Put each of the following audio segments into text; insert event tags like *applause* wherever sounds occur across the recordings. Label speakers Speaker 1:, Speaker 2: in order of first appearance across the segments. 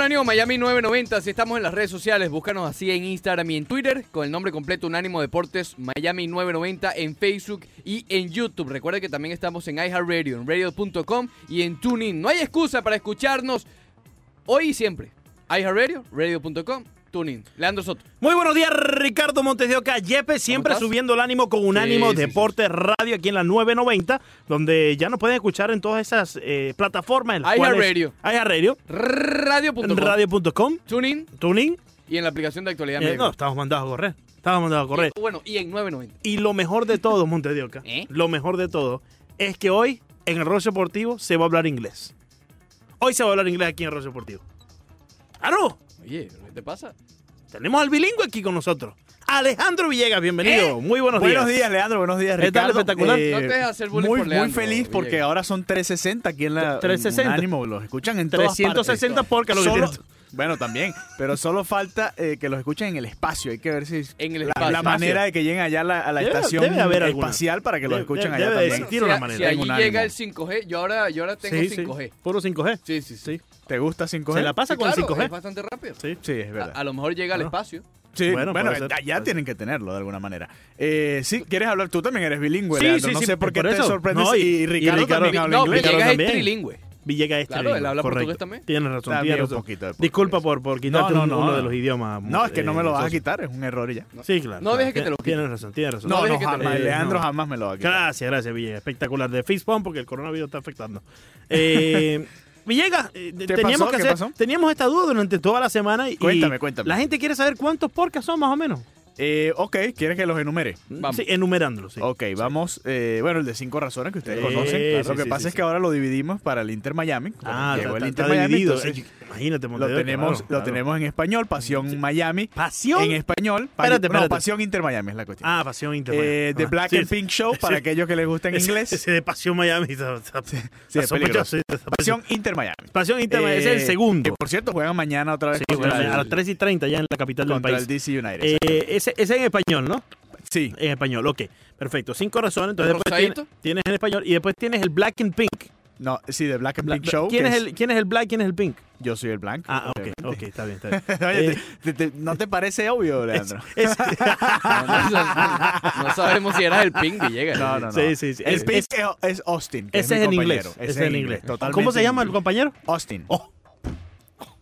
Speaker 1: Unánimo Miami 990. Si estamos en las redes sociales, búscanos así en Instagram y en Twitter con el nombre completo Unánimo Deportes Miami 990 en Facebook y en YouTube. Recuerda que también estamos en iHeartRadio, en radio.com y en TuneIn. No hay excusa para escucharnos hoy y siempre. iHeartRadio, radio.com, TuneIn. Leandro Soto.
Speaker 2: Muy buenos días, Ricardo Montes de Oca. Yepe siempre
Speaker 1: estás?
Speaker 2: subiendo el ánimo con Unánimo
Speaker 1: Sí, sí, sí,
Speaker 2: Deportes Radio aquí en la 990, donde ya nos pueden escuchar en todas esas eh, plataformas. en las
Speaker 1: iHeartRadio.
Speaker 2: cuales- iHeartRadio,
Speaker 1: Radio.com,
Speaker 2: en radio.com,
Speaker 1: TuneIn
Speaker 2: TuneIn.
Speaker 1: y en la aplicación de actualidad.
Speaker 2: Eh,
Speaker 1: Media
Speaker 2: no,
Speaker 1: Group.
Speaker 2: estamos mandados a correr. Estamos mandados a correr.
Speaker 1: Bueno, y en 990.
Speaker 2: Y lo mejor de todo, Montes de Oca,
Speaker 1: *laughs* ¿Eh?
Speaker 2: lo mejor de todo, es que hoy en el Rollo Deportivo se va a hablar inglés. Hoy se va a hablar inglés aquí en el Rollo Deportivo. ¡Ah, no!
Speaker 1: Oye, ¿pero ¿qué te pasa?
Speaker 2: Tenemos al bilingüe aquí con nosotros. Alejandro Villegas, bienvenido.
Speaker 1: ¿Eh?
Speaker 2: Muy buenos,
Speaker 3: Buenos días, Leandro. Buenos días,
Speaker 2: ¿Qué tal,
Speaker 3: Ricardo.
Speaker 2: espectacular?
Speaker 1: No te dejes hacer bullying
Speaker 3: Eh, muy,
Speaker 1: por
Speaker 3: muy
Speaker 1: Leandro,
Speaker 3: feliz porque
Speaker 1: Villegas.
Speaker 3: ahora son 360 aquí en la
Speaker 2: 360.
Speaker 3: Unánimo. Los escuchan en todas
Speaker 2: 360
Speaker 3: partes.
Speaker 2: porque lo que
Speaker 3: Solo-
Speaker 2: tienes tú.
Speaker 3: Bueno, también. Pero solo falta eh, que los escuchen en el espacio. Hay que ver si
Speaker 1: En el
Speaker 3: la,
Speaker 1: espacio.
Speaker 3: la manera de que lleguen allá a la, a la
Speaker 2: Debe-
Speaker 3: estación
Speaker 2: debe haber alguna.
Speaker 3: espacial para que los
Speaker 2: Debe-
Speaker 3: escuchen
Speaker 2: debe-
Speaker 3: allá
Speaker 2: debe
Speaker 3: también.
Speaker 2: existir. Tiene
Speaker 1: Si
Speaker 2: una
Speaker 1: a-
Speaker 2: manera.
Speaker 1: Si
Speaker 3: En
Speaker 1: allí
Speaker 3: Unánimo.
Speaker 1: llega el 5G, yo ahora, yo ahora tengo
Speaker 2: Sí, sí.
Speaker 1: 5G.
Speaker 2: Puro 5G.
Speaker 1: Sí, sí, sí.
Speaker 2: Sí.
Speaker 3: ¿Te gusta 5G?
Speaker 2: Se la pasa
Speaker 1: Sí,
Speaker 2: con
Speaker 1: claro,
Speaker 2: el
Speaker 1: Es
Speaker 2: 5G.
Speaker 1: bastante rápido.
Speaker 2: Sí.
Speaker 3: Sí, es verdad.
Speaker 1: A, a lo mejor llega al
Speaker 2: Claro.
Speaker 1: espacio.
Speaker 3: Sí,
Speaker 2: Bueno,
Speaker 3: bueno,
Speaker 2: puede ser,
Speaker 3: allá
Speaker 2: puede
Speaker 3: tienen que tenerlo de alguna manera. Eh, sí, ¿quieres hablar? Tú también eres bilingüe,
Speaker 2: Sí,
Speaker 3: Leandro.
Speaker 2: sí,
Speaker 3: no
Speaker 2: sí,
Speaker 3: sé por qué
Speaker 2: por eso.
Speaker 3: te sorprendes.
Speaker 2: No, y-
Speaker 3: y,
Speaker 2: y
Speaker 3: Ricardo
Speaker 2: Ricardo
Speaker 3: también habla
Speaker 1: No,
Speaker 3: inglés.
Speaker 2: Ricardo
Speaker 1: Villegas es
Speaker 2: también.
Speaker 1: trilingüe.
Speaker 2: Villegas es
Speaker 1: Claro,
Speaker 2: trilingüe,
Speaker 1: él habla
Speaker 2: este correcto.
Speaker 1: portugués también.
Speaker 2: Tienes razón.
Speaker 3: También
Speaker 2: tienes
Speaker 3: un
Speaker 2: razón.
Speaker 3: poquito de portugués.
Speaker 2: Disculpa por, por quitarte
Speaker 3: No,
Speaker 2: un-
Speaker 3: no, no.
Speaker 2: uno de los idiomas.
Speaker 3: No, es que no me lo vas a
Speaker 2: socio.
Speaker 3: quitar, es un error y ya.
Speaker 2: Sí, claro.
Speaker 1: No
Speaker 2: claro.
Speaker 1: dejes que te lo quite.
Speaker 2: Tienes razón, tienes razón.
Speaker 3: No,
Speaker 1: dejes
Speaker 3: no,
Speaker 1: que te lo
Speaker 3: jamás.
Speaker 2: quite.
Speaker 3: Leandro
Speaker 2: Eh, No.
Speaker 3: jamás me lo va a quitar.
Speaker 2: Gracias, gracias, Villegas. Espectacular. De Facepalm porque el coronavirus está afectando. Eh, *laughs* Villegas, eh,
Speaker 3: ¿Qué
Speaker 2: teníamos
Speaker 3: pasó?
Speaker 2: que
Speaker 3: ¿Qué
Speaker 2: hacer,
Speaker 3: pasó?
Speaker 2: teníamos esta duda durante toda la semana y
Speaker 3: Cuéntame,
Speaker 2: y
Speaker 3: cuéntame.
Speaker 2: La gente quiere saber cuántos porcas son más o menos.
Speaker 3: Eh, ok, ¿quieres que los enumere?
Speaker 1: Vamos.
Speaker 2: Sí, enumerándolos, sí.
Speaker 3: Ok, vamos. eh, bueno, el de cinco razones que ustedes
Speaker 2: Sí,
Speaker 3: conocen.
Speaker 2: claro.
Speaker 3: lo que
Speaker 2: sí,
Speaker 3: pasa
Speaker 2: sí,
Speaker 3: es
Speaker 2: sí.
Speaker 3: que ahora lo dividimos para el Inter Miami.
Speaker 2: Ah,
Speaker 3: Llegó
Speaker 2: está, está-
Speaker 3: el Inter
Speaker 2: está
Speaker 3: Miami.
Speaker 2: dividido. Eh,
Speaker 3: entonces
Speaker 2: Imagínate,
Speaker 3: lo
Speaker 2: Montevideo,
Speaker 3: tenemos,
Speaker 2: claro,
Speaker 3: lo
Speaker 2: claro.
Speaker 3: tenemos en español, Pasión Miami.
Speaker 2: Pasión.
Speaker 3: En español. pa-
Speaker 2: Espérate,
Speaker 3: no,
Speaker 2: espérate.
Speaker 3: Pasión Inter Miami es la cuestión.
Speaker 2: este, Ah, Pasión Inter.
Speaker 3: Eh,
Speaker 2: Miami.
Speaker 3: The
Speaker 2: Ah,
Speaker 3: Black
Speaker 2: sí,
Speaker 3: and
Speaker 2: sí.
Speaker 3: Pink Show, para
Speaker 2: Sí.
Speaker 3: aquellos que les gusta en
Speaker 2: Ese-
Speaker 3: inglés.
Speaker 2: Ese de Pasión Miami. está- está- está
Speaker 3: es
Speaker 2: sospechoso,
Speaker 3: peligroso.
Speaker 2: está
Speaker 3: Pasión
Speaker 2: sospechoso.
Speaker 3: Inter Miami.
Speaker 2: Pasión Inter Miami, ese es el
Speaker 3: Eh,
Speaker 2: segundo.
Speaker 3: Que por cierto, juegan mañana otra vez
Speaker 2: Sí,
Speaker 3: contra,
Speaker 2: bueno, a las
Speaker 3: el,
Speaker 2: 3 y 30 ya en la capital del
Speaker 3: contra el
Speaker 2: país.
Speaker 3: DC United.
Speaker 2: Eh, ese, ese en español, ¿no?
Speaker 3: sí.
Speaker 2: En español, ok. Perfecto. Cinco razones. Entonces, después tienes,
Speaker 1: ¿Rosadito?
Speaker 2: tienes en español y después tienes el Black and Pink.
Speaker 3: No, sí, The Black and
Speaker 2: Bla-
Speaker 3: Pink Show.
Speaker 2: ¿Quién,
Speaker 3: que
Speaker 2: es el, ¿Quién es el Black? ¿Quién es el Pink?
Speaker 3: Yo soy el blanco.
Speaker 2: Ah, ok,
Speaker 3: obviamente.
Speaker 2: ok, está bien, está bien.
Speaker 3: *laughs* Oye,
Speaker 2: Eh,
Speaker 3: te- te- te- ¿No te parece obvio,
Speaker 2: es- *laughs*
Speaker 3: Leandro?
Speaker 2: es-
Speaker 1: No, no, no, no sabemos si era el ping
Speaker 2: *laughs*
Speaker 1: Villegas.
Speaker 3: No, no, no.
Speaker 2: sí, sí, sí.
Speaker 3: El
Speaker 2: Es-
Speaker 3: Pink
Speaker 2: es-
Speaker 3: es, es Austin. que
Speaker 2: ese es
Speaker 3: mi
Speaker 2: en inglés.
Speaker 3: compañero.
Speaker 2: Ese es en inglés.
Speaker 3: totalmente
Speaker 2: ¿Cómo se
Speaker 3: en
Speaker 2: llama el
Speaker 3: inglés.
Speaker 2: compañero?
Speaker 3: Austin.
Speaker 2: Oh.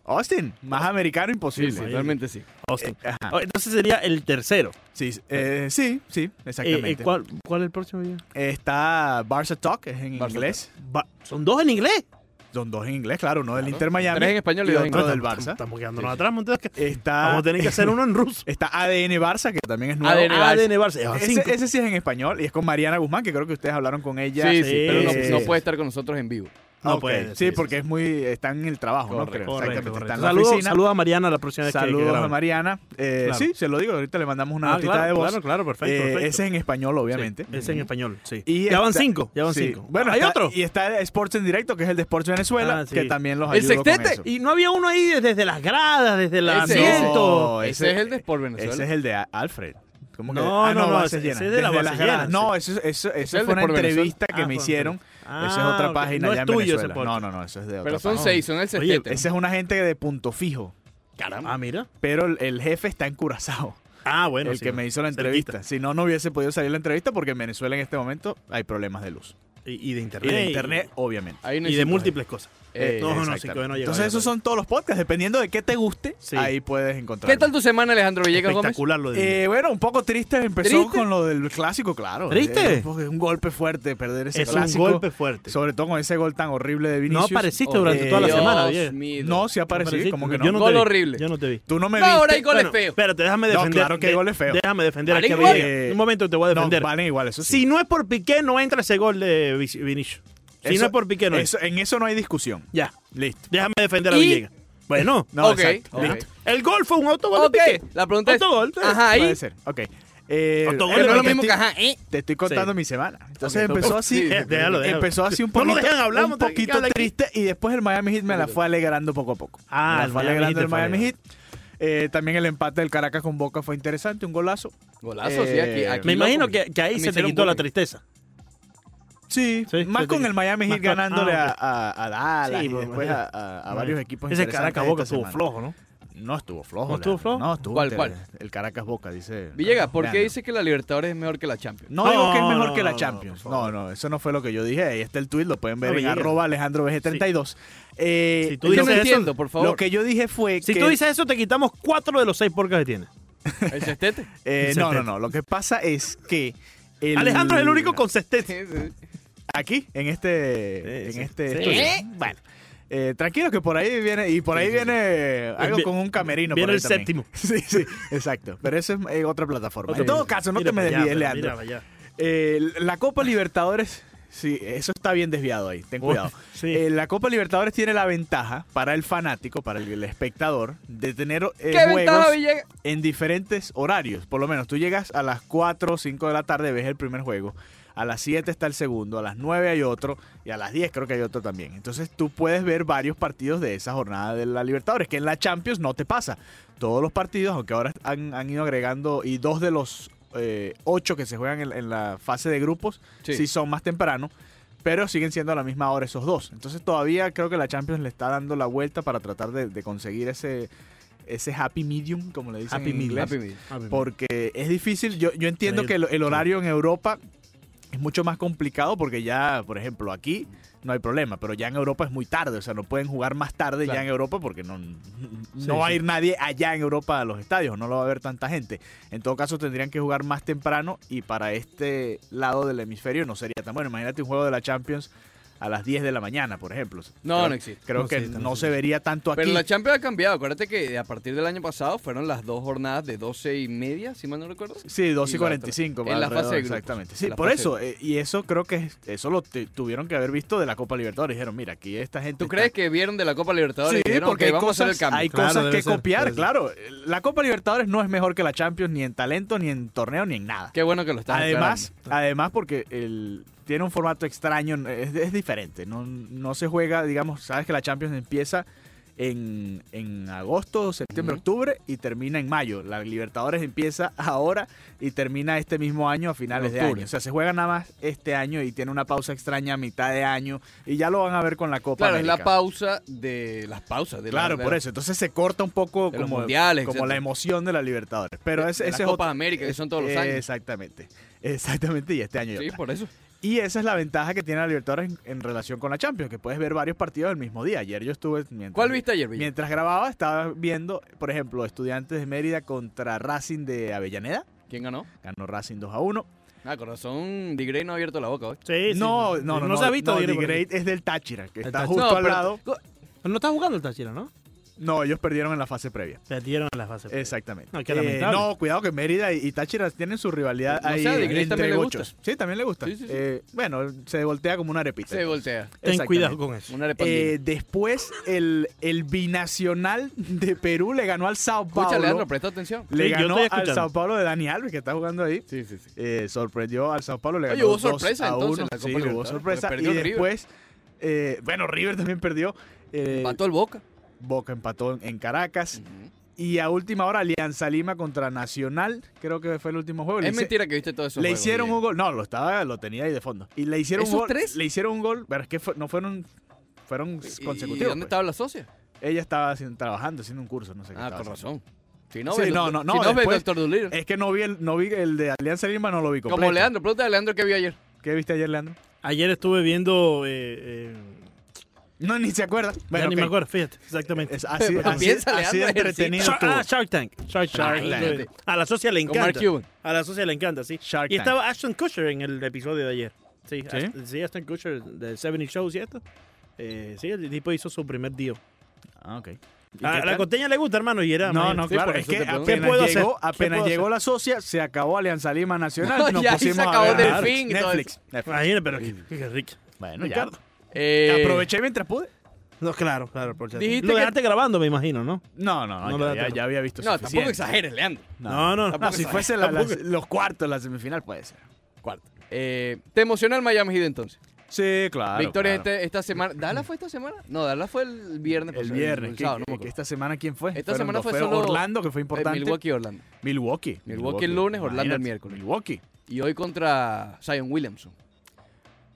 Speaker 3: Austin. Más americano
Speaker 1: Sí,
Speaker 3: imposible.
Speaker 1: sí, realmente sí.
Speaker 2: Austin.
Speaker 3: Ajá.
Speaker 2: Oh, Entonces sería el tercero.
Speaker 3: Sí, eh, sí, sí,
Speaker 2: Eh, eh,
Speaker 3: exactamente.
Speaker 2: ¿cuál, ¿Cuál es el próximo? video?
Speaker 3: Está Barca Talk, es en
Speaker 1: Barca
Speaker 3: inglés.
Speaker 2: Ba- Son dos en inglés.
Speaker 3: Son dos en inglés, claro. Uno del
Speaker 1: Claro.
Speaker 3: Inter Miami
Speaker 1: Tres en español y dos en
Speaker 3: otro
Speaker 1: inglés.
Speaker 3: del
Speaker 2: Estamos-
Speaker 3: Barça.
Speaker 2: Estamos quedándonos
Speaker 1: Sí, sí.
Speaker 2: atrás, Montes, que
Speaker 3: Está,
Speaker 2: Vamos a tener que hacer uno en ruso.
Speaker 3: está ADN Barça, que también es nuevo.
Speaker 1: ADN Barça.
Speaker 2: ADN Barça. Ah,
Speaker 3: Ese,
Speaker 2: cinco.
Speaker 3: ese sí es en español y es con Mariana Guzmán, que creo que ustedes hablaron con ella. Eh,
Speaker 1: sí,
Speaker 2: sé.
Speaker 1: sí, pero
Speaker 3: Sí,
Speaker 1: no,
Speaker 3: sí.
Speaker 1: no puede estar con nosotros en vivo.
Speaker 2: No
Speaker 3: Ok,
Speaker 2: puede,
Speaker 3: Sí,
Speaker 2: sí,
Speaker 3: porque es muy. Está en el trabajo, ¿no?
Speaker 2: Correcto,
Speaker 3: Creo,
Speaker 2: correcto,
Speaker 3: exactamente,
Speaker 2: correcto.
Speaker 3: Está en la
Speaker 2: Saludos
Speaker 3: oficina.
Speaker 2: saludos a Mariana la próxima vez que- que
Speaker 3: Saludos a
Speaker 2: grabe.
Speaker 3: Mariana. Eh,
Speaker 2: Claro.
Speaker 3: Sí, se lo digo, ahorita le mandamos una
Speaker 2: Ah,
Speaker 3: notita
Speaker 2: claro,
Speaker 3: de voz.
Speaker 2: claro, claro, perfecto.
Speaker 3: Eh,
Speaker 2: perfecto.
Speaker 3: Ese es en español, obviamente.
Speaker 2: Sí, ese en español, sí.
Speaker 3: Y
Speaker 2: ya van
Speaker 3: está-
Speaker 2: cinco, ya van
Speaker 3: Sí.
Speaker 2: cinco.
Speaker 3: Bueno,
Speaker 2: hay
Speaker 3: está-
Speaker 2: otro.
Speaker 3: Y está Sports en directo, que es el de Sports Venezuela,
Speaker 2: Ah, sí.
Speaker 3: que también los
Speaker 1: El
Speaker 3: ayudó con
Speaker 1: sextete.
Speaker 3: eso.
Speaker 2: Y no había uno ahí desde, las gradas, desde el
Speaker 1: Ese es.
Speaker 2: asiento.
Speaker 3: No,
Speaker 1: ese,
Speaker 3: ese-
Speaker 1: es el de Sport Venezuela.
Speaker 3: Ese es el de A- Alfred. ¿Cómo que?
Speaker 2: No,
Speaker 3: Ah,
Speaker 2: no, no,
Speaker 3: Bases
Speaker 2: ese-
Speaker 3: Llenas.
Speaker 2: ese es de la
Speaker 3: Desde
Speaker 2: Bases
Speaker 3: las gradas.
Speaker 2: Llenas,
Speaker 3: No, eso, eso, eso
Speaker 1: el de
Speaker 3: fue una
Speaker 1: Sport Venezuela.
Speaker 3: entrevista que
Speaker 2: Ah,
Speaker 3: me
Speaker 2: fue
Speaker 3: hicieron.
Speaker 2: Ah,
Speaker 3: esa es otra
Speaker 2: ok.
Speaker 3: página
Speaker 2: No
Speaker 3: allá
Speaker 2: es
Speaker 3: en
Speaker 2: tuyo ese
Speaker 3: Venezuela.
Speaker 2: podcast.
Speaker 3: No, no, no, eso es de otra
Speaker 1: pero son
Speaker 3: página.
Speaker 1: seis, son el
Speaker 2: Oye,
Speaker 1: sextete.
Speaker 3: Esa es una gente de punto fijo,
Speaker 2: Caramba. Ah, mira.
Speaker 3: pero el, el jefe está en Curazao.
Speaker 2: Ah, bueno.
Speaker 3: el
Speaker 2: sí,
Speaker 3: que
Speaker 2: no.
Speaker 3: me hizo la
Speaker 2: Cerquita.
Speaker 3: entrevista. Si no, no hubiese podido salir la entrevista porque en Venezuela en este momento hay problemas de luz.
Speaker 2: Y, y de
Speaker 3: Y
Speaker 2: internet.
Speaker 3: de internet, obviamente.
Speaker 1: Ahí
Speaker 2: Y,
Speaker 1: no
Speaker 2: Ah, y
Speaker 1: hay
Speaker 2: de
Speaker 1: cinco,
Speaker 2: múltiples cosas.
Speaker 1: Eh,
Speaker 2: no, no,
Speaker 3: exactamente.
Speaker 2: sí, todavía no ha llegado
Speaker 3: Entonces
Speaker 2: ya,
Speaker 3: esos
Speaker 2: todavía.
Speaker 3: son todos los podcasts. Dependiendo de qué te guste,
Speaker 2: Sí.
Speaker 3: ahí puedes
Speaker 1: ahí.
Speaker 3: encontrar.
Speaker 1: ¿Qué tal tu semana, Alejandro Villegas Gómez?
Speaker 2: Espectacular lo de.
Speaker 3: Eh, bueno, un poco triste. Empezó
Speaker 1: ¿Triste?
Speaker 3: con lo del clásico, claro.
Speaker 2: ¿Triste?
Speaker 3: Eh, porque Es un golpe fuerte perder ese
Speaker 2: es un
Speaker 3: clásico.
Speaker 2: golpe fuerte.
Speaker 3: Sobre todo con ese gol tan horrible de
Speaker 2: no
Speaker 3: Vinicius.
Speaker 2: apareciste
Speaker 1: Oh,
Speaker 2: durante
Speaker 3: eh,
Speaker 2: toda la
Speaker 1: Dios
Speaker 2: semana, Villegas.
Speaker 1: mío.
Speaker 3: No, sí aparecí.
Speaker 2: Apareciste,
Speaker 3: Como que no.
Speaker 2: yo no
Speaker 1: Gol
Speaker 2: te vi,
Speaker 1: horrible.
Speaker 2: Yo no te vi.
Speaker 3: Tú no me
Speaker 1: No, ahora hay
Speaker 3: viste.
Speaker 1: goles
Speaker 2: Bueno,
Speaker 1: feos.
Speaker 2: Espérate, déjame
Speaker 3: No,
Speaker 2: defender.
Speaker 3: claro que
Speaker 2: de-
Speaker 3: hay goles feos.
Speaker 2: Déjame defender aquí a
Speaker 1: Vale, igual.
Speaker 2: Villegas. Un momento te voy a
Speaker 3: No,
Speaker 2: defender.
Speaker 3: valen igual, eso sí.
Speaker 2: Si no es por Piqué, no entra ese gol de Vic- Vinicius. Si
Speaker 3: Eso-
Speaker 2: no es por Piqué, no es.
Speaker 3: eso- En eso no hay discusión.
Speaker 2: Ya,
Speaker 3: Listo.
Speaker 2: déjame defender a
Speaker 1: Y-
Speaker 2: Villegas. Bueno,
Speaker 3: No,
Speaker 1: Ok,
Speaker 3: exacto.
Speaker 1: ok.
Speaker 3: Listo.
Speaker 2: el gol fue un
Speaker 1: Ok,
Speaker 2: autogol
Speaker 1: ah,
Speaker 2: de Piqué.
Speaker 1: la pregunta es...
Speaker 2: Autogol.
Speaker 1: Ajá, ahí.
Speaker 3: Puede ser. Ok. Eh,
Speaker 2: Autogol
Speaker 1: Pero no es
Speaker 2: de
Speaker 1: lo
Speaker 2: Marquez-
Speaker 1: mismo que ajá, ¿eh?
Speaker 3: Te estoy contando
Speaker 2: Sí.
Speaker 3: mi semana. Entonces
Speaker 2: Ok,
Speaker 3: empezó
Speaker 2: ok.
Speaker 3: así. eh,
Speaker 1: Sí,
Speaker 2: déjalo, déjalo.
Speaker 3: Empezó así un
Speaker 2: No lo
Speaker 3: poquito,
Speaker 2: dejan hablar,
Speaker 3: un
Speaker 2: vamos a tener que
Speaker 3: poquito
Speaker 2: hablar aquí.
Speaker 3: triste y después el Miami Heat me la fue alegrando poco a poco.
Speaker 2: Ah,
Speaker 3: Me la
Speaker 2: el
Speaker 3: fue
Speaker 2: Miami
Speaker 3: alegrando
Speaker 2: Heat te
Speaker 3: el
Speaker 2: fue
Speaker 3: Miami Heat.
Speaker 2: alegrando.
Speaker 3: Eh, también el empate del Caracas con Boca fue interesante, un golazo.
Speaker 1: Golazo, sí, aquí,
Speaker 3: Eh,
Speaker 1: aquí
Speaker 2: Me
Speaker 1: loco.
Speaker 2: imagino que, que
Speaker 1: A
Speaker 2: ahí
Speaker 1: mí
Speaker 2: se te
Speaker 1: hicieron
Speaker 2: quitó la
Speaker 1: bullying.
Speaker 2: tristeza.
Speaker 3: Sí,
Speaker 2: Sí,
Speaker 3: más
Speaker 2: sí,
Speaker 3: con
Speaker 2: sí.
Speaker 3: el Miami Heat
Speaker 2: Más con-
Speaker 3: ganándole
Speaker 2: ah,
Speaker 3: a, a- a Dallas
Speaker 2: Sí,
Speaker 3: y
Speaker 2: pues,
Speaker 3: después a, a- a varios equipos
Speaker 2: Ese
Speaker 3: interesantes
Speaker 2: Caracas Boca
Speaker 3: esta
Speaker 2: estuvo
Speaker 3: semana.
Speaker 2: flojo, ¿no?
Speaker 3: No estuvo flojo.
Speaker 2: ¿No estuvo
Speaker 3: Leandro.
Speaker 2: flojo? Este,
Speaker 3: No estuvo
Speaker 1: ¿Cuál,
Speaker 3: inter-
Speaker 1: cuál?
Speaker 3: El Caracas Boca, dice.
Speaker 1: Villegas, ¿por qué
Speaker 3: Leandro.
Speaker 1: dice que la Libertadores es mejor que la Champions?
Speaker 3: No digo que es
Speaker 2: No,
Speaker 3: mejor
Speaker 2: no,
Speaker 3: que la
Speaker 2: no,
Speaker 3: Champions.
Speaker 2: por
Speaker 3: No,
Speaker 2: favor.
Speaker 3: no, eso no fue lo que yo dije. Ahí está el tweet, lo pueden ver
Speaker 2: No,
Speaker 3: en
Speaker 2: Villegas.
Speaker 3: arroba alejandro 32 Eh,
Speaker 2: Si tú
Speaker 1: Yo
Speaker 2: dices
Speaker 1: no
Speaker 2: eso,
Speaker 1: entiendo, por
Speaker 3: lo
Speaker 1: favor.
Speaker 3: que yo dije fue
Speaker 2: Si
Speaker 3: que...
Speaker 2: tú dices eso, te quitamos cuatro de los seis porcas que tienes.
Speaker 1: El cestete. *laughs*
Speaker 3: eh,
Speaker 2: Dice
Speaker 3: no, no,
Speaker 2: Tete.
Speaker 3: no. Lo que pasa es que... el-
Speaker 2: Alejandro es el único con sextete.
Speaker 1: Sí, sí.
Speaker 3: Aquí, en este...
Speaker 2: Sí,
Speaker 3: en
Speaker 2: sí.
Speaker 3: este
Speaker 2: Sí.
Speaker 3: estudio. Bueno. eh, tranquilo que por ahí viene... Y por ahí
Speaker 2: sí, sí.
Speaker 3: viene algo
Speaker 2: Vi-
Speaker 3: con un camerino.
Speaker 2: viene
Speaker 3: por ahí
Speaker 2: el
Speaker 3: también.
Speaker 2: séptimo.
Speaker 3: *laughs* Sí, sí, exacto. Pero eso es eh, otra plataforma.
Speaker 2: Otra
Speaker 3: en todo
Speaker 2: cosa.
Speaker 3: caso, no
Speaker 2: Mira
Speaker 3: te me
Speaker 2: para allá,
Speaker 3: desvíes,
Speaker 2: mira,
Speaker 3: Leandro.
Speaker 2: mira para allá.
Speaker 3: Eh, la Copa Libertadores, sí, eso está bien desviado ahí, ten cuidado.
Speaker 2: Sí.
Speaker 3: Eh, la Copa Libertadores tiene la ventaja para el fanático, para el, el espectador, de tener eh,
Speaker 1: ¿Qué ventaja,
Speaker 3: juegos
Speaker 1: Villegas?
Speaker 3: en diferentes horarios. Por lo menos tú llegas a las 4 o 5 de la tarde, ves el primer juego. A las 7 está el segundo, a las 9 hay otro y a las 10 creo que hay otro también. Entonces tú puedes ver varios partidos de esa jornada de la Libertadores, que en la Champions no te pasa. Todos los partidos, aunque ahora han, han ido agregando y dos de los eh, ocho que se juegan en- en la fase de grupos sí. son más temprano, pero siguen siendo a la misma hora esos dos. Entonces todavía creo que la Champions le está dando la vuelta para tratar de, de conseguir ese, ese happy medium, como le dicen
Speaker 2: Happy
Speaker 3: en
Speaker 2: medium.
Speaker 3: inglés,
Speaker 1: Happy Meal.
Speaker 2: Ah,
Speaker 3: porque es difícil. Yo, yo entiendo
Speaker 2: Ahí-
Speaker 3: que el, el horario en Europa es mucho más complicado porque ya, por ejemplo, aquí no hay problema, pero ya en Europa es muy tarde, o sea, no pueden jugar más tarde
Speaker 1: Claro.
Speaker 3: ya en Europa porque no, no
Speaker 2: Sí,
Speaker 3: va a
Speaker 2: sí.
Speaker 3: ir nadie allá en Europa a los estadios, no lo va a ver tanta gente. En todo caso, tendrían que jugar más temprano y para este lado del hemisferio no sería tan bueno. Imagínate un juego de la Champions a las 10 de la mañana, por ejemplo.
Speaker 1: No,
Speaker 3: Creo-
Speaker 1: no existe.
Speaker 3: Creo
Speaker 2: No
Speaker 3: que
Speaker 2: existe, no
Speaker 3: no se
Speaker 2: existe.
Speaker 3: vería tanto aquí.
Speaker 1: Pero la Champions ha cambiado. Acuérdate que a partir del año pasado fueron las dos jornadas de 12 y media, si mal no recuerdo.
Speaker 3: Sí, 2 y
Speaker 1: y la
Speaker 3: 45.
Speaker 1: otra. En la
Speaker 3: alrededor,
Speaker 1: fase de grupos.
Speaker 3: Exactamente. Sí,
Speaker 1: En la
Speaker 3: por
Speaker 1: fase
Speaker 3: eso. eh, y eso creo que es- eso lo te- tuvieron que haber visto de la Copa Libertadores. Dijeron, mira, aquí esta gente.
Speaker 1: ¿Tú
Speaker 3: está-
Speaker 1: crees que vieron de la Copa Libertadores
Speaker 3: Sí,
Speaker 1: y dijeron,
Speaker 3: porque
Speaker 1: "Ok,
Speaker 3: hay
Speaker 1: vamos a hacer
Speaker 3: cosas,
Speaker 1: el cambio?
Speaker 3: hay
Speaker 2: Claro,
Speaker 3: cosas
Speaker 2: debe
Speaker 3: que
Speaker 2: ser,
Speaker 3: copiar,
Speaker 2: debe ser.
Speaker 3: claro. La Copa Libertadores no es mejor que la Champions ni en talento, ni en torneo, ni en nada.
Speaker 1: Qué bueno que lo estás
Speaker 3: Además, además porque el, tiene un formato extraño, es, es diferente. No, no se juega, digamos, sabes que la Champions empieza en, en agosto, septiembre,
Speaker 1: Ujú.
Speaker 3: octubre y termina en mayo. La Libertadores empieza ahora y termina este mismo año a finales de
Speaker 1: octubre.
Speaker 3: año. O sea, se juega nada más este año y tiene una pausa extraña a mitad de año y ya lo van a ver con la Copa
Speaker 1: Claro, es la
Speaker 3: América.
Speaker 1: pausa de las pausas. De la-
Speaker 3: Claro,
Speaker 1: de
Speaker 3: por
Speaker 1: la-
Speaker 3: eso. Entonces se corta un poco
Speaker 1: de los
Speaker 3: como,
Speaker 1: mundiales,
Speaker 3: como
Speaker 1: etcétera.
Speaker 3: la emoción de la Libertadores. Pero
Speaker 1: De-
Speaker 3: ese,
Speaker 1: de
Speaker 3: ese
Speaker 1: las
Speaker 3: es
Speaker 1: Copas
Speaker 3: otro-
Speaker 1: América, que son todos los
Speaker 3: eh,
Speaker 1: años.
Speaker 3: Exactamente. Exactamente, y este año ya
Speaker 1: Sí,
Speaker 3: está.
Speaker 1: por eso.
Speaker 3: Y esa es la ventaja que tiene la Libertadores en, en relación con la Champions, que puedes ver varios partidos el mismo día. Ayer yo estuve mientras,
Speaker 1: ¿Cuál viste ayer, Villa?
Speaker 3: mientras grababa, estaba viendo, por ejemplo, Estudiantes de Mérida contra Racing de Avellaneda.
Speaker 1: ¿Quién ganó?
Speaker 3: Ganó Racing 2 a 1.
Speaker 1: Ah, con razón, Digrey no ha abierto la boca hoy.
Speaker 2: Sí, sí.
Speaker 3: no, no, no,
Speaker 2: se ha visto.
Speaker 3: No,
Speaker 2: diré,
Speaker 3: The
Speaker 2: porque-
Speaker 3: Great es del Táchira, que
Speaker 2: El
Speaker 3: está
Speaker 2: Táchira.
Speaker 3: justo
Speaker 1: No,
Speaker 3: al
Speaker 1: pero-
Speaker 2: *laughs*
Speaker 3: lado.
Speaker 2: No está jugando el Táchira, ¿no?
Speaker 3: No, ellos perdieron en la fase previa.
Speaker 2: Perdieron a la fase.
Speaker 3: pues. Exactamente. Eh,
Speaker 2: No, qué lamentable.
Speaker 3: no, cuidado que Mérida y, y Táchira tienen su rivalidad
Speaker 1: No
Speaker 3: ahí.
Speaker 1: sea, de Gris
Speaker 3: entre
Speaker 1: también le gusta.
Speaker 3: gochos. Sí, también le gusta.
Speaker 1: Sí, sí, sí.
Speaker 3: Eh, bueno, se voltea como una arepita.
Speaker 1: Se voltea.
Speaker 2: Ten
Speaker 3: Exactamente.
Speaker 2: cuidado con eso.
Speaker 1: Una
Speaker 3: Eh,
Speaker 1: arepandina.
Speaker 3: después, el, el binacional de Perú le ganó al Sao Paulo.
Speaker 1: Escucha, Leandro, presta atención.
Speaker 3: le
Speaker 2: Sí, yo
Speaker 3: ganó
Speaker 2: estoy
Speaker 3: al
Speaker 2: escuchando.
Speaker 3: Sao Paulo de Dani Alves, que está jugando ahí.
Speaker 1: Sí, sí, sí.
Speaker 3: Eh, sorprendió al Sao Paulo. Le
Speaker 1: Oye,
Speaker 3: ganó
Speaker 1: hubo
Speaker 3: 2
Speaker 1: sorpresa,
Speaker 3: a
Speaker 1: entonces,
Speaker 3: 1.
Speaker 1: en la Copa
Speaker 3: Sí, hubo
Speaker 1: Libertadores.
Speaker 3: sorpresa.
Speaker 1: Pero
Speaker 3: Y
Speaker 1: perdió River.
Speaker 3: después, eh, bueno, River también perdió. Eh,
Speaker 1: Mató el Boca.
Speaker 3: Boca empató en- en Caracas.
Speaker 1: Ujú.
Speaker 3: Y a última hora, Alianza Lima contra Nacional. Creo que fue el último juego. Le
Speaker 1: Es
Speaker 3: hice-
Speaker 1: mentira que viste todo eso.
Speaker 3: le hicieron un gol. No, lo estaba, lo tenía ahí de fondo. Y le hicieron un
Speaker 1: ¿Esos
Speaker 3: gol.
Speaker 1: tres?
Speaker 3: Le hicieron un gol. Pero es que fue- no fueron. Fueron
Speaker 1: consecutivo.
Speaker 3: consecutivos.
Speaker 1: ¿Y dónde
Speaker 3: pues.
Speaker 1: estaba la socia?
Speaker 3: Ella estaba haciendo- trabajando, haciendo un curso, no sé qué.
Speaker 1: Ah,
Speaker 3: estaba
Speaker 1: con
Speaker 3: haciendo.
Speaker 1: razón. Si no,
Speaker 3: Sí,
Speaker 1: ve,
Speaker 3: no,
Speaker 1: doc-
Speaker 3: no, no,
Speaker 1: si no ve
Speaker 3: después-
Speaker 1: Doctor Dolittle.
Speaker 3: Es que no vi el, no vi el de Alianza Lima, no lo vi completo.
Speaker 1: Como Leandro, pregúntale a Leandro qué vio ayer.
Speaker 3: ¿Qué viste ayer, Leandro?
Speaker 2: Ayer estuve viendo. eh, eh,
Speaker 3: No, ni se acuerda.
Speaker 2: ya ni
Speaker 3: ok.
Speaker 2: me acuerdo, fíjate. Exactamente.
Speaker 3: Es así,
Speaker 1: Pero
Speaker 3: así,
Speaker 1: piensa,
Speaker 3: así de
Speaker 1: Leandro,
Speaker 3: entretenido
Speaker 2: Shark,
Speaker 3: estuvo.
Speaker 2: ah, Shark Tank. Shark,
Speaker 3: Shark
Speaker 2: Tank.
Speaker 3: Tank.
Speaker 2: A la socia le
Speaker 1: Con Mark
Speaker 2: encanta.
Speaker 1: Cuban.
Speaker 2: A la socia le encanta, sí.
Speaker 3: Shark
Speaker 2: Y
Speaker 3: Tank.
Speaker 2: estaba Ashton Kutcher en el episodio de ayer. Sí,
Speaker 3: ¿Sí?
Speaker 2: Ashton- sí Ashton Kutcher de 70 Shows y esto. Eh, sí, el tipo hizo su primer deal.
Speaker 3: Ah, ok.
Speaker 2: A la costeña le gusta, hermano, y era...
Speaker 3: No,
Speaker 2: mayor.
Speaker 3: no,
Speaker 1: Sí,
Speaker 3: claro.
Speaker 1: por
Speaker 3: Es
Speaker 1: eso
Speaker 3: que
Speaker 1: te pregunto.
Speaker 2: ¿Qué puedo
Speaker 3: apenas
Speaker 2: hacer?
Speaker 3: llegó,
Speaker 2: ¿Qué
Speaker 3: apenas
Speaker 2: puedo
Speaker 3: llegó
Speaker 2: hacer?
Speaker 3: la socia, se acabó Alianza
Speaker 1: *laughs*
Speaker 3: Lima Nacional. nos
Speaker 1: Ya ahí se
Speaker 3: pusimos a
Speaker 1: acabó
Speaker 3: ver
Speaker 1: Delfín y todo
Speaker 3: Netflix. Netflix.
Speaker 2: Imagínate, pero qué, qué- qué rico.
Speaker 3: Bueno, ya.
Speaker 2: Ricardo.
Speaker 1: Eh,
Speaker 3: Aproveché mientras pude.
Speaker 2: No, claro, claro. Por cierto.
Speaker 1: Dijiste
Speaker 2: Lo
Speaker 1: que-
Speaker 2: dejaste grabando, me imagino, ¿no?
Speaker 3: No, no, no.
Speaker 2: No le da
Speaker 3: ya,
Speaker 2: tiempo.
Speaker 3: ya había visto
Speaker 1: No, tampoco
Speaker 3: suficiente.
Speaker 1: exageres, Leandro.
Speaker 2: No, no.
Speaker 1: Tampoco
Speaker 3: No, si
Speaker 1: exageres.
Speaker 3: fuese la-
Speaker 2: Tampoco.
Speaker 3: las- los cuartos, la semifinal puede ser. Cuarto.
Speaker 1: Eh, ¿Te emociona el Miami Heat entonces?
Speaker 3: Sí, claro.
Speaker 1: Victoria
Speaker 3: claro.
Speaker 1: este- esta semana. ¿Dallas fue esta semana? No, Dallas fue el viernes.
Speaker 3: El
Speaker 1: pasado,
Speaker 3: viernes.
Speaker 1: el
Speaker 3: ¿Qué-
Speaker 1: sábado, no me
Speaker 3: qué-
Speaker 1: acuerdo.
Speaker 3: ¿Esta semana quién fue?
Speaker 1: Esta
Speaker 3: Fueron
Speaker 1: semana
Speaker 3: dos.
Speaker 1: fue solo-
Speaker 3: Orlando, que fue
Speaker 1: Eh,
Speaker 3: importante.
Speaker 1: Milwaukee, Orlando.
Speaker 3: Milwaukee.
Speaker 1: Milwaukee el lunes, Orlando el
Speaker 3: Imagínate,
Speaker 1: miércoles.
Speaker 3: Milwaukee.
Speaker 1: Y hoy contra Zion Williamson.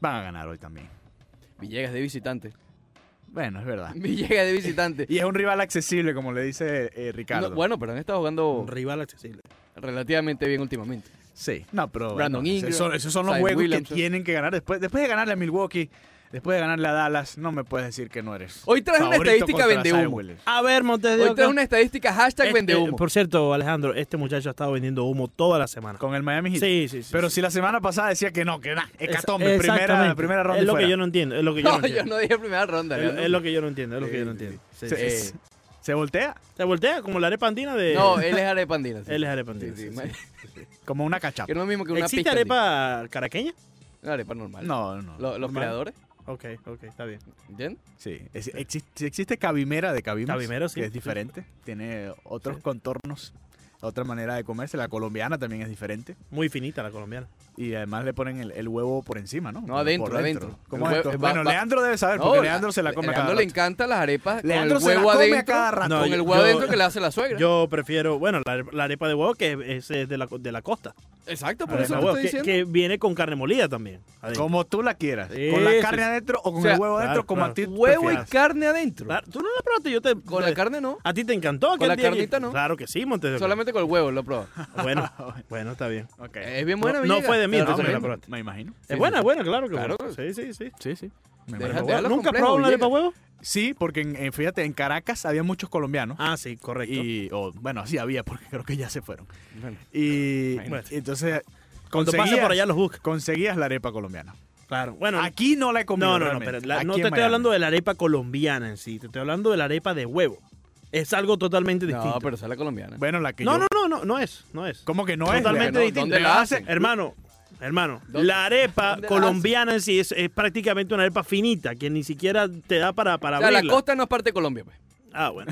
Speaker 3: Van a ganar hoy también.
Speaker 1: Villegas de visitante.
Speaker 3: Bueno, es
Speaker 2: Ah.
Speaker 3: verdad.
Speaker 1: *laughs* Villegas de
Speaker 2: *laughs*
Speaker 1: visitante.
Speaker 3: Y es un rival accesible, como le dice eh, Ricardo.
Speaker 1: No, bueno, pero han estado jugando
Speaker 3: Oh.
Speaker 2: Un rival accesible.
Speaker 1: relativamente bien últimamente.
Speaker 3: Sí, no, pero.
Speaker 1: Brandon
Speaker 3: bueno,
Speaker 1: Ingram,
Speaker 3: esos, son- esos son los
Speaker 1: Zion
Speaker 3: juegos
Speaker 1: Williamson.
Speaker 3: que tienen que ganar. Después, después de ganarle a Milwaukee, después de ganarle a Dallas, no me puedes decir que no eres.
Speaker 1: Hoy traes una
Speaker 3: favorito
Speaker 1: estadística
Speaker 3: contra Zion
Speaker 1: vendehumo.
Speaker 3: Williamson.
Speaker 2: A ver, Montes de
Speaker 1: Hoy
Speaker 2: Oca.
Speaker 1: traes una estadística hashtag
Speaker 2: Este,
Speaker 1: vendehumo. *laughs*
Speaker 2: Por cierto, Alejandro, este muchacho ha estado vendiendo humo toda la semana.
Speaker 3: Con el Miami Heat.
Speaker 2: Sí, sí, sí.
Speaker 3: Pero
Speaker 2: sí.
Speaker 3: si la semana pasada decía que no, que nada, hecatombe,
Speaker 2: Exactamente.
Speaker 3: primera, primera ronda.
Speaker 2: Es
Speaker 3: y
Speaker 2: lo
Speaker 3: fuera.
Speaker 2: que yo no
Speaker 1: *laughs*
Speaker 2: entiendo. Es lo que yo
Speaker 1: No,
Speaker 2: no,
Speaker 1: yo
Speaker 2: entiendo.
Speaker 1: no dije primera ronda.
Speaker 2: Es,
Speaker 1: ¿no?
Speaker 2: es lo que yo no entiendo. Es lo que yo no
Speaker 3: Sí, sí,
Speaker 2: entiendo. Sí,
Speaker 3: Se,
Speaker 1: Eh.
Speaker 3: se- se voltea
Speaker 2: Se voltea como la arepa andina de.
Speaker 1: No, él es arepa andina. sí.
Speaker 2: Él es arepa andina,
Speaker 1: Sí, sí,
Speaker 2: sí,
Speaker 1: ma-
Speaker 3: como una cachapa.
Speaker 1: Que no es lo mismo que una
Speaker 2: ¿Existe
Speaker 1: pizca andina.
Speaker 2: arepa caraqueña?
Speaker 1: Una arepa normal.
Speaker 3: No, no.
Speaker 1: Lo- los
Speaker 2: normal.
Speaker 1: creadores,
Speaker 2: Ok, ok, está bien.
Speaker 1: ¿entiendes?
Speaker 3: Sí. Es- existe, si existe cabimera de cabimas,
Speaker 2: Cabimero, sí.
Speaker 3: que es diferente. Tiene otros contornos, otra manera de comerse. La colombiana también es diferente.
Speaker 2: Muy finita la colombiana.
Speaker 3: Y además le ponen el, el huevo por encima, ¿no?
Speaker 1: No, adentro,
Speaker 3: Por dentro.
Speaker 1: adentro.
Speaker 3: ¿Cómo
Speaker 1: El
Speaker 3: es
Speaker 1: huevo-
Speaker 3: esto?
Speaker 1: va-
Speaker 3: bueno,
Speaker 1: va-
Speaker 3: Leandro debe saber,
Speaker 1: No,
Speaker 3: porque Leandro se la come
Speaker 1: Leandro
Speaker 3: cada
Speaker 1: le
Speaker 3: rato.
Speaker 1: encantan las arepas
Speaker 3: Leandro
Speaker 1: con
Speaker 3: se
Speaker 1: el
Speaker 3: la
Speaker 1: huevo
Speaker 3: come a
Speaker 1: adentro.
Speaker 3: cada rato.
Speaker 2: No,
Speaker 1: con el
Speaker 2: yo-
Speaker 1: huevo
Speaker 2: yo-
Speaker 1: adentro que le hace la suegra.
Speaker 2: Yo prefiero, bueno, la, la arepa de huevo que es, es de, la, de la costa.
Speaker 1: Exacto, por
Speaker 2: Arepa
Speaker 1: eso
Speaker 2: de
Speaker 1: te
Speaker 2: huevo,
Speaker 1: estoy
Speaker 2: que,
Speaker 1: diciendo.
Speaker 2: que viene con carne molida también. adentro.
Speaker 3: Como tú la quieras.
Speaker 2: Sí,
Speaker 3: con la
Speaker 2: sí,
Speaker 3: carne
Speaker 2: sí.
Speaker 3: adentro o con
Speaker 1: O sea,
Speaker 3: el huevo adentro,
Speaker 2: claro,
Speaker 3: como
Speaker 2: claro.
Speaker 3: a ti
Speaker 1: Huevo y
Speaker 3: prefieras.
Speaker 1: carne adentro.
Speaker 2: Claro, Ah, Tú no la probaste, yo te.
Speaker 1: Con la carne no.
Speaker 2: A ti te encantó. aquel
Speaker 1: la
Speaker 2: día que-
Speaker 1: carnita no.
Speaker 2: Claro que sí, Montes de Oca.
Speaker 1: Solamente con el huevo lo probó.
Speaker 2: *laughs*
Speaker 1: *laughs*
Speaker 2: Bueno,
Speaker 1: Ah,
Speaker 2: bueno, está bien.
Speaker 3: Ok.
Speaker 1: Es bien buena,
Speaker 2: No- no
Speaker 1: Villegas.
Speaker 2: fue de mí,
Speaker 1: Te
Speaker 2: entonces,
Speaker 1: recomiendo.
Speaker 2: la probaste.
Speaker 3: Me imagino.
Speaker 1: Sí,
Speaker 2: es buena,
Speaker 1: sí.
Speaker 2: buena, claro que
Speaker 1: Claro.
Speaker 2: buena. Sí, sí, sí.
Speaker 3: Sí, sí.
Speaker 1: Deja-
Speaker 3: Me imagino.
Speaker 1: Déjate hablar
Speaker 2: ¿Nunca
Speaker 1: complejo,
Speaker 2: has probado una arepa
Speaker 1: Villegas.
Speaker 2: huevo?
Speaker 3: Sí, porque en- en- fíjate, en Caracas había muchos colombianos.
Speaker 2: Ah, sí, correcto.
Speaker 3: Y, o, bueno, sí había, porque creo que ya se fueron.
Speaker 1: Bueno,
Speaker 3: Y
Speaker 2: Bueno.
Speaker 3: entonces
Speaker 2: Ah, Cuando pases por allá
Speaker 3: conseguías,
Speaker 2: los buscas.
Speaker 3: conseguías la arepa colombiana.
Speaker 2: Claro. Bueno,
Speaker 3: Aquí no la he comido.
Speaker 2: no, no, no,
Speaker 3: realmente.
Speaker 2: pero la-
Speaker 3: Aquí
Speaker 2: no
Speaker 3: en
Speaker 2: te estoy
Speaker 3: Miami.
Speaker 2: hablando de la arepa colombiana en sí, te estoy hablando de la arepa de huevo. Es algo totalmente distinto.
Speaker 1: No, pero esa es la colombiana.
Speaker 3: Bueno, la que
Speaker 2: no,
Speaker 3: yo-
Speaker 2: no, no, no, no es, no es.
Speaker 3: ¿Cómo que no es?
Speaker 2: totalmente
Speaker 1: ¿dó-
Speaker 3: Leandro?
Speaker 2: distinto.
Speaker 1: dónde la hacen?
Speaker 2: Hermano, hermano,
Speaker 1: ¿Dónde-
Speaker 2: la arepa
Speaker 1: dónde la
Speaker 2: colombiana en sí es, es prácticamente una arepa finita que ni siquiera te da para, para
Speaker 1: o sea, la
Speaker 2: abrirla.
Speaker 1: costa no es parte de Colombia. Pues.
Speaker 2: Ah, bueno.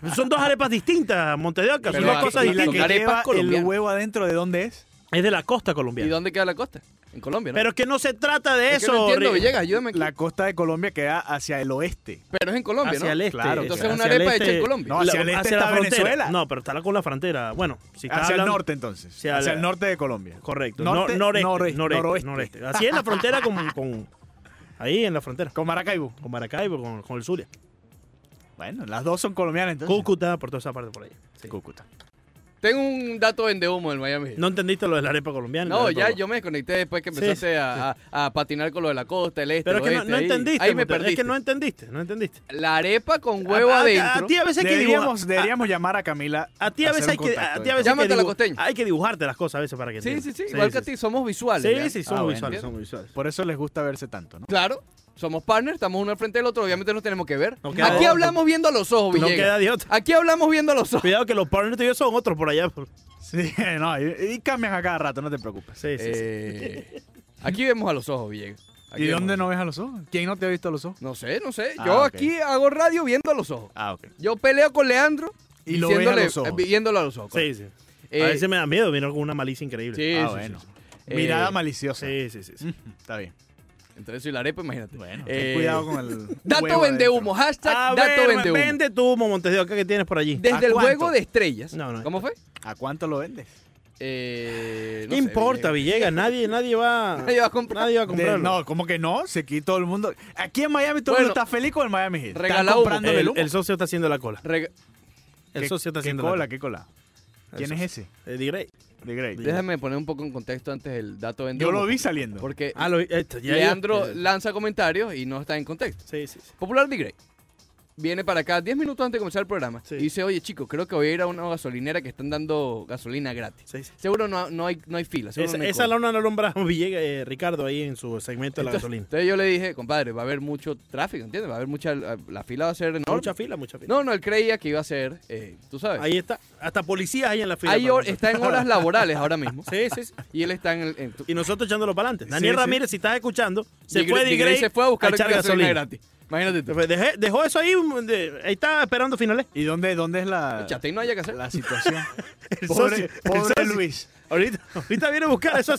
Speaker 2: Pues Son dos arepas distintas, Montevideo, que son
Speaker 1: Pero
Speaker 2: dos
Speaker 1: aquí-
Speaker 2: cosas
Speaker 3: ¿Y la
Speaker 1: con
Speaker 3: que
Speaker 2: distintas.
Speaker 1: arepas
Speaker 3: lleva el
Speaker 1: colombianas.
Speaker 3: huevo adentro de dónde es?
Speaker 2: Es de la costa
Speaker 1: ¿Y
Speaker 2: colombiana.
Speaker 1: dónde queda la costa? En Colombia, ¿no?
Speaker 2: Pero es que no se trata de
Speaker 1: Es que
Speaker 2: eso.
Speaker 1: no entiendo,
Speaker 2: Ri-
Speaker 1: Villegas, ayúdame aquí.
Speaker 3: La costa de Colombia queda hacia el oeste.
Speaker 1: Pero es en Colombia,
Speaker 2: hacia
Speaker 1: ¿no?
Speaker 2: el este.
Speaker 3: Claro,
Speaker 1: Entonces
Speaker 2: hacia
Speaker 1: una
Speaker 2: el
Speaker 1: arepa
Speaker 2: este-
Speaker 1: hecha en Colombia.
Speaker 3: No, hacia el este está
Speaker 2: frontera.
Speaker 3: Venezuela.
Speaker 2: No, pero está la- con la frontera. Bueno, si está
Speaker 3: hacia el
Speaker 2: hablando-
Speaker 3: norte, entonces.
Speaker 2: hacia
Speaker 3: Hacia,
Speaker 2: la-
Speaker 3: el norte de Colombia.
Speaker 2: Correcto.
Speaker 3: Norte,
Speaker 2: No- noreste,
Speaker 3: noreste,
Speaker 2: noreste,
Speaker 3: noroeste.
Speaker 2: noreste. Así en la frontera con, con- Ahí en la frontera.
Speaker 3: Con Maracaibo.
Speaker 2: Con Maracaibo, con, con el Zulia.
Speaker 3: Bueno, las dos son colombianas entonces.
Speaker 2: Cúcuta, por toda esa parte por ahí. Sí.
Speaker 3: Cúcuta.
Speaker 1: Tengo un dato de humo del Miami. Heat.
Speaker 2: ¿No entendiste lo de la arepa colombiana?
Speaker 1: No,
Speaker 2: La arepa
Speaker 1: ya
Speaker 2: colombiana.
Speaker 1: yo me desconecté después que empezaste a, a- a patinar con lo de la costa, el este,
Speaker 2: Pero
Speaker 1: el
Speaker 2: es que no,
Speaker 1: oeste,
Speaker 2: no
Speaker 1: ahí.
Speaker 2: entendiste.
Speaker 1: Ahí me
Speaker 2: Montes,
Speaker 1: perdí.
Speaker 2: Es que no entendiste, no entendiste.
Speaker 1: La arepa con huevo
Speaker 2: A- a-
Speaker 1: adentro.
Speaker 2: A, ti a veces hay que
Speaker 3: Deberíamos,
Speaker 2: dibujar.
Speaker 3: deberíamos llamar Ah, a Camila.
Speaker 2: A, a ti a veces
Speaker 3: hacer
Speaker 2: hay
Speaker 3: un
Speaker 2: que, a
Speaker 3: contacto,
Speaker 2: ti a veces hay que
Speaker 3: entonces.
Speaker 1: Llámate a la
Speaker 2: dibu-
Speaker 1: costeña.
Speaker 2: Hay que dibujarte las cosas a veces para que
Speaker 1: sí,
Speaker 2: entiendas.
Speaker 1: sí, sí, Igual que a
Speaker 2: sí.
Speaker 1: ti, somos visuales.
Speaker 2: Sí,
Speaker 1: ya.
Speaker 2: sí, somos
Speaker 3: Ah, bueno,
Speaker 2: visuales,
Speaker 1: entiendo.
Speaker 2: somos visuales.
Speaker 3: Por eso les gusta verse tanto, ¿no?
Speaker 1: Claro. Somos partners, estamos uno al frente del otro, obviamente nos tenemos que ver.
Speaker 2: No queda
Speaker 1: Aquí
Speaker 2: de-
Speaker 1: hablamos viendo a los ojos,
Speaker 2: No
Speaker 1: Villegas.
Speaker 2: queda de otra.
Speaker 1: Aquí hablamos viendo a los ojos.
Speaker 2: Cuidado que los partners tuyos son otros por allá.
Speaker 3: *laughs* Sí, no, y, y cambian a cada rato, no te preocupes.
Speaker 2: Sí, sí, sí.
Speaker 1: Eh, *laughs* aquí vemos a los ojos, Villegas. Aquí
Speaker 3: ¿Y
Speaker 1: vemos a
Speaker 3: dónde
Speaker 1: los-
Speaker 3: no ves a los ojos? ¿Quién no te ha visto a los ojos?
Speaker 1: No sé, no sé.
Speaker 3: Ah,
Speaker 1: Yo
Speaker 3: ok.
Speaker 1: aquí hago radio viendo a los ojos.
Speaker 3: Ah, ok.
Speaker 1: Yo peleo con Leandro
Speaker 3: Y lo
Speaker 1: diciéndole-
Speaker 3: ves a los ojos.
Speaker 1: eh, viéndolo a los ojos.
Speaker 2: Sí, sí.
Speaker 1: Eh,
Speaker 2: a veces me da miedo, vino con una malicia increíble.
Speaker 1: sí,
Speaker 3: ah,
Speaker 1: sí,
Speaker 3: bueno.
Speaker 1: sí, sí.
Speaker 3: Mirada
Speaker 1: Eh,
Speaker 3: maliciosa.
Speaker 2: sí, sí. sí, sí.
Speaker 3: Mm, Está bien.
Speaker 1: Entre eso y la arepa, imagínate.
Speaker 3: Bueno,
Speaker 1: Eh,
Speaker 3: ten cuidado con *laughs* el.
Speaker 1: Dato
Speaker 3: huevo
Speaker 1: vende
Speaker 3: adentro.
Speaker 1: humo, hashtag
Speaker 2: A
Speaker 1: dato
Speaker 2: ver,
Speaker 1: vende humo.
Speaker 2: Ah, vende tu humo, Montes de Oca, que tienes por allí.
Speaker 1: Desde
Speaker 3: ¿A
Speaker 1: el
Speaker 3: cuánto?
Speaker 1: juego de estrellas.
Speaker 2: No, no.
Speaker 1: ¿Cómo fue?
Speaker 3: ¿A cuánto lo vendes?
Speaker 1: Eh, no
Speaker 2: ¿Qué
Speaker 1: sé,
Speaker 2: importa,
Speaker 1: *laughs* Villegas.
Speaker 2: Villegas? Nadie, nadie va.
Speaker 1: *laughs* Nadie va a comprar.
Speaker 2: Nadie va a
Speaker 3: De-
Speaker 2: comprarlo.
Speaker 3: no, ¿cómo que no? Se aquí todo el mundo. Aquí en Miami todo el
Speaker 1: Bueno,
Speaker 3: mundo está feliz con el Miami Heat. Están
Speaker 1: regala humo.
Speaker 3: comprando
Speaker 2: el,
Speaker 3: humo.
Speaker 2: el socio está haciendo la cola.
Speaker 1: Rega-
Speaker 2: El
Speaker 3: ¿Qué-
Speaker 2: socio está
Speaker 3: ¿Qué
Speaker 2: haciendo
Speaker 3: cola?
Speaker 2: la Eh,
Speaker 3: ¿Qué cola?
Speaker 2: cola.
Speaker 3: ¿Quién es ese?
Speaker 2: ese? Eddie Gray.
Speaker 3: De Grey.
Speaker 2: Bien.
Speaker 1: Déjame poner un poco en contexto antes el dato vende
Speaker 3: Yo
Speaker 1: humo,
Speaker 3: lo vi saliendo.
Speaker 1: Porque
Speaker 2: Ah, lo, esto, ya-
Speaker 1: Leandro
Speaker 2: eh,
Speaker 1: lanza comentarios y no está en contexto.
Speaker 2: sí, sí, sí.
Speaker 1: Popular de Grey. Viene para acá 10 minutos antes de comenzar el programa.
Speaker 2: Sí.
Speaker 1: Y dice, oye chicos, creo que voy a ir a una gasolinera que están dando gasolina gratis.
Speaker 2: sí, sí.
Speaker 1: Seguro no, no hay, no hay fila. seguro
Speaker 2: Esa,
Speaker 1: no hay
Speaker 2: esa
Speaker 1: cola".
Speaker 2: lona no nombra Villegas, eh, Ricardo ahí en su segmento de la gasolina.
Speaker 1: Entonces yo le dije, compadre, va a haber mucho tráfico, ¿entiendes? Va a haber mucha... La fila va a ser enorme.
Speaker 2: Mucha fila, mucha fila.
Speaker 1: No, no, él creía que iba a ser, eh, tú sabes.
Speaker 2: Ahí está. Hasta policías ahí en la fila.
Speaker 1: Hay
Speaker 2: para
Speaker 1: hor-
Speaker 2: nosotros.
Speaker 1: está en
Speaker 2: *laughs*
Speaker 1: horas laborales ahora mismo.
Speaker 2: Sí, sí, sí.
Speaker 1: Y él está en el... en tu-
Speaker 2: Y nosotros echándolo para adelante. Daniel
Speaker 3: sí.
Speaker 2: Ramírez, si estás escuchando, se
Speaker 1: Digre-
Speaker 2: fue de
Speaker 1: Digre
Speaker 2: Grey
Speaker 1: se fue a buscar
Speaker 2: echar
Speaker 1: gasolina, gratis. Imagínate tú.
Speaker 2: Se fue, dejé- dejó eso ahí, mm, de- ahí está esperando finales.
Speaker 3: ¿Y dónde, dónde es la,
Speaker 1: Chate, y no haya que hacer.
Speaker 3: la situación?
Speaker 2: *laughs* El socio,
Speaker 3: pobre
Speaker 2: el
Speaker 3: pobre
Speaker 2: socio.
Speaker 3: Luis.
Speaker 2: Ahorita, *laughs* ahorita viene a buscar eso.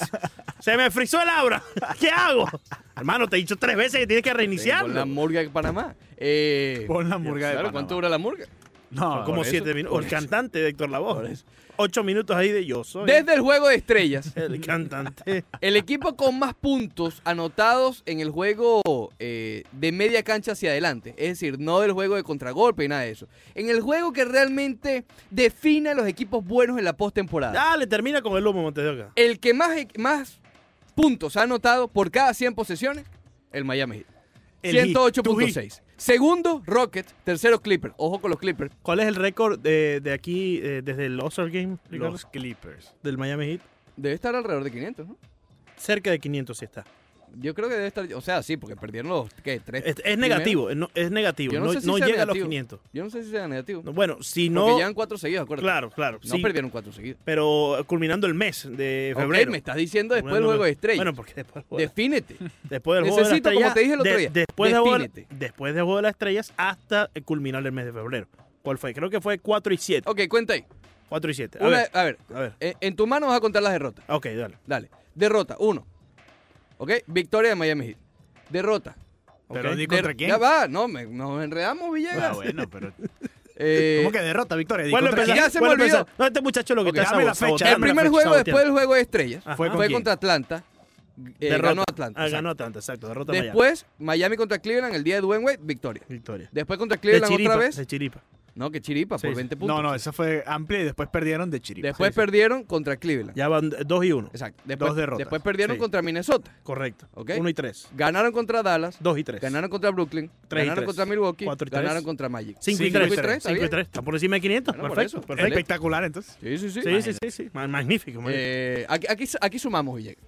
Speaker 2: Se me frizó el aura. *laughs* ¿Qué hago? Hermano, te he dicho tres veces que tienes que
Speaker 1: Eh, Con la
Speaker 2: reiniciarlo.
Speaker 1: murga de Panamá. Eh,
Speaker 3: Pon la murga de
Speaker 1: claro,
Speaker 3: Panamá.
Speaker 1: ¿cuánto dura la murga?
Speaker 3: No,
Speaker 2: como
Speaker 1: por eso,
Speaker 2: siete minutos. O
Speaker 1: por
Speaker 2: el
Speaker 1: eso.
Speaker 2: cantante de Héctor
Speaker 1: Por
Speaker 2: Lavoe.
Speaker 1: eso.
Speaker 2: Ocho minutos ahí de yo soy
Speaker 1: Desde el juego de estrellas,
Speaker 2: el cantante. *laughs*
Speaker 1: el equipo con más puntos anotados en el juego eh, de media cancha hacia adelante, es decir, no del juego de contragolpe y nada de eso, en el juego que realmente define a los equipos buenos en la postemporada.
Speaker 2: Dale, Ah, termina con el humo, Montes de Oca.
Speaker 1: El que más, más puntos ha anotado por cada 100 posesiones, el Miami Heat.
Speaker 3: El Heat, tu Heat.
Speaker 1: 108.6. Segundo, Rocket. Tercero, Clipper. Ojo con los Clippers.
Speaker 2: ¿Cuál es el récord de, de aquí, eh, desde el All-Star Game, Ricardo?
Speaker 3: Los Clippers.
Speaker 2: del Miami Heat?
Speaker 1: Debe estar alrededor de 500, ¿no?
Speaker 2: Cerca de 500 sí está.
Speaker 1: Yo creo que debe estar. O sea, sí, porque perdieron los. ¿Qué? Tres.
Speaker 2: Es, es negativo, no- es negativo.
Speaker 1: Yo no
Speaker 2: No,
Speaker 1: sé si
Speaker 2: no
Speaker 1: sea
Speaker 2: llega a los
Speaker 1: negativo.
Speaker 2: 500.
Speaker 1: Yo no sé si sea negativo.
Speaker 2: No, Bueno, si
Speaker 1: Porque
Speaker 2: no...
Speaker 1: llevan cuatro seguidos, acuérdate.
Speaker 2: Claro, claro.
Speaker 1: No
Speaker 2: sí,
Speaker 1: perdieron cuatro seguidos.
Speaker 2: pero culminando el mes de
Speaker 1: Ok,
Speaker 2: febrero.
Speaker 1: me estás diciendo después del
Speaker 2: Bueno,
Speaker 1: juego de
Speaker 2: no-
Speaker 1: estrellas.
Speaker 2: Bueno, porque después del juego de- *laughs*
Speaker 1: Defínete.
Speaker 2: Después del juego
Speaker 1: Necesito,
Speaker 2: de
Speaker 1: como
Speaker 2: las estrellas.
Speaker 1: te dije el otro
Speaker 2: de-
Speaker 1: día,
Speaker 2: después, del juego,
Speaker 1: defínete.
Speaker 2: después del juego de las estrellas hasta el culminar el mes de febrero. ¿Cuál fue? Creo que fue 4 y 7.
Speaker 1: Ok, cuenta ahí.
Speaker 2: 4 y 7. A
Speaker 1: Una-
Speaker 2: ver.
Speaker 1: a ver,
Speaker 2: A ver.
Speaker 1: eh, en tu mano vas a contar las derrotas.
Speaker 2: Ok, dale.
Speaker 1: Dale. Derrota, uno. ¿Ok? Victoria de Miami Heat. Derrota. ¿ok?
Speaker 3: Pero di contra
Speaker 1: Der-
Speaker 3: quién.
Speaker 1: Ya va, no, me- nos enredamos, Villegas.
Speaker 3: Ah, bueno,
Speaker 2: *laughs*
Speaker 3: pero.
Speaker 1: Eh,
Speaker 3: ¿Cómo que derrota, Victoria? Di
Speaker 2: Vuelve a
Speaker 3: contra
Speaker 2: empezar,
Speaker 1: ya se me
Speaker 2: vuelve a
Speaker 1: olvidó.
Speaker 2: empezar. No, este muchacho lo que
Speaker 3: Ok,
Speaker 2: está
Speaker 3: dame la
Speaker 2: sabo-
Speaker 3: fecha,
Speaker 2: saboteando.
Speaker 1: El
Speaker 3: dame la
Speaker 1: primer
Speaker 3: fecha,
Speaker 1: juego después del juego de estrellas
Speaker 2: Ajá.
Speaker 3: ¿Fue con
Speaker 1: fue
Speaker 3: quién?
Speaker 1: contra Atlanta. eh,
Speaker 2: Ah, Derrota.
Speaker 1: ganó Atlanta.
Speaker 2: Ah,
Speaker 1: exacto.
Speaker 2: ganó Atlanta, exacto. Derrota Miami.
Speaker 1: Después, Miami contra Cleveland el día de Dwayne Wade, victoria.
Speaker 2: Victoria.
Speaker 1: Después contra
Speaker 2: De
Speaker 1: Cleveland
Speaker 2: chiripa,
Speaker 1: otra vez.
Speaker 2: de chiripa.
Speaker 1: No, que chiripa,
Speaker 2: Sí,
Speaker 1: por
Speaker 2: sí.
Speaker 1: 20 puntos.
Speaker 3: No, no, esa fue amplia y después perdieron de Chiripa.
Speaker 1: Después
Speaker 3: Sí, sí.
Speaker 1: perdieron contra Cleveland.
Speaker 2: Ya van 2 y 1.
Speaker 1: Exacto. Después,
Speaker 3: Dos derrotas.
Speaker 1: Después perdieron
Speaker 2: Sí.
Speaker 1: contra Minnesota.
Speaker 2: Correcto.
Speaker 1: Ok.
Speaker 2: 1 y 3.
Speaker 1: Ganaron contra Dallas.
Speaker 2: 2 y 3.
Speaker 1: Ganaron contra Brooklyn.
Speaker 2: Tres y
Speaker 1: ganaron
Speaker 2: tres.
Speaker 1: contra Milwaukee.
Speaker 2: Cuatro y tres.
Speaker 1: Ganaron contra Magic.
Speaker 2: 5 y
Speaker 3: Cinco y
Speaker 2: 3.
Speaker 3: tres,
Speaker 1: ¿está
Speaker 2: 5 y
Speaker 1: bien?
Speaker 2: 3. Está por encima de 500.
Speaker 1: Bueno, por
Speaker 2: perfecto.
Speaker 1: eso.
Speaker 2: perfecto.
Speaker 3: Espectacular, entonces.
Speaker 1: Sí, sí, sí.
Speaker 2: Sí, sí, sí, sí. Ma- Magnífico. magnífico.
Speaker 1: Eh, aquí, aquí, aquí sumamos, Villegas.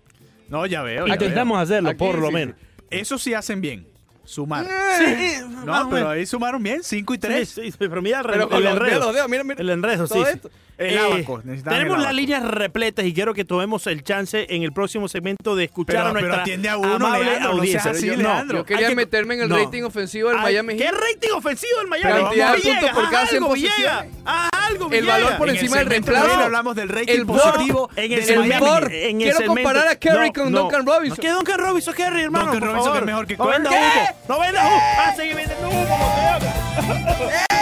Speaker 3: No, ya veo. ya
Speaker 2: Intentamos hacerlo,
Speaker 1: Aquí
Speaker 2: por lo
Speaker 1: sí,
Speaker 2: menos.
Speaker 3: veo. Eso sí hacen bien. Sumar.
Speaker 2: Sí, Eh, más o
Speaker 3: No, pero
Speaker 2: menos.
Speaker 3: ahí sumaron bien, 5 y
Speaker 2: Sí,
Speaker 3: 3.
Speaker 2: sí, sí, pero mira el,
Speaker 1: Pero con
Speaker 2: el
Speaker 1: los
Speaker 2: enredo.
Speaker 1: dedos, dedos, mira, mira.
Speaker 2: El enredo, sí.
Speaker 1: Todo
Speaker 2: sí. Eh,
Speaker 1: esto.
Speaker 3: El abaco, necesitaban
Speaker 2: Tenemos
Speaker 3: el
Speaker 2: las
Speaker 3: abaco.
Speaker 2: líneas repletas y quiero que tomemos el chance en el próximo segmento de escuchar
Speaker 3: Pero-
Speaker 2: a nuestra
Speaker 3: pero atiende a uno,
Speaker 2: amable
Speaker 3: Leandro, no
Speaker 2: audiencia.
Speaker 3: seas así,
Speaker 2: Pero yo-
Speaker 3: Leandro.
Speaker 1: Yo quería
Speaker 2: hay que-
Speaker 1: meterme en el
Speaker 2: no.
Speaker 1: rating ofensivo del
Speaker 2: Ay,
Speaker 1: Miami
Speaker 2: ¿Qué
Speaker 1: Heat.
Speaker 2: rating ofensivo del Miami?
Speaker 1: Pero
Speaker 2: Cantidad
Speaker 1: vamos a- puntos por cada cien
Speaker 2: algo,
Speaker 1: posiciones.
Speaker 2: Villegas, haz algo,
Speaker 1: El
Speaker 2: Villegas.
Speaker 1: valor por
Speaker 2: En
Speaker 1: encima del
Speaker 2: segmento
Speaker 1: reemplazo.
Speaker 2: de
Speaker 3: Ahora
Speaker 2: hoy
Speaker 1: habla-
Speaker 3: hablamos del rating
Speaker 1: El
Speaker 3: positivo
Speaker 1: board,
Speaker 2: En
Speaker 3: del
Speaker 2: el segmento.
Speaker 3: Miami.
Speaker 1: board. Quiero comparar a Curry con Duncan Robinson.
Speaker 2: No, que Duncan Robinson, Curry, hermano.
Speaker 3: Duncan
Speaker 2: por
Speaker 3: Robinson
Speaker 2: favor.
Speaker 3: es mejor que
Speaker 2: No
Speaker 3: Curry.
Speaker 2: venda
Speaker 1: ¿Qué?
Speaker 2: humo. No venda humo. Ah, sigue vendiendo humo, Monteoca.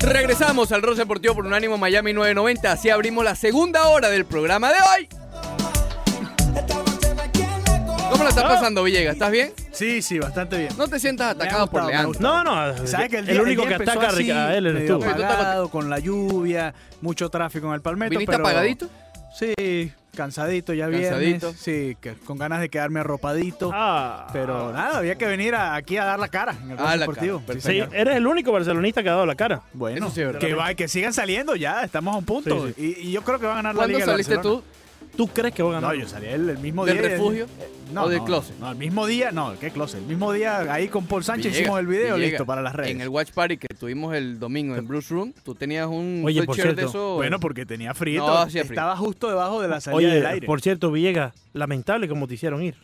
Speaker 1: Regresamos al Rose Deportivo por Unánimo Miami 990. Así abrimos la segunda hora del programa de hoy. ¿Cómo la está pasando, Villegas? ¿Estás bien?
Speaker 3: Sí, sí, bastante bien.
Speaker 1: No te sientas atacado por
Speaker 3: gustado, me ha
Speaker 1: Leandro.
Speaker 2: No, no.
Speaker 3: ¿Sabes que el,
Speaker 2: el
Speaker 3: día-
Speaker 2: único
Speaker 3: el
Speaker 2: que
Speaker 3: día empezó
Speaker 2: ataca
Speaker 3: así,
Speaker 2: a él eres
Speaker 3: medio
Speaker 2: tú.
Speaker 1: Pero tú estás
Speaker 3: apagado, con la lluvia, mucho tráfico en el Palmetto.
Speaker 1: ¿Viniste
Speaker 3: pero-
Speaker 1: apagadito?
Speaker 3: Sí, cansadito ya
Speaker 1: Cansadito.
Speaker 3: viernes. Sí, que- con ganas de quedarme arropadito.
Speaker 2: Ah.
Speaker 3: Pero nada, había que venir a- aquí a dar la cara en el
Speaker 1: Ah,
Speaker 3: Club
Speaker 1: la
Speaker 3: deportivo.
Speaker 1: cara, perfecto.
Speaker 2: Sí, eh.
Speaker 1: señor.
Speaker 2: eres el único barcelonista que ha dado la cara.
Speaker 3: Bueno,
Speaker 1: Eso sí es verdad.
Speaker 3: que, va- que sigan saliendo ya, estamos a un punto.
Speaker 2: Sí,
Speaker 3: Y, y yo creo que va a ganar la
Speaker 1: ¿Cuándo
Speaker 3: liga. el
Speaker 1: saliste
Speaker 3: Barcelona.
Speaker 1: tú
Speaker 2: ¿Tú crees que va a ganar?
Speaker 3: No, yo salí el, el mismo
Speaker 1: del
Speaker 3: día.
Speaker 1: refugio? ¿O del closet?
Speaker 3: No, el mismo día, no, ¿qué closet? El mismo día ahí con Paul Sánchez
Speaker 1: Villegas,
Speaker 3: hicimos el video
Speaker 1: Villegas,
Speaker 3: listo para las redes.
Speaker 1: En el Watch Party que tuvimos el domingo en Bruce Room, tú tenías un
Speaker 2: Oye, por
Speaker 1: sweatshirt de
Speaker 2: cierto,
Speaker 1: eso.
Speaker 3: Bueno, porque tenía frío.
Speaker 1: No, hacía frío.
Speaker 3: estaba justo debajo de la salida del
Speaker 2: Oye,
Speaker 3: aire.
Speaker 2: por Mm. cierto, Villegas, lamentable como te hicieron ir.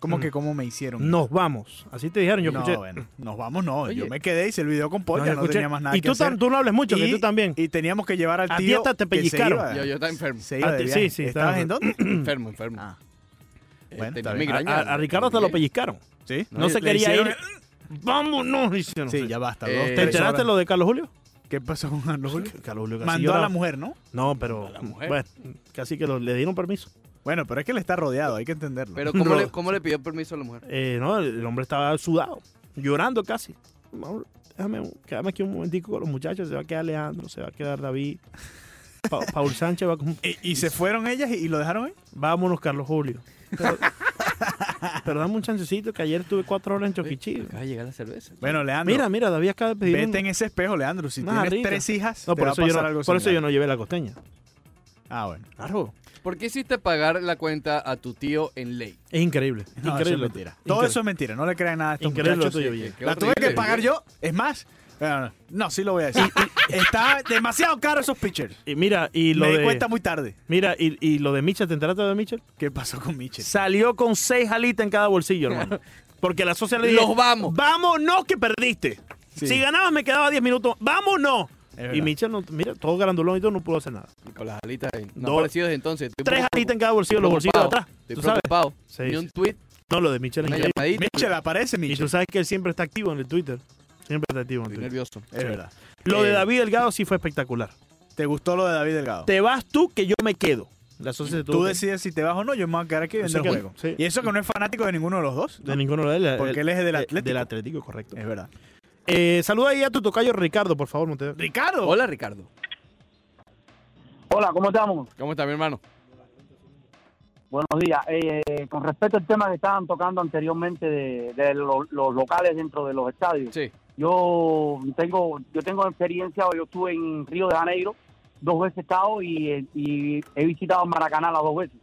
Speaker 3: ¿Cómo que cómo me hicieron?
Speaker 2: Nos vamos. Así te dijeron, yo
Speaker 3: no,
Speaker 2: escuché.
Speaker 3: bueno, nos vamos, no.
Speaker 1: Oye.
Speaker 3: Yo me quedé, hice el video con Paul,
Speaker 2: No,
Speaker 3: ya
Speaker 2: yo
Speaker 3: no
Speaker 2: escuché.
Speaker 3: tenía más nada
Speaker 2: y
Speaker 3: que
Speaker 2: tú,
Speaker 3: hacer.
Speaker 2: tam- tú no hablas mucho, que tú también.
Speaker 3: Y teníamos que llevar al
Speaker 2: A ti
Speaker 3: tío.
Speaker 2: hasta te
Speaker 3: que se
Speaker 2: pellizcaron.
Speaker 3: iba-
Speaker 1: yo, yo estaba enfermo.
Speaker 3: Se iba
Speaker 2: A
Speaker 3: de
Speaker 2: ti-
Speaker 3: viaje.
Speaker 2: sí, sí,
Speaker 3: ¿Estabas
Speaker 2: estaba-
Speaker 3: en dónde?
Speaker 1: enfermo, enfermo.
Speaker 3: Ah,
Speaker 1: Eh,
Speaker 3: bueno,
Speaker 1: tenía
Speaker 3: está bien.
Speaker 1: migraña.
Speaker 2: a, a Ricardo hasta lo pellizcaron.
Speaker 3: sí.
Speaker 2: No, se
Speaker 3: le
Speaker 2: quería
Speaker 3: hicieron-
Speaker 2: ir. Vámonos, hicieron.
Speaker 3: Sí, ya basta.
Speaker 1: Eh,
Speaker 3: dos,
Speaker 1: ¿te
Speaker 2: ¿Te
Speaker 3: tres
Speaker 2: enteraste
Speaker 3: horas.
Speaker 2: lo de Carlos Julio?
Speaker 3: ¿Qué pasó con Carlos Julio?
Speaker 2: Carlos Julio
Speaker 3: Mandó a la mujer, ¿no?
Speaker 2: No, pero.
Speaker 1: la mujer.
Speaker 2: Bueno, casi que lo- le dieron permiso.
Speaker 3: Bueno, pero es que le está rodeado, hay que entenderlo.
Speaker 1: Pero ¿cómo,
Speaker 2: No.
Speaker 1: le, ¿cómo le pidió permiso a la mujer?
Speaker 2: Eh, no, el el hombre estaba sudado, llorando casi. Vamos, déjame, quédame aquí un momentico con los muchachos. Se va a quedar Leandro, se va a quedar David.
Speaker 3: *laughs*
Speaker 2: Pa- Paul Sánchez va con...
Speaker 3: ¿Y, y se fueron ellas y, y lo dejaron ahí?
Speaker 2: Vámonos, Carlos Julio. Pero, pero dame un chancecito que ayer tuve cuatro horas en Choquichí.
Speaker 1: Acaba de llegar la cerveza.
Speaker 3: Bueno, Leandro,
Speaker 2: Mira, mira, David acaba de pedir... un-
Speaker 3: vete en ese espejo, Leandro. Si
Speaker 2: Una
Speaker 3: tienes
Speaker 2: rica.
Speaker 3: tres hijas,
Speaker 2: No,
Speaker 3: te
Speaker 2: por,
Speaker 3: va
Speaker 2: eso
Speaker 3: a
Speaker 2: yo
Speaker 3: pasar
Speaker 2: no,
Speaker 3: algo
Speaker 2: por eso yo
Speaker 3: similar.
Speaker 2: no llevé la costeña.
Speaker 3: Ah, bueno.
Speaker 2: Claro.
Speaker 1: ¿Por qué hiciste pagar la cuenta a tu tío en ley?
Speaker 2: Es increíble.
Speaker 3: No,
Speaker 2: increíble.
Speaker 3: eso es mentira. Todo
Speaker 2: Increíble.
Speaker 3: eso es mentira. No le crean nada a estos
Speaker 2: Increíble lo
Speaker 3: muchachos.
Speaker 2: tuyo,
Speaker 1: Sí,
Speaker 2: Villegas.
Speaker 1: qué
Speaker 3: La tuve
Speaker 1: horrible,
Speaker 3: que pagar
Speaker 1: Villegas.
Speaker 3: yo. Es más, eh, no, sí lo voy a decir. *laughs* Está demasiado caro esos pitchers.
Speaker 2: Y mira, y lo
Speaker 3: Me di
Speaker 2: de...
Speaker 3: cuenta muy tarde.
Speaker 2: Mira, y, y lo de Michel, ¿te enteraste de Michel?
Speaker 3: ¿Qué pasó con Mitchell?
Speaker 2: Salió con seis alitas en cada bolsillo,
Speaker 3: *laughs*
Speaker 2: hermano. Porque la social le dijo,
Speaker 1: Los vamos.
Speaker 2: Vámonos que perdiste.
Speaker 3: Sí.
Speaker 2: Si ganabas me quedaba 10 minutos. Vámonos.
Speaker 3: verdad.
Speaker 2: Y Michel, no, mira, todo garandulón y todo, no pudo hacer nada.
Speaker 1: Con las alitas. ahí. No
Speaker 2: Dos-
Speaker 1: ha aparecido desde entonces. Estoy
Speaker 2: Tres
Speaker 1: preocupado.
Speaker 2: alitas en cada bolsillo, los bolsillos de atrás.
Speaker 1: Estoy
Speaker 2: ¿Tú sabes?
Speaker 1: preocupado.
Speaker 2: Sí,
Speaker 1: Ni
Speaker 2: sí.
Speaker 1: un tweet,
Speaker 2: No, lo de Michel es
Speaker 1: una
Speaker 2: increíble.
Speaker 1: llamadita.
Speaker 3: Mitchell aparece,
Speaker 2: Y
Speaker 3: Mitchell.
Speaker 2: tú sabes que él siempre está activo en el Twitter. Estoy expectativo.
Speaker 1: Estoy
Speaker 2: Antonio.
Speaker 1: nervioso.
Speaker 3: Es verdad.
Speaker 2: Lo de
Speaker 3: Eh,
Speaker 2: David Delgado sí fue espectacular.
Speaker 3: ¿Te gustó lo de David Delgado?
Speaker 2: Te vas tú que yo me quedo. La sociedad
Speaker 3: Tú decides si te vas o no, yo me voy a quedar aquí
Speaker 2: O
Speaker 3: viendo
Speaker 2: sea
Speaker 3: el
Speaker 2: que-
Speaker 3: juego.
Speaker 2: sí.
Speaker 3: Y eso que no es fanático de ninguno de los dos.
Speaker 2: De ninguno de él. eh,
Speaker 3: Porque él es del Atlético.
Speaker 2: Del Atlético, correcto.
Speaker 3: Es verdad.
Speaker 2: Eh, saluda ahí a tu tocayo Ricardo, por favor, Montevideo.
Speaker 3: Ricardo.
Speaker 1: Hola, Ricardo.
Speaker 4: Hola, ¿cómo estamos?
Speaker 1: ¿Cómo está mi hermano?
Speaker 4: Buenos días. Eh, con respecto al tema que estaban tocando anteriormente de, de lo- los locales dentro de los estadios,
Speaker 1: Sí.
Speaker 4: yo tengo yo tengo experiencia, yo estuve en Río de Janeiro, dos veces he estado y, y he visitado Maracaná las dos veces.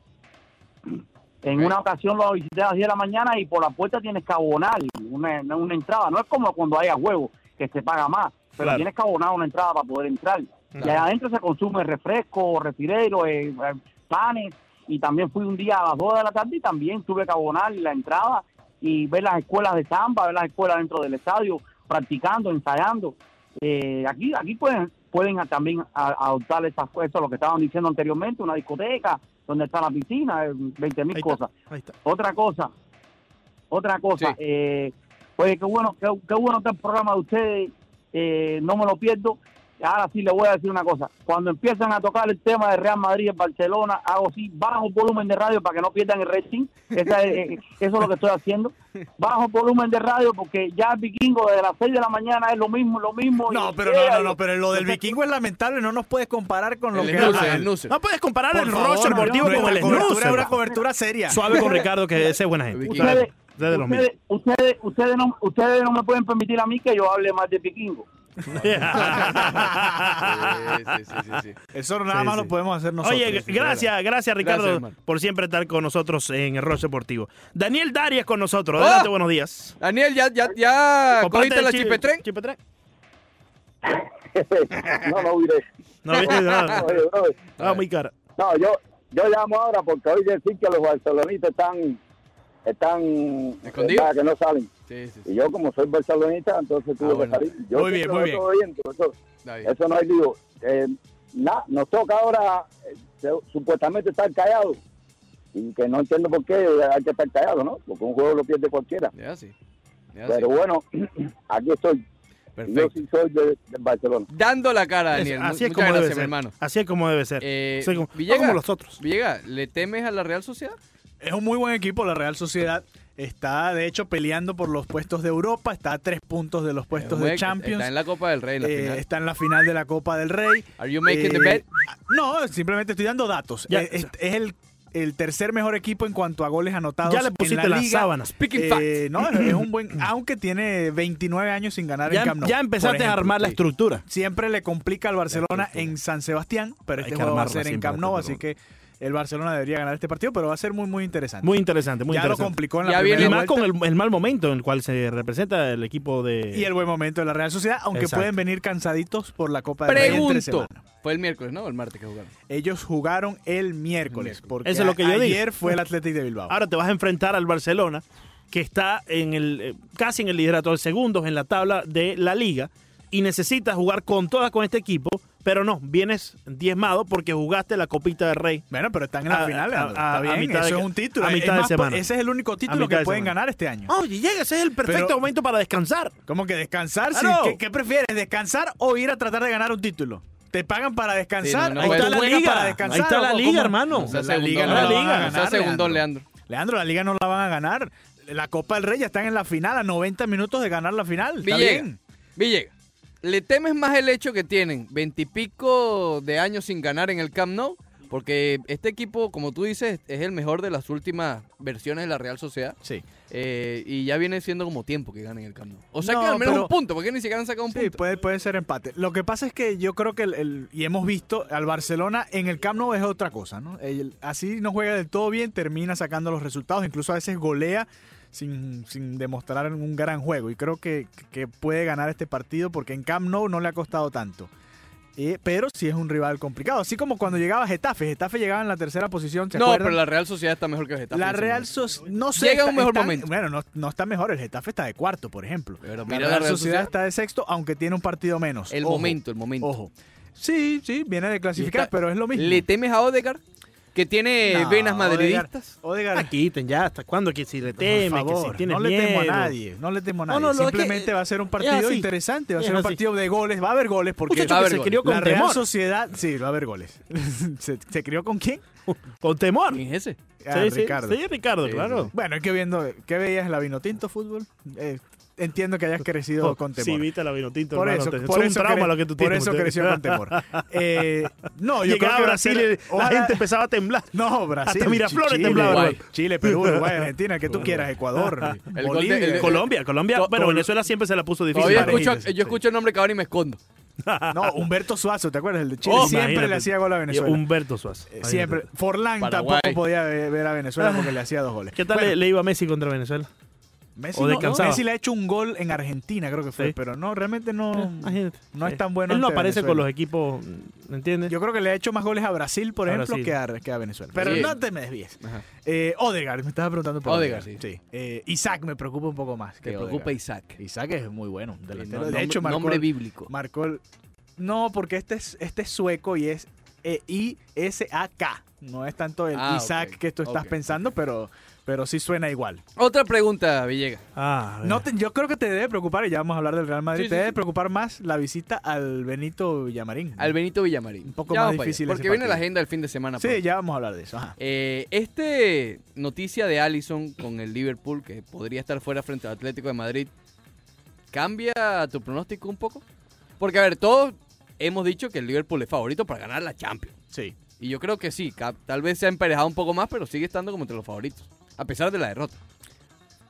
Speaker 4: En
Speaker 1: Ok.
Speaker 4: una ocasión lo visité a las 10 de la mañana y por la puerta tienes que abonar una, una entrada. No es como cuando haya juego, que se paga más, pero
Speaker 2: Claro.
Speaker 4: tienes que abonar una entrada para poder entrar. Y allá adentro se consume refresco, refirero, eh, eh, panes. Y también fui un día a las 2 de la tarde y también tuve que abonar la entrada y ver las escuelas de samba, ver las escuelas dentro del estadio, practicando, ensayando. Eh, aquí aquí pueden pueden también a- adoptar esas cosas, lo que estaban diciendo anteriormente, una discoteca, donde está la piscina, eh, 20
Speaker 2: Ahí
Speaker 4: mil
Speaker 2: está.
Speaker 4: cosas.
Speaker 2: Ahí está.
Speaker 4: Otra cosa, otra cosa.
Speaker 1: Sí.
Speaker 4: eh, oye, qué bueno, qué, qué bueno está el programa de ustedes. eh, no me lo pierdo. Ahora sí le voy a decir una cosa. Cuando empiezan a tocar el tema de Real Madrid en Barcelona, hago así, bajo volumen de radio para que no pierdan el rating. Esa es- eh, eso es lo que estoy haciendo. Bajo volumen de radio porque ya el vikingo desde las 6 de la mañana es lo mismo, lo mismo. y-
Speaker 3: No, pero no, no,
Speaker 4: eh,
Speaker 3: no, pero lo del
Speaker 4: yo sé-
Speaker 3: vikingo es lamentable, no nos puedes comparar con lo
Speaker 1: El
Speaker 3: que
Speaker 1: snooze,
Speaker 3: habla él.
Speaker 1: el snooze.
Speaker 2: *laughs* No puedes comparar
Speaker 3: Por
Speaker 2: el
Speaker 3: favor,
Speaker 2: rostro deportivo
Speaker 3: no,
Speaker 2: con el
Speaker 3: nuestra cobertura es una
Speaker 2: snooze.
Speaker 3: cobertura seria.
Speaker 2: Suave con Ricardo, que ese es buena gente.
Speaker 1: Vikingo.
Speaker 2: Suave.
Speaker 4: Ustedes,
Speaker 2: Ustedes de los míos.
Speaker 4: ustedes, ustedes, ustedes no, ustedes no me pueden permitir a mí que yo hable más de vikingo. *laughs*
Speaker 1: Sí, sí, sí, sí, sí.
Speaker 3: Eso nada
Speaker 2: Sí,
Speaker 3: más
Speaker 2: sí.
Speaker 3: lo podemos hacer nosotros.
Speaker 2: *laughs* Oye,
Speaker 3: Sí,
Speaker 2: gracias, gracias Ricardo
Speaker 1: hermano.
Speaker 2: por siempre estar con nosotros en el rostro deportivo. Daniel Darias con nosotros. Adelante,
Speaker 1: ¡Ah!
Speaker 2: buenos días.
Speaker 1: Daniel, ya, ya, ya
Speaker 2: Comparte
Speaker 1: cogiste
Speaker 2: el
Speaker 1: Ah, la
Speaker 2: chi-
Speaker 1: chipetren.
Speaker 2: chipetren.
Speaker 5: no, no diré.
Speaker 2: No viste *laughs* nada.
Speaker 5: Oye, brother,
Speaker 2: Estaba Ah, muy cara.
Speaker 5: No, yo, yo llamo ahora porque hoy decir que los barcelonistas están, están
Speaker 1: Escondidos.
Speaker 5: nada, que no salen.
Speaker 1: Sí, sí, sí.
Speaker 5: Y yo como soy barcelonista, entonces tuve
Speaker 1: Ah, bueno.
Speaker 5: que salir. Yo
Speaker 3: Muy bien,
Speaker 5: siempre
Speaker 3: muy
Speaker 5: lo
Speaker 3: bien.
Speaker 5: estoy oyendo, Eso,
Speaker 1: Está bien.
Speaker 5: eso no hay lío. Eh, na- nos toca ahora eh, se- supuestamente estar callados. Y que no entiendo por qué hay que estar callado, ¿no? Porque un juego lo pierde cualquiera.
Speaker 1: Ya sí. Ya Ah, sí.
Speaker 5: Pero bueno, *clears throat* aquí estoy. Yo
Speaker 1: Perfecto.
Speaker 5: sí soy de, de Barcelona.
Speaker 1: Dando la cara, Daniel.
Speaker 2: así es
Speaker 1: Muchas
Speaker 2: como debe
Speaker 1: gracias,
Speaker 2: ser.
Speaker 1: mi hermano.
Speaker 2: Así es como debe ser.
Speaker 1: Eh,
Speaker 2: Soy como, no
Speaker 1: Villegas.
Speaker 2: como los otros.
Speaker 1: Villega, ¿le temes a la Real Sociedad?
Speaker 3: Es un muy buen equipo, la Real Sociedad. Está, de hecho, peleando por los puestos de Europa. Está a tres puntos de los puestos de
Speaker 1: Juega-
Speaker 3: Champions.
Speaker 1: Está en la Copa del Rey, en la
Speaker 3: eh,
Speaker 1: final.
Speaker 3: está en la final de la Copa del Rey.
Speaker 1: Are you making the
Speaker 3: Eh,
Speaker 1: bet?
Speaker 3: No, simplemente estoy dando datos.
Speaker 2: Ya,
Speaker 3: Eh, es, es el, el tercer mejor equipo en cuanto a goles anotados.
Speaker 2: Ya le
Speaker 3: en
Speaker 2: pusiste
Speaker 3: la
Speaker 2: las
Speaker 3: liga.
Speaker 2: sábanas.
Speaker 1: Speaking
Speaker 3: Eh,
Speaker 1: fact.
Speaker 3: no, es un buen. Aunque tiene 29 años sin ganar
Speaker 2: Ya,
Speaker 3: en Camp Nou,
Speaker 2: ya empezaste
Speaker 3: por
Speaker 2: a
Speaker 3: ejemplo.
Speaker 2: armar la
Speaker 1: sí.
Speaker 2: estructura.
Speaker 3: Siempre le complica al Barcelona en San Sebastián, pero
Speaker 2: Hay
Speaker 3: este
Speaker 2: que
Speaker 3: juego va a
Speaker 2: armarla
Speaker 3: ser en
Speaker 2: siempre,
Speaker 3: Camp Nou,
Speaker 2: Arturo.
Speaker 3: así que el Barcelona debería ganar este partido, pero va a ser muy, muy interesante.
Speaker 2: Muy interesante, muy
Speaker 3: ya lo
Speaker 2: interesante.
Speaker 3: complicó en la
Speaker 1: Ya
Speaker 3: primera
Speaker 1: viene
Speaker 2: Y más
Speaker 3: vuelta
Speaker 2: con el, el mal momento en el cual se representa el equipo de...
Speaker 3: y el buen momento de la Real Sociedad, aunque
Speaker 2: Exacto.
Speaker 3: pueden venir cansaditos por la Copa del Rey entre
Speaker 1: Pregunto.
Speaker 3: semana.
Speaker 1: Fue el miércoles, ¿no? El martes que jugaron.
Speaker 3: Ellos jugaron el miércoles, porque
Speaker 2: Eso es lo que yo digo.
Speaker 3: ayer fue el Athletic de Bilbao.
Speaker 2: Ahora te vas a enfrentar al Barcelona, que está en el eh, casi en el liderato de segundos en la tabla de la liga y necesitas jugar con todas con este equipo, pero no, vienes diezmado porque jugaste la Copita del Rey.
Speaker 3: bueno, pero están en la
Speaker 2: A-
Speaker 3: final,
Speaker 2: a-
Speaker 3: Leandro.
Speaker 2: a-
Speaker 3: Está
Speaker 2: a
Speaker 3: bien,
Speaker 2: mitad
Speaker 3: eso
Speaker 2: de-
Speaker 3: es un título.
Speaker 2: a
Speaker 3: Es
Speaker 2: mitad de
Speaker 3: más,
Speaker 2: semana.
Speaker 3: Ese es el único título
Speaker 2: mitad
Speaker 3: que
Speaker 2: de
Speaker 3: pueden
Speaker 2: semana.
Speaker 3: ganar este año.
Speaker 2: Oh, y llega, ese es el perfecto
Speaker 3: Pero-
Speaker 2: momento para descansar.
Speaker 3: Como que descansar, sí.
Speaker 2: Claro.
Speaker 3: ¿Qué, qué prefieres? ¿Descansar o ir a tratar de ganar un título? ¿Te pagan para descansar?
Speaker 1: Sí, no, no
Speaker 3: ¿O
Speaker 1: puedes.
Speaker 3: tú
Speaker 1: Ahí está la
Speaker 3: juegas
Speaker 2: liga.
Speaker 3: para descansar?
Speaker 2: Ahí está
Speaker 3: ¿O
Speaker 2: la
Speaker 3: cómo?
Speaker 2: liga, hermano.
Speaker 1: O sea,
Speaker 3: la
Speaker 1: segundo,
Speaker 3: liga no
Speaker 2: la
Speaker 3: la,
Speaker 2: liga.
Speaker 3: van a ganar.
Speaker 1: O sea, segundo, Leandro.
Speaker 3: Leandro, la liga no la van a ganar. La Copa del Rey ya están en la final, a 90 minutos de ganar la final. Está
Speaker 1: Villegas.
Speaker 3: bien.
Speaker 1: Villega, ¿le temes más el hecho que tienen veintipico de años sin ganar en el Camp Nou? Porque este equipo, como tú dices, es el mejor de las últimas versiones de la Real Sociedad.
Speaker 3: Sí.
Speaker 1: eh, y ya viene siendo como tiempo que ganen el Camp Nou. O sea que
Speaker 3: No,
Speaker 1: al menos
Speaker 3: pero-
Speaker 1: un punto, porque ni siquiera han sacado un
Speaker 3: Sí, pues,
Speaker 1: punto.
Speaker 3: puede, puede ser empate. Lo que pasa es que yo creo que, el, el- y hemos visto, al Barcelona en el Camp Nou es otra cosa, ¿no? El- así no juega del todo bien, termina sacando los resultados, incluso a veces golea sin, sin demostrar un gran juego. Y creo que, que puede ganar este partido porque en Camp Nou no le ha costado tanto. Eh, pero sí es un rival complicado. Así como cuando llegaba Getafe. Getafe llegaba en la tercera posición, ¿se
Speaker 1: no,
Speaker 3: acuerdan?
Speaker 1: pero la Real Sociedad está mejor que el Getafe.
Speaker 3: La
Speaker 1: en ese
Speaker 3: Real
Speaker 1: momento.
Speaker 3: Sociedad no sé,
Speaker 1: Llega a un mejor
Speaker 3: está-
Speaker 1: momento.
Speaker 3: Bueno, no, no está mejor. El Getafe está de cuarto, por ejemplo.
Speaker 1: Pero
Speaker 3: la,
Speaker 1: mira
Speaker 3: Real Sociedad está de sexto, aunque tiene un partido menos.
Speaker 1: El
Speaker 3: Ojo,
Speaker 1: momento, el momento.
Speaker 3: Ojo. Sí, sí, viene de clasificar,
Speaker 1: está-
Speaker 3: pero es lo mismo.
Speaker 1: ¿Le temes a Odegaard? que tiene
Speaker 3: No,
Speaker 1: venas madridistas.
Speaker 3: Odegaard-
Speaker 2: Ah,
Speaker 3: Odegaard,
Speaker 2: quiten ya, ¿hasta cuándo? Que si le teme,
Speaker 3: por favor,
Speaker 2: que si tiene
Speaker 3: no le
Speaker 2: miedo.
Speaker 3: temo a nadie, no le temo a nadie.
Speaker 2: no, lo que-
Speaker 3: Simplemente va a ser un
Speaker 2: es
Speaker 3: partido
Speaker 2: así.
Speaker 3: interesante, va a
Speaker 2: Es
Speaker 3: ser un
Speaker 2: así.
Speaker 3: partido de goles, va a haber goles porque
Speaker 2: Muchacho
Speaker 1: Va a
Speaker 2: que
Speaker 1: haber
Speaker 2: se
Speaker 1: gol.
Speaker 2: crió con
Speaker 3: la Real
Speaker 2: temor.
Speaker 3: Sociedad, sí, va a haber goles. *laughs* ¿Se, se crió con quién?
Speaker 2: Con temor.
Speaker 1: ¿Quién es ese?
Speaker 3: Ah,
Speaker 2: sí, sí,
Speaker 3: Ricardo.
Speaker 2: sí, Ricardo,
Speaker 3: Sí,
Speaker 2: claro.
Speaker 3: sí. Bueno, ¿y ¿qué viendo? ¿Qué veías en la Vinotinto fútbol? Eh, entiendo que hayas crecido con
Speaker 2: Sí,
Speaker 3: temor.
Speaker 2: viste la vinotinto,
Speaker 3: Por
Speaker 2: hermano,
Speaker 3: eso,
Speaker 2: te-
Speaker 3: por
Speaker 2: es un
Speaker 3: eso
Speaker 2: trauma
Speaker 3: cre-
Speaker 2: lo que tú
Speaker 3: por
Speaker 2: tienes.
Speaker 3: eso
Speaker 2: usted.
Speaker 3: creció
Speaker 2: *laughs*
Speaker 3: con *laughs* temor. Eh, no, yo creo
Speaker 2: Llegaba
Speaker 3: que
Speaker 2: a
Speaker 3: va
Speaker 2: Brasil
Speaker 3: ser-
Speaker 2: y
Speaker 3: ojalá-
Speaker 2: la gente empezaba a temblar.
Speaker 3: No, Brasil.
Speaker 2: Hasta Miraflores
Speaker 3: Chile,
Speaker 2: temblaba.
Speaker 3: Uruguay, Chile, Perú, Uruguay, Argentina, el que tú quieras, Ecuador,
Speaker 1: El gol
Speaker 3: Bolivia.
Speaker 1: de- el-
Speaker 2: Colombia, Colombia.
Speaker 1: To-
Speaker 2: Bueno,
Speaker 1: to-
Speaker 2: Venezuela siempre se la puso difícil.
Speaker 1: Todavía
Speaker 2: Parejita.
Speaker 1: escucho,
Speaker 3: parecido,
Speaker 1: yo
Speaker 3: sí.
Speaker 1: escucho el nombre que ahora y me escundo.
Speaker 3: No, Humberto Suazo, ¿te acuerdas? El de Chile.
Speaker 2: Oh,
Speaker 3: siempre
Speaker 2: imagínate.
Speaker 3: le hacía gol a Venezuela.
Speaker 2: Humberto Suazo.
Speaker 3: Eh, siempre.
Speaker 2: Imagínate.
Speaker 3: Forlán
Speaker 1: Paraguay.
Speaker 3: tampoco podía ve- ver a Venezuela porque le hacía dos goles.
Speaker 2: ¿Qué tal
Speaker 3: Bueno,
Speaker 2: le, le iba a Messi contra Venezuela?
Speaker 3: Messi,
Speaker 2: o
Speaker 3: no-
Speaker 2: descansaba?
Speaker 3: Messi le ha hecho un gol en Argentina, creo que fue,
Speaker 2: Sí.
Speaker 3: pero no, realmente no,
Speaker 2: Eh, Imagínate.
Speaker 3: no es
Speaker 2: Sí.
Speaker 3: tan bueno.
Speaker 2: Él no
Speaker 3: ante
Speaker 2: aparece con los
Speaker 3: Venezuela.
Speaker 2: equipos, mm, ¿entiendes?
Speaker 3: Yo creo que le ha hecho más goles a Brasil, por
Speaker 2: A
Speaker 3: ejemplo,
Speaker 2: Brasil.
Speaker 3: Que, a, que a Venezuela. Pero
Speaker 1: Sí.
Speaker 3: no te me desvíes.
Speaker 1: Ajá.
Speaker 3: Eh, Odegaard, me estabas preguntando por
Speaker 1: Odegaard,
Speaker 3: sí. Eh, Isaac me preocupa un poco más.
Speaker 1: Que
Speaker 3: que
Speaker 1: ocupa
Speaker 3: Odegaard.
Speaker 1: Isaac.
Speaker 3: Isaac es muy bueno. un delantero.
Speaker 1: Nombre-
Speaker 3: de hecho, marcó,
Speaker 1: nombre bíblico.
Speaker 3: marcó el- No, porque este es, este es sueco y es eh, I-S-A-K. No es tanto el
Speaker 1: Ah,
Speaker 3: Isaac
Speaker 1: ok,
Speaker 3: que tú estás
Speaker 1: ok,
Speaker 3: pensando, pero, pero sí suena igual.
Speaker 1: Otra pregunta, Villegas.
Speaker 2: Ah, a ver.
Speaker 3: No te- yo creo que te debe preocupar, y ya vamos a hablar del Real Madrid,
Speaker 1: Sí,
Speaker 3: te
Speaker 1: sí,
Speaker 3: debe
Speaker 1: sí.
Speaker 3: preocupar más la visita al Benito Villamarín.
Speaker 1: Al Benito Villamarín.
Speaker 3: Un poco
Speaker 1: Ya
Speaker 3: más
Speaker 1: vamos para allá,
Speaker 3: difícil
Speaker 1: Porque
Speaker 3: ese
Speaker 1: viene la
Speaker 3: partido.
Speaker 1: agenda el fin de semana.
Speaker 3: Sí,
Speaker 1: pronto.
Speaker 3: ya vamos a hablar de eso. ajá.
Speaker 1: Eh, este noticia de Allison con el Liverpool, que podría estar fuera frente al Atlético de Madrid, ¿cambia tu pronóstico un poco? Porque, a ver, todos hemos dicho que el Liverpool es favorito para ganar la Champions.
Speaker 3: Sí.
Speaker 1: Y yo creo que sí, ca- tal vez se ha emparejado un poco más, pero sigue estando como entre los favoritos, a pesar de la derrota.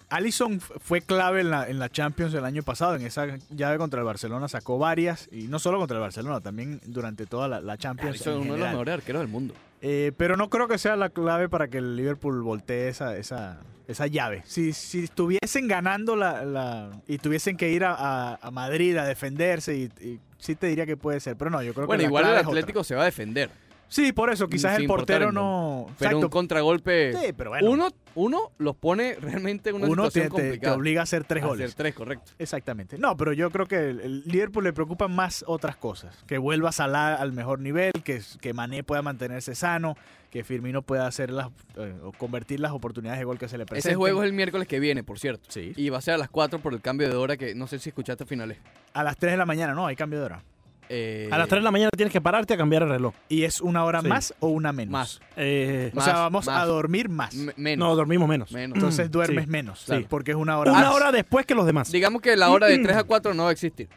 Speaker 3: Allison fue clave en la, en la Champions el año pasado, en esa llave contra el Barcelona sacó varias, y no solo contra el Barcelona, también durante toda la, la Champions.
Speaker 1: Allison es Ah,
Speaker 3: en
Speaker 1: uno de los
Speaker 3: general.
Speaker 1: mejores arqueros del mundo.
Speaker 3: Eh, pero no creo que sea la clave para que el Liverpool voltee esa, esa, esa llave. Si, si estuviesen ganando la, la- y tuviesen que ir a, a- a Madrid a defenderse, y, y sí te diría que puede ser, pero no, yo creo
Speaker 1: Bueno,
Speaker 3: que la
Speaker 1: igual el
Speaker 3: clave es otra.
Speaker 1: Atlético se va a defender,
Speaker 3: Sí, por eso, quizás
Speaker 1: Sin
Speaker 3: el
Speaker 1: importar
Speaker 3: portero
Speaker 1: en
Speaker 3: no...
Speaker 1: pero un
Speaker 3: Exacto.
Speaker 1: contragolpe...
Speaker 3: Sí, pero bueno,
Speaker 1: uno, uno los pone realmente en una
Speaker 3: uno
Speaker 1: situación
Speaker 3: te, te- te
Speaker 1: complicada.
Speaker 3: obliga a hacer tres
Speaker 1: A
Speaker 3: goles.
Speaker 1: hacer tres, correcto.
Speaker 3: Exactamente. No, pero yo creo que el, el Liverpool le preocupan más otras cosas. Que vuelva Salah al mejor nivel, que, que Mané pueda mantenerse sano, que Firmino pueda hacer las, eh, o convertir las oportunidades de gol que se le presentan.
Speaker 1: Ese juego es el miércoles que viene, por cierto.
Speaker 3: Sí.
Speaker 1: Y va a ser a las 4 por el cambio de hora que no sé si escuchaste finales.
Speaker 3: A las 3 de la mañana, no, hay cambio de hora.
Speaker 1: Eh,
Speaker 2: a las 3 de la mañana tienes que pararte a cambiar el reloj.
Speaker 3: ¿Y es una hora
Speaker 2: Sí.
Speaker 3: más o una menos?
Speaker 1: Más.
Speaker 2: Eh,
Speaker 3: O
Speaker 1: Más,
Speaker 3: sea, vamos
Speaker 1: más.
Speaker 3: a dormir más.
Speaker 1: m- menos.
Speaker 2: no, dormimos menos.
Speaker 1: menos.
Speaker 3: Entonces
Speaker 1: *clears throat*
Speaker 2: Mm,
Speaker 3: duermes
Speaker 2: sí.
Speaker 3: menos,
Speaker 1: Claro.
Speaker 3: porque es una hora
Speaker 2: Una
Speaker 3: más.
Speaker 2: hora después que los demás.
Speaker 1: Digamos que la
Speaker 3: *clears throat*
Speaker 1: hora de 3 a 4 no va a existir.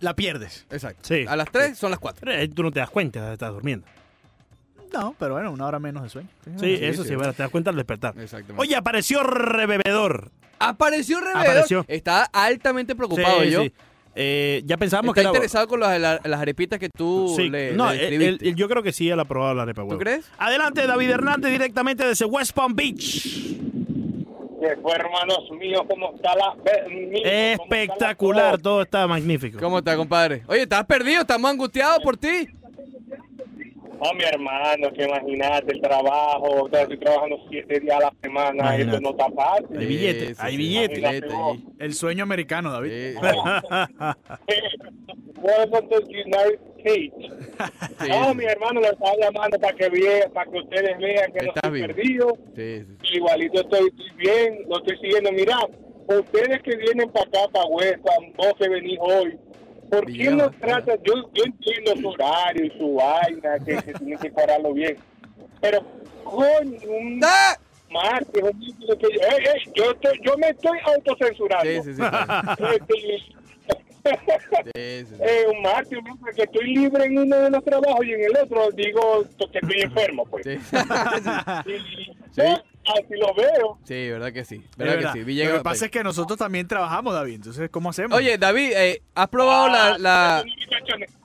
Speaker 3: La pierdes.
Speaker 1: Exacto.
Speaker 2: Sí.
Speaker 1: A las 3 son las 4.
Speaker 2: Pero, eh, Tú no te das cuenta, estás durmiendo.
Speaker 3: No, pero bueno, una hora menos de sueño.
Speaker 2: Ah, Sí, eso sí, bueno, te das cuenta al despertar.
Speaker 1: Exactamente.
Speaker 2: Oye, apareció rebebedor.
Speaker 1: apareció Revedor.
Speaker 2: Apareció.
Speaker 1: Está altamente preocupado
Speaker 2: Sí,
Speaker 1: yo.
Speaker 2: sí. Eh, ya pensábamos
Speaker 1: Está
Speaker 2: que era-
Speaker 1: interesado con las, la- las arepitas que tú
Speaker 2: Sí.
Speaker 1: le,
Speaker 2: no,
Speaker 1: le
Speaker 2: él-
Speaker 1: describiste.
Speaker 2: él- yo creo que sí él ha probado la arepa
Speaker 1: ¿Tú
Speaker 2: huevo.
Speaker 1: crees?
Speaker 2: Adelante, David Hernández, directamente desde West Palm Beach.
Speaker 6: Que fue, hermanos míos, como está la... mío, cómo está la
Speaker 2: Espectacular,
Speaker 6: cosa.
Speaker 2: todo está magnífico.
Speaker 1: ¿Cómo está, compadre? Oye, estás perdido, estamos angustiados por ti.
Speaker 6: Oh, mi hermano, que imagínate el trabajo. o sea, Estoy trabajando siete días a la semana.
Speaker 2: Imagínate.
Speaker 6: Eso no está fácil. *laughs*
Speaker 2: Hay billete, hay billete.
Speaker 1: billete ahí.
Speaker 3: El sueño americano, David.
Speaker 1: Sí,
Speaker 6: Welcome to the United States.
Speaker 1: sí,
Speaker 6: No,
Speaker 1: sí.
Speaker 6: mi hermano, lo estaba llamando para que vea, para que ustedes vean que no
Speaker 1: Estás
Speaker 6: estoy
Speaker 1: vivo.
Speaker 6: perdido.
Speaker 1: Sí, sí.
Speaker 6: Igualito estoy bien, lo estoy siguiendo. Mira, ustedes que vienen para acá, para Huesca, vos que venís hoy, ¿por qué
Speaker 1: Villama,
Speaker 6: no tratan? Yo, yo entiendo su horario y su vaina, que se tiene que pararlo bien. Pero, coño, un
Speaker 1: *laughs* ¡Ah!
Speaker 6: martes, un miércoles que- eh, eh, yo, estoy- yo me estoy autocensurando.
Speaker 1: Sí, sí, sí, claro.
Speaker 6: *laughs* Este,
Speaker 1: Sí, sí, sí.
Speaker 6: eh, un martes, un miércoles, que estoy libre en uno de los trabajos y en el otro digo que estoy enfermo, pues.
Speaker 1: Sí.
Speaker 6: *laughs* Y- no, así lo veo.
Speaker 1: Sí, verdad que sí.
Speaker 3: Es
Speaker 1: Verdad,
Speaker 3: verdad.
Speaker 1: que sí. Villegas-
Speaker 3: Lo que pasa es que nosotros también trabajamos, David. Entonces, ¿cómo hacemos?
Speaker 1: Oye, David, eh, ¿has probado la,
Speaker 6: Ah,
Speaker 1: la-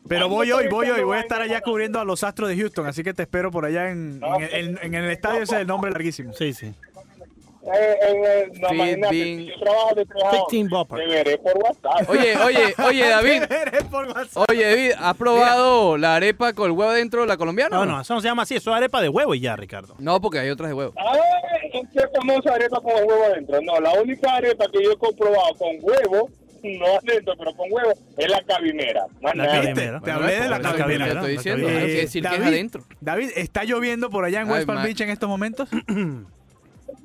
Speaker 3: Pero voy hoy, voy hoy, voy a estar allá cubriendo a los Astros de Houston, así que te espero por allá en, en el- en- en el estadio ese del nombre larguísimo.
Speaker 2: Sí, sí.
Speaker 6: Eh, eh, eh, no,
Speaker 1: Fit
Speaker 6: imagínate,
Speaker 1: being-
Speaker 6: si yo trabajo de tres a
Speaker 2: Fit team
Speaker 6: ocho,
Speaker 2: bopper.
Speaker 6: Te veré por WhatsApp.
Speaker 1: Oye, oye,
Speaker 6: *laughs*
Speaker 1: oye, David.
Speaker 3: *laughs* Eres por WhatsApp.
Speaker 1: Oye, David, ¿has probado la arepa con el huevo dentro, la colombiana?
Speaker 2: No,
Speaker 1: o
Speaker 2: no, eso no se llama así, eso es arepa de huevo y ya, Ricardo.
Speaker 1: No, porque hay otras de huevo.
Speaker 6: Ay, ¿Qué famosa arepa con huevo adentro? No, la única arepa que yo he comprobado con huevo no adentro, pero con huevo, es la cabimera. Más
Speaker 2: La
Speaker 6: nada.
Speaker 2: cabimera.
Speaker 3: ¿Viste? Te
Speaker 2: Bueno,
Speaker 3: hablé de la
Speaker 2: bueno,
Speaker 1: Yo
Speaker 2: cabimera.
Speaker 3: cabina.
Speaker 1: estoy diciendo, Ah,
Speaker 2: Eh,
Speaker 1: hay que decir que es
Speaker 3: David,
Speaker 1: adentro.
Speaker 3: David, ¿está lloviendo por allá en
Speaker 1: Ay,
Speaker 3: West Palm
Speaker 1: ma-
Speaker 3: Beach en estos momentos?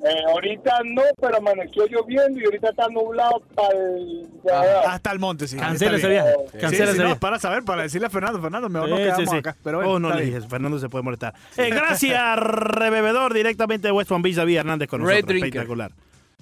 Speaker 6: Eh, ahorita no, pero amaneció lloviendo y ahorita está nublado para
Speaker 3: Hasta el monte, sí.
Speaker 7: Cancela ese
Speaker 3: Está bien.
Speaker 7: viaje.
Speaker 3: Sí,
Speaker 7: Cancela
Speaker 3: sí,
Speaker 7: ese
Speaker 3: no,
Speaker 7: viaje.
Speaker 3: para saber, para decirle a Fernando, Fernando, mejor nos
Speaker 2: Sí,
Speaker 3: quedamos
Speaker 2: sí, sí.
Speaker 3: acá. Pero bueno,
Speaker 2: Oh, no
Speaker 3: está
Speaker 2: le
Speaker 3: bien.
Speaker 2: dije, Fernando se puede molestar. Eh,
Speaker 3: *laughs*
Speaker 2: gracias, Rebebedor, directamente de West Palm Beach, David Hernández con
Speaker 1: Red
Speaker 2: nosotros.
Speaker 1: drinker.
Speaker 2: Espectacular.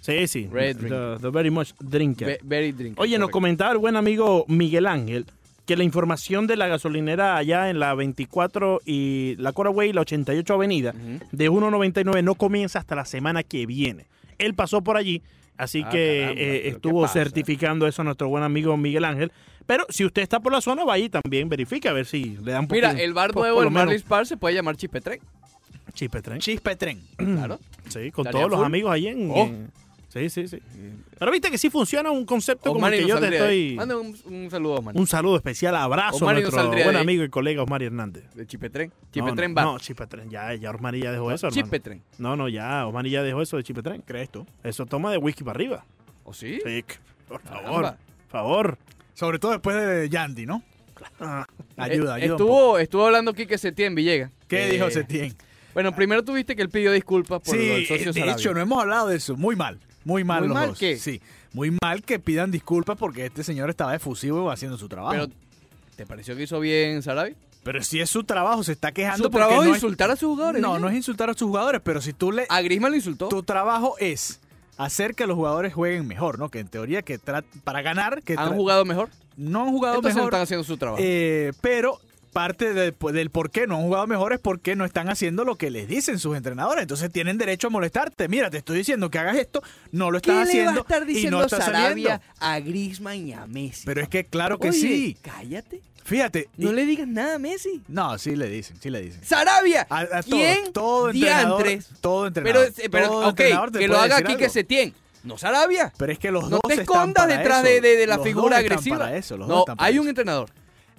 Speaker 2: Sí, sí.
Speaker 1: Red
Speaker 2: The-
Speaker 1: drinker.
Speaker 2: the very much drinker.
Speaker 1: Ve- Very drink.
Speaker 2: Oye, nos comentaba el buen amigo Miguel Ángel que la información de la gasolinera allá en la 24 y la Coraway y la 88 Avenida
Speaker 1: Ujú.
Speaker 2: de 1.99 no comienza hasta la semana que viene. Él pasó por allí, así
Speaker 1: Ah,
Speaker 2: que
Speaker 1: caramba,
Speaker 2: eh,
Speaker 1: pero ¿qué
Speaker 2: estuvo
Speaker 1: pasa?
Speaker 2: certificando eso nuestro buen amigo Miguel Ángel. Pero si usted está por la zona, vaya y también verifica a ver si le dan un
Speaker 1: Mira,
Speaker 2: poquito-
Speaker 1: el bar
Speaker 2: por-
Speaker 1: nuevo
Speaker 2: por lo
Speaker 1: del
Speaker 2: menos
Speaker 1: Marlins Park se puede llamar
Speaker 3: *clears throat*
Speaker 1: Chipetrec.
Speaker 2: Chispe tren.
Speaker 3: Chispa de tren.
Speaker 1: Claro.
Speaker 2: Sí, con
Speaker 1: Estaría
Speaker 2: todos los
Speaker 1: full.
Speaker 2: amigos allí en,
Speaker 1: Oh.
Speaker 2: en- Sí, sí, sí. Pero viste que sí funciona un concepto como
Speaker 1: Osmar y
Speaker 2: el que
Speaker 1: Oh, no
Speaker 2: yo te
Speaker 1: saldría de ahí.
Speaker 2: estoy...
Speaker 1: Manda un, un saludo, Osmar.
Speaker 2: Un saludo especial, abrazo
Speaker 1: Osmar
Speaker 2: a
Speaker 1: y no
Speaker 2: nuestro
Speaker 1: saldría
Speaker 2: buen
Speaker 1: de ahí.
Speaker 2: amigo y colega Osmar Hernández.
Speaker 1: De Chipetren.
Speaker 2: No,
Speaker 1: Chipetren
Speaker 2: no,
Speaker 1: Bar.
Speaker 2: No, Chipetren, ya, ya Osmar ya dejó eso, hermano.
Speaker 1: Chipetren.
Speaker 2: No, no, ya, Osmar ya dejó eso de Chipetren.
Speaker 3: ¿Crees tú?
Speaker 2: Eso toma de whisky para arriba.
Speaker 1: ¿O ¿Oh, sí?
Speaker 2: Sí, c- por favor,
Speaker 1: Caramba.
Speaker 2: por favor.
Speaker 3: Sobre todo después de Yandy, ¿no? Ayuda,
Speaker 1: Eh,
Speaker 3: ayuda. un poco.
Speaker 1: Estuvo, estuvo hablando Quique Setién Villegas.
Speaker 3: ¿Qué
Speaker 1: Eh,
Speaker 3: dijo Setién?
Speaker 1: Bueno, primero tuviste que él pidió disculpas por
Speaker 3: Sí,
Speaker 1: el socio
Speaker 3: de
Speaker 1: Sarabia.
Speaker 3: hecho, no hemos hablado de eso. Muy mal. Muy mal
Speaker 1: ¿Muy
Speaker 3: los
Speaker 1: mal
Speaker 3: dos.
Speaker 1: qué?
Speaker 3: Sí. Muy mal que pidan disculpas porque este señor estaba efusivo haciendo su trabajo.
Speaker 1: Pero,
Speaker 3: Pero,
Speaker 1: ¿te pareció que hizo bien Sarabia?
Speaker 3: si es su trabajo, se está quejando
Speaker 1: Su
Speaker 3: porque
Speaker 1: trabajo es
Speaker 3: no es-
Speaker 1: insultar a sus jugadores.
Speaker 3: No,
Speaker 1: ¿eh? Ah,
Speaker 3: no es insultar a sus jugadores, pero si tú le
Speaker 1: A Griezmann lo insultó.
Speaker 3: tu trabajo es hacer que los jugadores jueguen mejor, ¿no? Que en teoría que tra- para ganar que
Speaker 1: Han
Speaker 3: tra-
Speaker 1: jugado mejor.
Speaker 3: no han jugado
Speaker 1: Entonces no
Speaker 3: mejor,
Speaker 1: están haciendo su trabajo.
Speaker 3: eh, pero parte de- del por qué no han jugado mejor es porque no están haciendo lo que les dicen sus entrenadores, entonces tienen derecho a molestarte. Mira, te estoy diciendo que hagas esto, no lo estás haciendo y no está saliendo.
Speaker 1: a Griezmann y a Messi?
Speaker 3: Pero es que claro que
Speaker 1: Oye,
Speaker 3: sí.
Speaker 1: cállate.
Speaker 3: Fíjate, y-
Speaker 1: le digas nada a Messi.
Speaker 3: no, sí le dicen, sí le dicen.
Speaker 1: Sarabia,
Speaker 3: A, a todos,
Speaker 1: ¿quién
Speaker 3: todo entrenador,
Speaker 1: diantres?
Speaker 3: todo
Speaker 1: Pero, eh,
Speaker 3: entrenador.
Speaker 1: pero
Speaker 3: todo
Speaker 1: ok,
Speaker 3: entrenador te
Speaker 1: que lo
Speaker 3: puede
Speaker 1: haga
Speaker 3: decir
Speaker 1: Quique
Speaker 3: algo.
Speaker 1: Setién, no Sarabia.
Speaker 3: Pero es que los
Speaker 1: No
Speaker 3: dos
Speaker 1: te
Speaker 3: están
Speaker 1: escondas
Speaker 3: para
Speaker 1: detrás
Speaker 3: eso.
Speaker 1: de, de- de la
Speaker 3: Los
Speaker 1: figura
Speaker 3: dos están
Speaker 1: agresiva.
Speaker 3: para eso, los dos
Speaker 1: no,
Speaker 3: están para
Speaker 1: hay un
Speaker 3: eso.
Speaker 1: entrenador.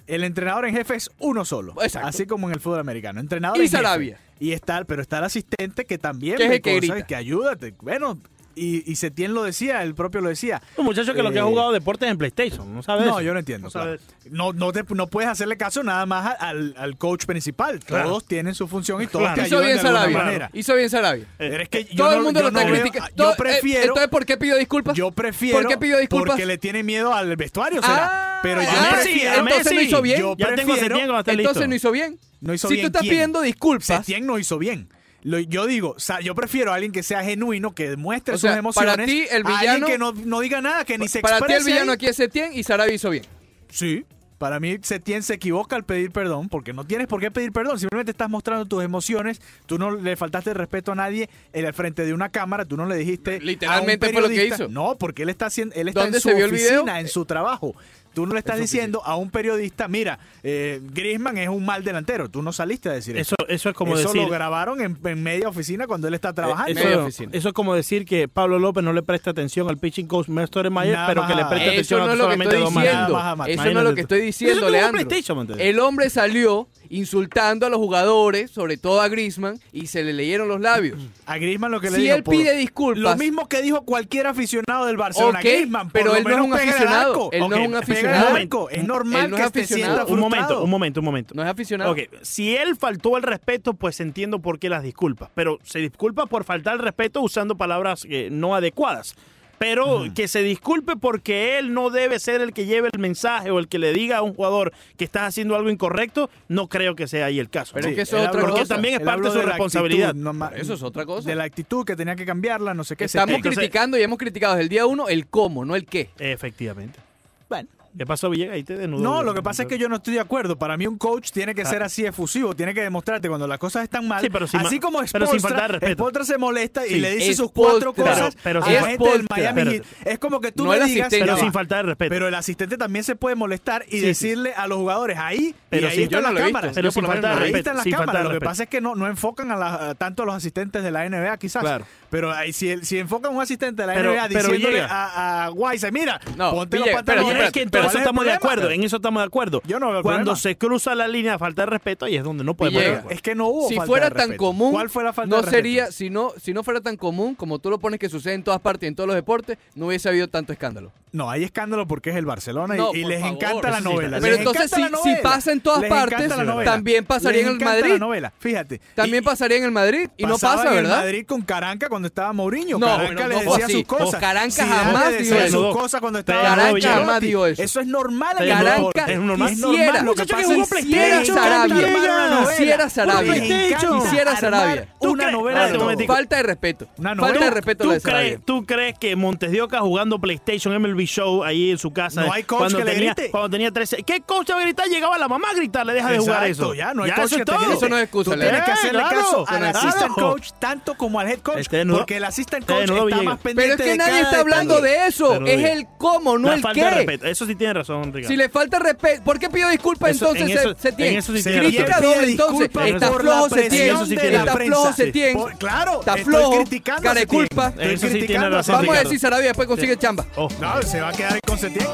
Speaker 3: El entrenador en jefe es uno solo.
Speaker 1: Exacto.
Speaker 3: Así como en el fútbol americano. Entrenador
Speaker 1: Y
Speaker 3: en jefe.
Speaker 1: Sarabia.
Speaker 3: Y está, pero está el asistente que también
Speaker 1: Que es
Speaker 3: ve
Speaker 1: el que
Speaker 3: cosas
Speaker 1: grita.
Speaker 3: que ayúdate. Bueno, y, y Setién lo decía, él propio lo decía.
Speaker 2: Un muchacho que lo que ha
Speaker 3: Eh,
Speaker 2: jugado deportes en PlayStation, ¿no sabes?
Speaker 3: No, yo no entiendo. claro.
Speaker 2: sabes.
Speaker 3: No, no, te, no puedes hacerle caso nada más a- al, al coach principal.
Speaker 2: Claro.
Speaker 3: Todos tienen su función y todos
Speaker 2: Claro.
Speaker 3: te
Speaker 1: Hizo
Speaker 3: ayudan
Speaker 1: bien
Speaker 3: de alguna
Speaker 1: Sarabia.
Speaker 3: manera.
Speaker 1: Hizo bien Sarabia.
Speaker 3: Pero es que yo
Speaker 1: Todo
Speaker 3: no-
Speaker 1: el mundo
Speaker 3: yo
Speaker 1: lo
Speaker 3: no
Speaker 1: está
Speaker 3: veo- ah,
Speaker 1: criticando.
Speaker 3: Yo
Speaker 1: Todo- eh,
Speaker 3: prefiero...
Speaker 1: entonces, ¿por qué pidió disculpas?
Speaker 3: Yo prefiero.
Speaker 1: ¿Por qué pidió disculpas?
Speaker 3: Porque le tiene miedo al vestuario,
Speaker 1: Ah,
Speaker 3: será. Pero yo
Speaker 1: ah, sí,
Speaker 3: prefiero.
Speaker 1: entonces no hizo bien.
Speaker 3: Yo
Speaker 2: Ya tengo a
Speaker 3: prefiero-
Speaker 2: Setién cuando esté listo.
Speaker 1: Entonces no hizo bien.
Speaker 3: No hizo
Speaker 1: si
Speaker 3: bien,
Speaker 1: tú estás
Speaker 3: ¿quién?
Speaker 1: pidiendo disculpas,
Speaker 3: Setién no hizo bien. Lo- yo digo, o sea, yo prefiero a alguien que sea genuino, que demuestre
Speaker 1: O
Speaker 3: sus
Speaker 1: sea,
Speaker 3: emociones.
Speaker 1: para ti, el
Speaker 3: a alguien
Speaker 1: villano-
Speaker 3: que no, no diga nada, que ni se
Speaker 1: para
Speaker 3: exprese.
Speaker 1: ti el villano
Speaker 3: ahí.
Speaker 1: aquí es Setién y Sarabia hizo bien.
Speaker 3: Sí. Para mí, Setién se equivoca al pedir perdón, porque no tienes por qué pedir perdón. Simplemente estás mostrando tus emociones. Tú no le faltaste el respeto a nadie en el frente de una cámara. Tú no le dijiste.
Speaker 1: Literalmente
Speaker 3: a un
Speaker 1: fue lo que
Speaker 3: periodista-
Speaker 1: hizo.
Speaker 3: No, porque él está haciendo. Él está en
Speaker 1: ¿Dónde
Speaker 3: su
Speaker 1: se vio el
Speaker 3: oficina,
Speaker 1: video?
Speaker 3: en su trabajo. Tú no le estás diciendo a un periodista, mira, eh, Griezmann es un mal delantero. Tú no saliste a decir eso.
Speaker 2: Eso, eso es como
Speaker 3: eso
Speaker 2: decir...
Speaker 3: lo grabaron en, en media oficina cuando él
Speaker 1: Eh,
Speaker 3: está trabajando.
Speaker 1: media
Speaker 2: Eso,
Speaker 1: oficina.
Speaker 2: eso es como decir que Pablo López no le presta atención al pitching coach Master Mayer,
Speaker 3: Nada
Speaker 2: pero que le
Speaker 3: más.
Speaker 2: presta
Speaker 1: Eso
Speaker 2: atención
Speaker 1: no
Speaker 2: a
Speaker 1: es lo que
Speaker 2: solamente
Speaker 1: estoy
Speaker 2: dos maneras.
Speaker 3: Nada
Speaker 1: diciendo.
Speaker 3: más a matar.
Speaker 1: Eso no es lo que estoy
Speaker 2: Eso
Speaker 1: diciendo,
Speaker 2: es como un
Speaker 1: Leandro.
Speaker 2: PlayStation, pues. ¿me entiendes?
Speaker 1: El hombre salió insultando a los jugadores, sobre todo a Griezmann, y se le leyeron los
Speaker 3: *clears throat*
Speaker 1: labios.
Speaker 3: A Griezmann lo que le
Speaker 1: Si
Speaker 3: dijo,
Speaker 1: él
Speaker 3: por-
Speaker 1: pide disculpas-
Speaker 3: Lo mismo que dijo cualquier aficionado del Barcelona.
Speaker 1: Ok,
Speaker 3: Griezmann, por
Speaker 1: pero
Speaker 3: lo
Speaker 1: él no es
Speaker 3: menos
Speaker 1: un
Speaker 3: pega el
Speaker 1: aficionado.
Speaker 3: arco.
Speaker 1: Él no es
Speaker 3: Ok,
Speaker 1: un
Speaker 3: pega el
Speaker 1: aficionado.
Speaker 3: arco. Es normal
Speaker 1: Él no es
Speaker 3: que te
Speaker 1: aficionado.
Speaker 3: sientas
Speaker 2: Un
Speaker 3: frustrado.
Speaker 2: momento, un momento, un momento.
Speaker 1: No es aficionado.
Speaker 2: Ok, si él faltó al respeto, pues entiendo por qué las disculpas. Pero se disculpa por faltar al respeto usando palabras eh, no adecuadas. Pero que se disculpe porque él no debe ser el que lleve el mensaje o el que le diga a un jugador que estás haciendo algo incorrecto, no creo que sea ahí el caso.
Speaker 1: Pero
Speaker 2: ¿no?
Speaker 1: es que eso
Speaker 3: él
Speaker 1: es otra
Speaker 3: habló-
Speaker 1: cosa.
Speaker 2: porque también es
Speaker 3: él
Speaker 2: parte
Speaker 3: habló
Speaker 2: de su
Speaker 3: la
Speaker 2: responsabilidad.
Speaker 3: actitud, no ma-
Speaker 1: Eso es otra cosa.
Speaker 3: De la actitud que tenía que cambiarla, no sé qué. se
Speaker 1: Estamos
Speaker 3: tiene.
Speaker 2: Entonces-
Speaker 1: criticando y hemos criticado desde el día uno el cómo, no el qué.
Speaker 2: Efectivamente.
Speaker 3: Bueno.
Speaker 2: ¿Qué pasó, Villegas? Ahí te desnudó.
Speaker 3: No, lo que pasa es que yo no estoy de acuerdo. Para mí un coach tiene que
Speaker 2: Ah.
Speaker 3: ser así efusivo, tiene que demostrarte cuando las cosas están mal.
Speaker 2: Sí, pero sin
Speaker 3: así
Speaker 2: ma-
Speaker 3: como
Speaker 2: pero sin faltar de
Speaker 3: Spolstra,
Speaker 2: respeto.
Speaker 3: Spolstra se molesta y
Speaker 2: Sí.
Speaker 3: le dice sus
Speaker 1: Spolstra.
Speaker 3: cuatro cosas
Speaker 2: Pero- pero
Speaker 3: a la
Speaker 1: sin-
Speaker 3: gente del
Speaker 1: Spolstra.
Speaker 3: Miami Heat.
Speaker 2: Espérate.
Speaker 3: Es como que tú
Speaker 1: No
Speaker 3: le
Speaker 1: el
Speaker 3: digas...
Speaker 1: asistente.
Speaker 2: Pero
Speaker 1: Ya
Speaker 2: sin
Speaker 1: va.
Speaker 2: faltar de respeto.
Speaker 3: Pero el asistente también se puede molestar y
Speaker 2: sí.
Speaker 3: decirle a los jugadores ahí
Speaker 2: Pero
Speaker 3: y ahí
Speaker 2: sí,
Speaker 1: yo
Speaker 3: están
Speaker 1: no
Speaker 3: las
Speaker 1: lo he visto.
Speaker 3: cámaras.
Speaker 2: Pero
Speaker 1: Yo
Speaker 2: sin
Speaker 1: por lo
Speaker 2: faltar
Speaker 1: menos
Speaker 2: de
Speaker 1: no
Speaker 3: Ahí
Speaker 1: respeto,
Speaker 3: están las
Speaker 2: sin
Speaker 3: cámaras.
Speaker 2: faltar de
Speaker 3: Lo que
Speaker 2: respeto.
Speaker 3: pasa es que no, no enfocan a la- a tanto a los asistentes de la NBA, quizás.
Speaker 2: Claro.
Speaker 3: Pero ahí, si, el- si enfocan a un asistente de la
Speaker 2: Pero-
Speaker 3: NBA
Speaker 2: pero
Speaker 3: diciéndole
Speaker 2: Villegas.
Speaker 3: a, a Wise, mira,
Speaker 1: No,
Speaker 3: ponte
Speaker 1: Villegas,
Speaker 3: los
Speaker 1: pero
Speaker 2: Pero
Speaker 3: pantalones.
Speaker 2: es que en todo
Speaker 3: ¿Cuál
Speaker 2: eso
Speaker 3: es el
Speaker 2: estamos de
Speaker 3: problema?
Speaker 2: acuerdo, en eso estamos de acuerdo.
Speaker 3: Yo no veo el
Speaker 2: Cuando
Speaker 3: problema.
Speaker 2: se cruza la línea de falta de respeto, ahí es donde no podemos
Speaker 1: Villegas,
Speaker 2: estar de acuerdo.
Speaker 3: Es que no hubo
Speaker 1: si
Speaker 3: falta
Speaker 1: fuera
Speaker 3: de
Speaker 1: tan
Speaker 3: respeto.
Speaker 1: común,
Speaker 3: ¿Cuál fue la falta de
Speaker 1: no
Speaker 3: respeto?
Speaker 1: sería, si no, si no fuera tan común, como tú lo pones que sucede en todas partes, y en todos los deportes, no hubiese habido tanto escándalo.
Speaker 3: No, hay escándalo porque es el Barcelona y-
Speaker 1: No,
Speaker 3: y,
Speaker 1: por
Speaker 3: les
Speaker 1: favor.
Speaker 3: encanta la
Speaker 2: Sí,
Speaker 3: novela.
Speaker 2: claro.
Speaker 3: les
Speaker 1: Pero entonces,
Speaker 3: encanta
Speaker 1: si-
Speaker 3: la
Speaker 1: si
Speaker 3: novela,
Speaker 1: pasa en todas
Speaker 3: les encanta
Speaker 1: partes,
Speaker 3: la novela,
Speaker 1: también pasaría
Speaker 3: les
Speaker 1: en el
Speaker 3: encanta
Speaker 1: Madrid.
Speaker 3: La novela, fíjate.
Speaker 1: También
Speaker 3: Y-
Speaker 1: pasaría en el Madrid y no
Speaker 3: pasaba
Speaker 1: pasa,
Speaker 3: en el
Speaker 1: ¿verdad?
Speaker 3: Madrid con Caranca cuando estaba Mourinho.
Speaker 1: No,
Speaker 3: Caranca
Speaker 1: bueno,
Speaker 3: le
Speaker 1: no fue
Speaker 3: decía
Speaker 1: así.
Speaker 3: sus cosas.
Speaker 1: Caranca
Speaker 3: Zidane
Speaker 1: jamás
Speaker 3: le
Speaker 1: dijo
Speaker 3: decía
Speaker 2: eso.
Speaker 3: sus cosas cuando estaba
Speaker 2: Caranca
Speaker 3: Mourinho.
Speaker 1: jamás dijo eso.
Speaker 3: Eso es normal en el
Speaker 1: Caranca
Speaker 3: deporte.
Speaker 2: es normal.
Speaker 1: hiciera,
Speaker 3: normal. Lo que
Speaker 2: Muchacho que
Speaker 3: pasa
Speaker 2: jugó
Speaker 3: es que
Speaker 1: hiciera
Speaker 2: PlayStation,
Speaker 1: Sarabia,
Speaker 2: canta una novela.
Speaker 1: hiciera Sarabia,
Speaker 2: Puro PlayStation.
Speaker 1: hiciera
Speaker 3: Armar
Speaker 1: Sarabia.
Speaker 2: ¿Tú
Speaker 3: Una
Speaker 2: crees-
Speaker 3: novela
Speaker 2: Espérate
Speaker 3: de
Speaker 2: un
Speaker 3: todo.
Speaker 2: momentico.
Speaker 1: Falta de respeto,
Speaker 3: Una novela.
Speaker 1: falta de
Speaker 3: ¿Tú-
Speaker 1: respeto a
Speaker 2: ¿Tú
Speaker 1: la de
Speaker 2: crees,
Speaker 1: Sarabia.
Speaker 2: ¿Tú crees que Montes de Oca jugando PlayStation MLB Show ahí en su casa?
Speaker 3: No hay coach
Speaker 2: cuando
Speaker 3: que le
Speaker 2: tenía,
Speaker 3: grite.
Speaker 2: Cuando tenía 13. ¿Qué coach va a gritar? Llegaba la mamá a gritar, le deja de jugar
Speaker 3: Exacto,
Speaker 2: eso.
Speaker 3: Ya, no hay coach
Speaker 2: eso
Speaker 3: que
Speaker 2: es
Speaker 3: te
Speaker 2: todo.
Speaker 3: grite.
Speaker 1: Eso no es excusa,
Speaker 3: Tú
Speaker 1: Leo.
Speaker 3: tienes que
Speaker 2: Eh,
Speaker 3: hacerle
Speaker 2: claro.
Speaker 3: caso al
Speaker 2: Claro.
Speaker 3: assistant coach tanto como al head coach.
Speaker 2: Este no-
Speaker 3: porque el assistant
Speaker 2: este
Speaker 3: coach
Speaker 2: no lo
Speaker 3: está
Speaker 2: llega.
Speaker 3: más pendiente
Speaker 1: Pero es que
Speaker 3: de
Speaker 1: nadie
Speaker 3: cada
Speaker 1: está hablando
Speaker 3: detalle.
Speaker 1: de eso,
Speaker 2: Pero
Speaker 1: es
Speaker 2: digo,
Speaker 1: el cómo, no
Speaker 2: La
Speaker 1: el
Speaker 2: falta de
Speaker 1: qué.
Speaker 2: respeto. Eso sí tiene razón, Ricardo.
Speaker 1: Si le falta respeto, ¿por qué pidió disculpas
Speaker 2: Eso-
Speaker 1: entonces
Speaker 2: en eso-
Speaker 1: Se- Setién?
Speaker 2: en eso sí tiene
Speaker 1: Crítica
Speaker 2: razón.
Speaker 1: doble entonces,
Speaker 2: Disculpa
Speaker 1: está
Speaker 2: por
Speaker 1: flojo
Speaker 3: la presión
Speaker 1: Setién,
Speaker 2: eso sí tiene
Speaker 1: está
Speaker 3: razón.
Speaker 1: flojo
Speaker 3: Sí.
Speaker 1: Setién,
Speaker 3: Por- claro,
Speaker 1: está
Speaker 3: estoy
Speaker 1: flojo,
Speaker 3: criticando a
Speaker 1: cara de
Speaker 3: Setién.
Speaker 1: culpa.
Speaker 3: Estoy
Speaker 2: eso sí tiene
Speaker 3: criticando a
Speaker 2: razón.
Speaker 1: Vamos a
Speaker 2: Ricardo.
Speaker 1: decir Sarabia, después consigue chamba.
Speaker 2: Oh.
Speaker 3: No, se va a quedar con Setién.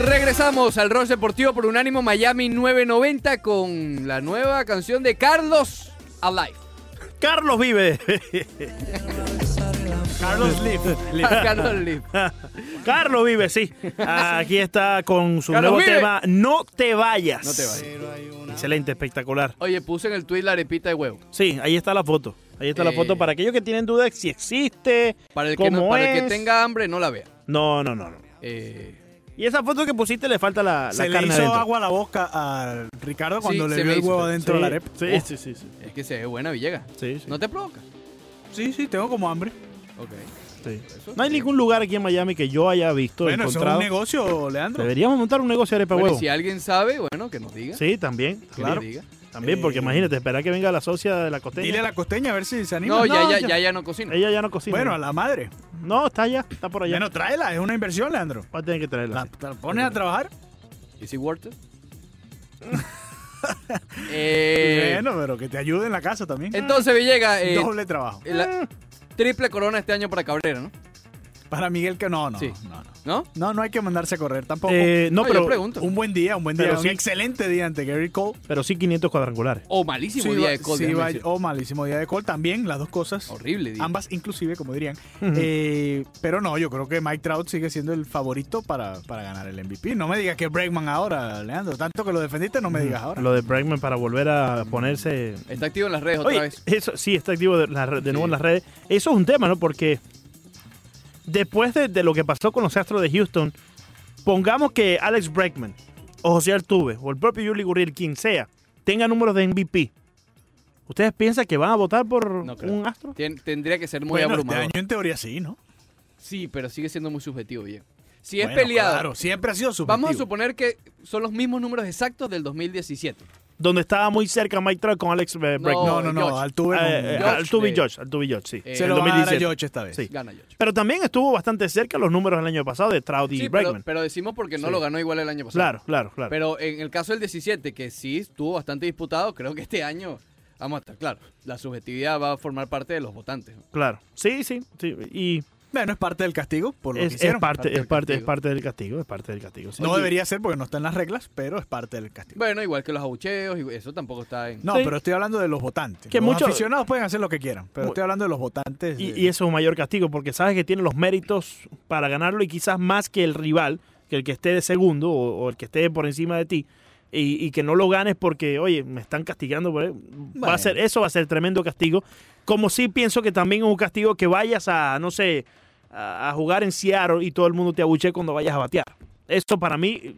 Speaker 1: Regresamos al Ross Deportivo por Unánimo Miami 990 con la nueva canción de Carlos
Speaker 2: *laughs*
Speaker 1: Alive. *laughs*
Speaker 2: Carlos vive. *laughs*
Speaker 3: Carlos Leaf.
Speaker 1: Carlos Alive.
Speaker 2: Carlos vive, sí. Aquí está con su
Speaker 1: Carlos
Speaker 2: nuevo
Speaker 1: vive.
Speaker 2: tema. No te vayas. No te vayas. Excelente, espectacular.
Speaker 1: Oye, puse en el tweet la arepita de huevo.
Speaker 2: Sí, ahí está la foto. Ahí está la
Speaker 1: Eh.
Speaker 2: foto para aquellos que tienen dudas si existe.
Speaker 1: Para el que,
Speaker 2: cómo
Speaker 1: no- para el que
Speaker 2: es.
Speaker 1: tenga hambre, no la vea.
Speaker 2: No, no, no, no.
Speaker 1: Eh,
Speaker 2: Y esa foto que pusiste le falta la, la
Speaker 3: Se le
Speaker 2: carne
Speaker 3: hizo
Speaker 2: adentro.
Speaker 3: agua a la boca a Ricardo cuando
Speaker 1: Sí,
Speaker 3: le
Speaker 1: se
Speaker 3: vio
Speaker 1: me
Speaker 3: el
Speaker 1: hizo,
Speaker 3: huevo
Speaker 1: se-
Speaker 3: adentro de la arepa.
Speaker 2: Sí,
Speaker 1: Oh.
Speaker 2: sí, sí, sí.
Speaker 1: es que se ve buena Villegas.
Speaker 2: Sí, sí.
Speaker 1: No te provoca.
Speaker 3: Sí, sí, tengo como hambre.
Speaker 1: Ok.
Speaker 2: Sí.
Speaker 1: Eso
Speaker 2: No hay
Speaker 1: sí.
Speaker 2: ningún lugar aquí en Miami que yo haya visto,
Speaker 3: Bueno, eso es un
Speaker 2: encontrado.
Speaker 3: negocio, Leandro.
Speaker 2: Deberíamos montar un negocio de arepa
Speaker 1: Bueno, y
Speaker 2: huevo.
Speaker 1: si alguien sabe, bueno, que nos diga.
Speaker 2: Sí, también.
Speaker 1: que
Speaker 2: Claro.
Speaker 1: nos diga.
Speaker 2: También, porque
Speaker 3: Eh.
Speaker 2: imagínate, esperar que venga la socia de la costeña.
Speaker 3: Dile a la costeña a ver si se anima.
Speaker 1: No, ya,
Speaker 2: No,
Speaker 1: ya,
Speaker 2: yo-
Speaker 1: ya, ya no cocina.
Speaker 2: Ella ya no cocina.
Speaker 3: bueno, a la madre.
Speaker 2: No, está allá, está por allá.
Speaker 3: Bueno, tráela, es una inversión, Leandro.
Speaker 2: Va a tener que traerla.
Speaker 3: La,
Speaker 2: sí.
Speaker 3: la pones a trabajar.
Speaker 1: ¿Is it
Speaker 2: *laughs*
Speaker 1: worth it? Eh,
Speaker 3: bueno, pero que te ayude en la casa también.
Speaker 1: entonces, Villegas, eh,
Speaker 3: Doble trabajo.
Speaker 2: Eh,
Speaker 1: la triple corona este año para Cabrera, ¿no?
Speaker 3: Para Miguel que no, no,
Speaker 1: Sí.
Speaker 3: no, no.
Speaker 1: ¿No?
Speaker 3: No, no hay que mandarse a correr tampoco.
Speaker 2: Eh, no,
Speaker 1: No, yo
Speaker 2: pero,
Speaker 1: pregunto.
Speaker 3: un buen día, un buen día.
Speaker 2: Pero
Speaker 3: un
Speaker 2: sí.
Speaker 3: excelente día ante Gary Cole.
Speaker 2: pero sí 500 cuadrangulares.
Speaker 1: O Oh, malísimo
Speaker 3: Sí,
Speaker 1: día
Speaker 3: va-
Speaker 1: de COVID.
Speaker 3: sí,
Speaker 1: déjame
Speaker 3: va-
Speaker 1: decir.
Speaker 3: o malísimo día de Cole también, las dos cosas.
Speaker 1: Horrible día.
Speaker 3: Ambas inclusive, como dirían.
Speaker 2: Ujú.
Speaker 3: Eh, pero no, yo creo que Mike Trout sigue siendo el favorito para, para ganar el MVP. No me digas que Bregman ahora, Leandro. Tanto que lo defendiste, no me digas ahora.
Speaker 2: Lo de Bregman para volver a ponerse.
Speaker 1: Está activo en las redes otra
Speaker 2: Oye,
Speaker 1: vez.
Speaker 2: eso sí está activo de, la re- de
Speaker 1: Sí.
Speaker 2: nuevo en las redes. Eso es un tema, ¿no? Porque después de, de lo que pasó con los Astros de Houston, pongamos que Alex Bregman o José Altuve o el propio Yuli Gurriel, quien sea, tenga números de MVP. ¿Ustedes piensan que van a votar por
Speaker 1: No creo.
Speaker 2: un Astro?
Speaker 1: Tien- tendría que ser muy
Speaker 3: bueno, este
Speaker 1: abrumador.
Speaker 3: año en teoría sí, ¿no?
Speaker 1: Sí, pero sigue siendo muy subjetivo, Villegas. Si es
Speaker 3: Bueno,
Speaker 1: peleado,
Speaker 3: Claro, siempre ha sido subjetivo.
Speaker 1: vamos a suponer que son los mismos números exactos del 2017.
Speaker 2: Donde estaba muy cerca Mike Trout con Alex eh, Bregman.
Speaker 3: No, no, no,
Speaker 1: George.
Speaker 3: Altuve
Speaker 2: Eh,
Speaker 3: con-
Speaker 2: eh,
Speaker 1: George,
Speaker 2: Altuve y
Speaker 1: eh,
Speaker 2: George, Altuve y George, sí.
Speaker 1: eh,
Speaker 3: se
Speaker 2: En
Speaker 3: lo va a dar a
Speaker 2: 2017.
Speaker 3: George esta vez.
Speaker 2: Sí.
Speaker 1: Gana George.
Speaker 2: Pero también estuvo bastante cerca los números del año pasado de Trout y
Speaker 1: Sí, pero,
Speaker 2: Bregman.
Speaker 1: pero decimos porque no
Speaker 2: Sí.
Speaker 1: lo ganó igual el año pasado.
Speaker 2: claro, claro, claro.
Speaker 1: Pero en el caso del 17, que sí estuvo bastante disputado, creo que este año, vamos a estar claro, la subjetividad va a formar parte de los votantes. ¿no?
Speaker 2: claro. Sí, sí, sí. Y
Speaker 3: Bueno, es parte del castigo por lo que
Speaker 2: es, es
Speaker 3: hicieron.
Speaker 2: parte,
Speaker 1: del
Speaker 2: es, parte, es
Speaker 1: castigo.
Speaker 2: parte del castigo, es parte del castigo. sí.
Speaker 3: No
Speaker 2: Oye,
Speaker 3: debería ser porque no está en las reglas, pero es parte del castigo.
Speaker 1: Bueno, igual que los abucheos, y eso tampoco está en...
Speaker 3: No,
Speaker 2: Sí.
Speaker 3: pero estoy hablando de los votantes.
Speaker 2: Que
Speaker 3: los
Speaker 2: muchos-
Speaker 3: aficionados pueden hacer lo que quieran, pero
Speaker 2: Mu-
Speaker 3: estoy hablando de los votantes.
Speaker 2: Y,
Speaker 3: de-
Speaker 2: y eso es un mayor castigo porque sabes que tiene los méritos para ganarlo y quizás más que el rival, que el que esté de segundo o, o el que esté por encima de ti. Y, y que no lo ganes porque, oye, me están castigando. Por... Va a ser, eso va a ser tremendo castigo. Como sí pienso que también es un castigo que vayas a, no sé, a, a jugar en Seattle y todo el mundo te abuche cuando vayas a batear. Eso para mí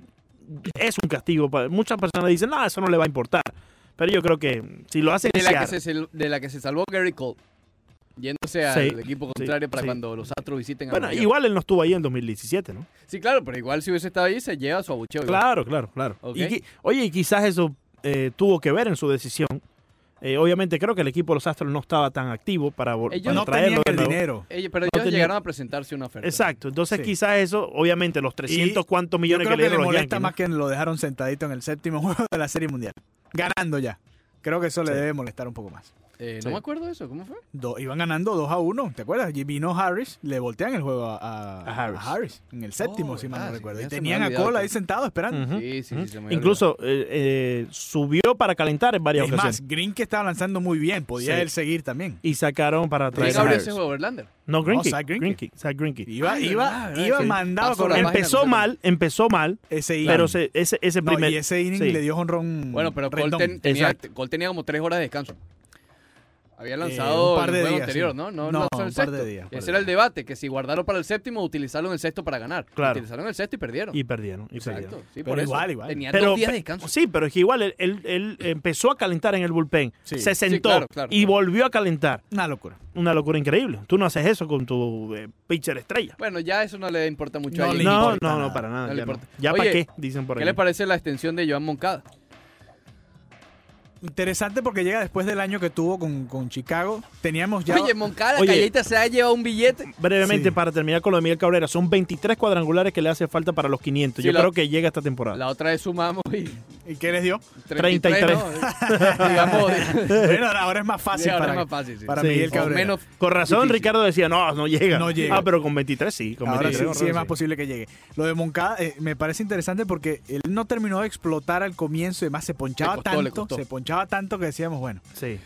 Speaker 2: es un castigo. Pa- Muchas personas dicen, no, eso no le va a importar. Pero yo creo que si lo hacen en
Speaker 1: de, la que se,
Speaker 2: Seattle-
Speaker 1: sal- de la que se salvó Gary Cole, yéndose al
Speaker 2: Sí,
Speaker 1: equipo
Speaker 2: sí,
Speaker 1: contrario para
Speaker 2: sí.
Speaker 1: cuando los Astros visiten a
Speaker 2: Bueno,
Speaker 1: Nueva York.
Speaker 2: igual él no estuvo ahí en 2017, ¿no?
Speaker 1: Sí, claro, pero igual si hubiese estado ahí, se lleva su abucheo. igual.
Speaker 2: Claro, claro, claro.
Speaker 1: Ok.
Speaker 2: Y qui- oye, y quizás eso eh, tuvo que ver en su decisión. Eh, obviamente creo que el equipo de los Astros no estaba tan activo para, vol-
Speaker 1: Ellos
Speaker 2: para
Speaker 3: no tenían
Speaker 2: traerlo de
Speaker 3: el
Speaker 2: nuevo.
Speaker 3: dinero.
Speaker 1: Ellos- pero
Speaker 2: No
Speaker 1: ellos
Speaker 2: tenía-
Speaker 1: llegaron a presentarse una oferta.
Speaker 2: Exacto, entonces
Speaker 3: Sí.
Speaker 2: quizás eso, obviamente los 300
Speaker 3: Y
Speaker 2: cuantos
Speaker 3: Yo
Speaker 2: millones
Speaker 3: creo
Speaker 2: que le
Speaker 3: que, le
Speaker 2: dieron los
Speaker 3: molesta
Speaker 2: Yankees. ¿no?
Speaker 3: *laughs* más que lo dejaron sentadito en el séptimo juego de la Serie Mundial. Ganando ya. Creo que eso le debe molestar un poco más.
Speaker 1: Eh,
Speaker 2: Sí.
Speaker 1: No me acuerdo de eso, ¿cómo fue?
Speaker 3: Do- iban ganando 2 a 1, ¿te acuerdas? Y vino Harris, le voltean el juego a, a-
Speaker 2: A Harris.
Speaker 3: a en el séptimo,
Speaker 1: Oh,
Speaker 3: si mal
Speaker 1: verdad,
Speaker 3: no
Speaker 1: sí,
Speaker 3: recuerdo.
Speaker 1: ya
Speaker 3: Y
Speaker 1: se me
Speaker 3: tenían
Speaker 1: había
Speaker 3: a
Speaker 1: olvidado
Speaker 3: Cola
Speaker 1: todo.
Speaker 3: ahí sentado esperando.
Speaker 2: Ujú.
Speaker 1: Sí, sí, sí, se me había
Speaker 2: Incluso eh, eh, subió para calentar en varias
Speaker 3: Es más,
Speaker 2: ocasiones.
Speaker 3: Green que estaba lanzando muy bien, podía
Speaker 2: Sí.
Speaker 3: él seguir también.
Speaker 2: Y sacaron para
Speaker 1: olvidado.
Speaker 2: traer
Speaker 1: ¿Quién
Speaker 2: a
Speaker 1: abrió
Speaker 2: Harris.
Speaker 1: ese juego, Verlander?
Speaker 2: No, Greinke.
Speaker 3: Oh, Zach Greinke.
Speaker 2: Greinke, Zach Greinke.
Speaker 3: Iba,
Speaker 1: Ay,
Speaker 3: iba,
Speaker 1: verdad, verdad,
Speaker 3: iba
Speaker 1: sí.
Speaker 3: mandado
Speaker 1: Pasó
Speaker 3: con
Speaker 1: la
Speaker 3: el-
Speaker 1: página.
Speaker 2: Empezó
Speaker 1: Imagínate.
Speaker 2: mal, empezó mal,
Speaker 3: ese inning.
Speaker 2: pero se- ese, ese
Speaker 3: No,
Speaker 2: primer...
Speaker 3: y ese inning
Speaker 2: sí.
Speaker 3: le dio honrón.
Speaker 1: Bueno, pero Cole,
Speaker 3: Mm, Rendón.
Speaker 1: ten- tenía,
Speaker 2: Exacto.
Speaker 1: Cole tenía como tres horas de descanso. Había
Speaker 3: Eh,
Speaker 1: lanzado
Speaker 3: un par de
Speaker 1: el juego
Speaker 3: días,
Speaker 1: anterior,
Speaker 3: sí.
Speaker 1: ¿no? No,
Speaker 3: No,
Speaker 1: lanzó el
Speaker 3: un par de
Speaker 1: sexto.
Speaker 3: días, un par
Speaker 1: Ese
Speaker 3: de
Speaker 1: era el
Speaker 3: días.
Speaker 1: debate, que si guardarlo para el séptimo o utilizarlo en el sexto para ganar.
Speaker 2: Claro.
Speaker 1: Utilizaron el sexto y perdieron.
Speaker 2: Y perdieron, y perdieron.
Speaker 1: Exacto. Sí,
Speaker 3: Pero
Speaker 1: por eso.
Speaker 3: igual, igual.
Speaker 1: Tenía
Speaker 2: Pero-
Speaker 1: dos días de descanso.
Speaker 2: Sí, pero es que igual él, él- él empezó a calentar en el bullpen,
Speaker 3: Sí.
Speaker 1: Sí,
Speaker 2: se sentó
Speaker 1: claro, claro,
Speaker 2: y
Speaker 1: claro.
Speaker 2: volvió a calentar.
Speaker 3: Una locura.
Speaker 2: Una locura increíble. Tú no haces eso con tu eh, pitcher estrella.
Speaker 1: Bueno, ya eso no le importa mucho a
Speaker 3: No
Speaker 1: ellos.
Speaker 3: le
Speaker 2: No,
Speaker 3: importa
Speaker 2: no, no,
Speaker 3: nada.
Speaker 2: para nada.
Speaker 1: No le
Speaker 2: ya
Speaker 1: importa.
Speaker 2: para
Speaker 1: Oye,
Speaker 2: qué, dicen por
Speaker 1: ¿Qué
Speaker 2: ahí.
Speaker 1: le parece la extensión de Joan Moncada?
Speaker 3: Interesante porque llega después del año que tuvo con, con Chicago. Teníamos ya.
Speaker 1: Oye, Moncada,
Speaker 2: Oye.
Speaker 1: Calleita se ha llevado un billete.
Speaker 2: Brevemente,
Speaker 3: Sí.
Speaker 2: para terminar con lo de Miguel Cabrera, son 23 cuadrangulares que le hace falta para los 500.
Speaker 1: Sí,
Speaker 2: Yo
Speaker 1: la-
Speaker 2: creo que llega esta temporada.
Speaker 1: La otra vez sumamos y
Speaker 3: ¿Y qué les dio?
Speaker 1: *laughs* 33,
Speaker 2: 33.
Speaker 1: ¿no? Digamos,
Speaker 3: bueno, ahora ahora es más fácil
Speaker 1: ahora
Speaker 3: para,
Speaker 1: es más fácil, sí.
Speaker 3: para
Speaker 2: Sí.
Speaker 3: Miguel
Speaker 2: O
Speaker 3: Cabrera.
Speaker 1: menos
Speaker 2: Con razón,
Speaker 1: Difícil.
Speaker 2: Ricardo decía, no, no llega.
Speaker 3: No llega.
Speaker 2: Ah, pero con 23 sí. Con
Speaker 3: Ahora
Speaker 2: 23,
Speaker 3: sí,
Speaker 2: con
Speaker 3: sí es más
Speaker 2: razón,
Speaker 3: posible que llegue. Lo de Moncada eh, me parece interesante porque él no terminó de explotar al comienzo y además se ponchaba
Speaker 1: Le costó, le
Speaker 3: tanto,
Speaker 1: costó.
Speaker 3: se ponchaba tanto que decíamos, bueno.
Speaker 2: Sí.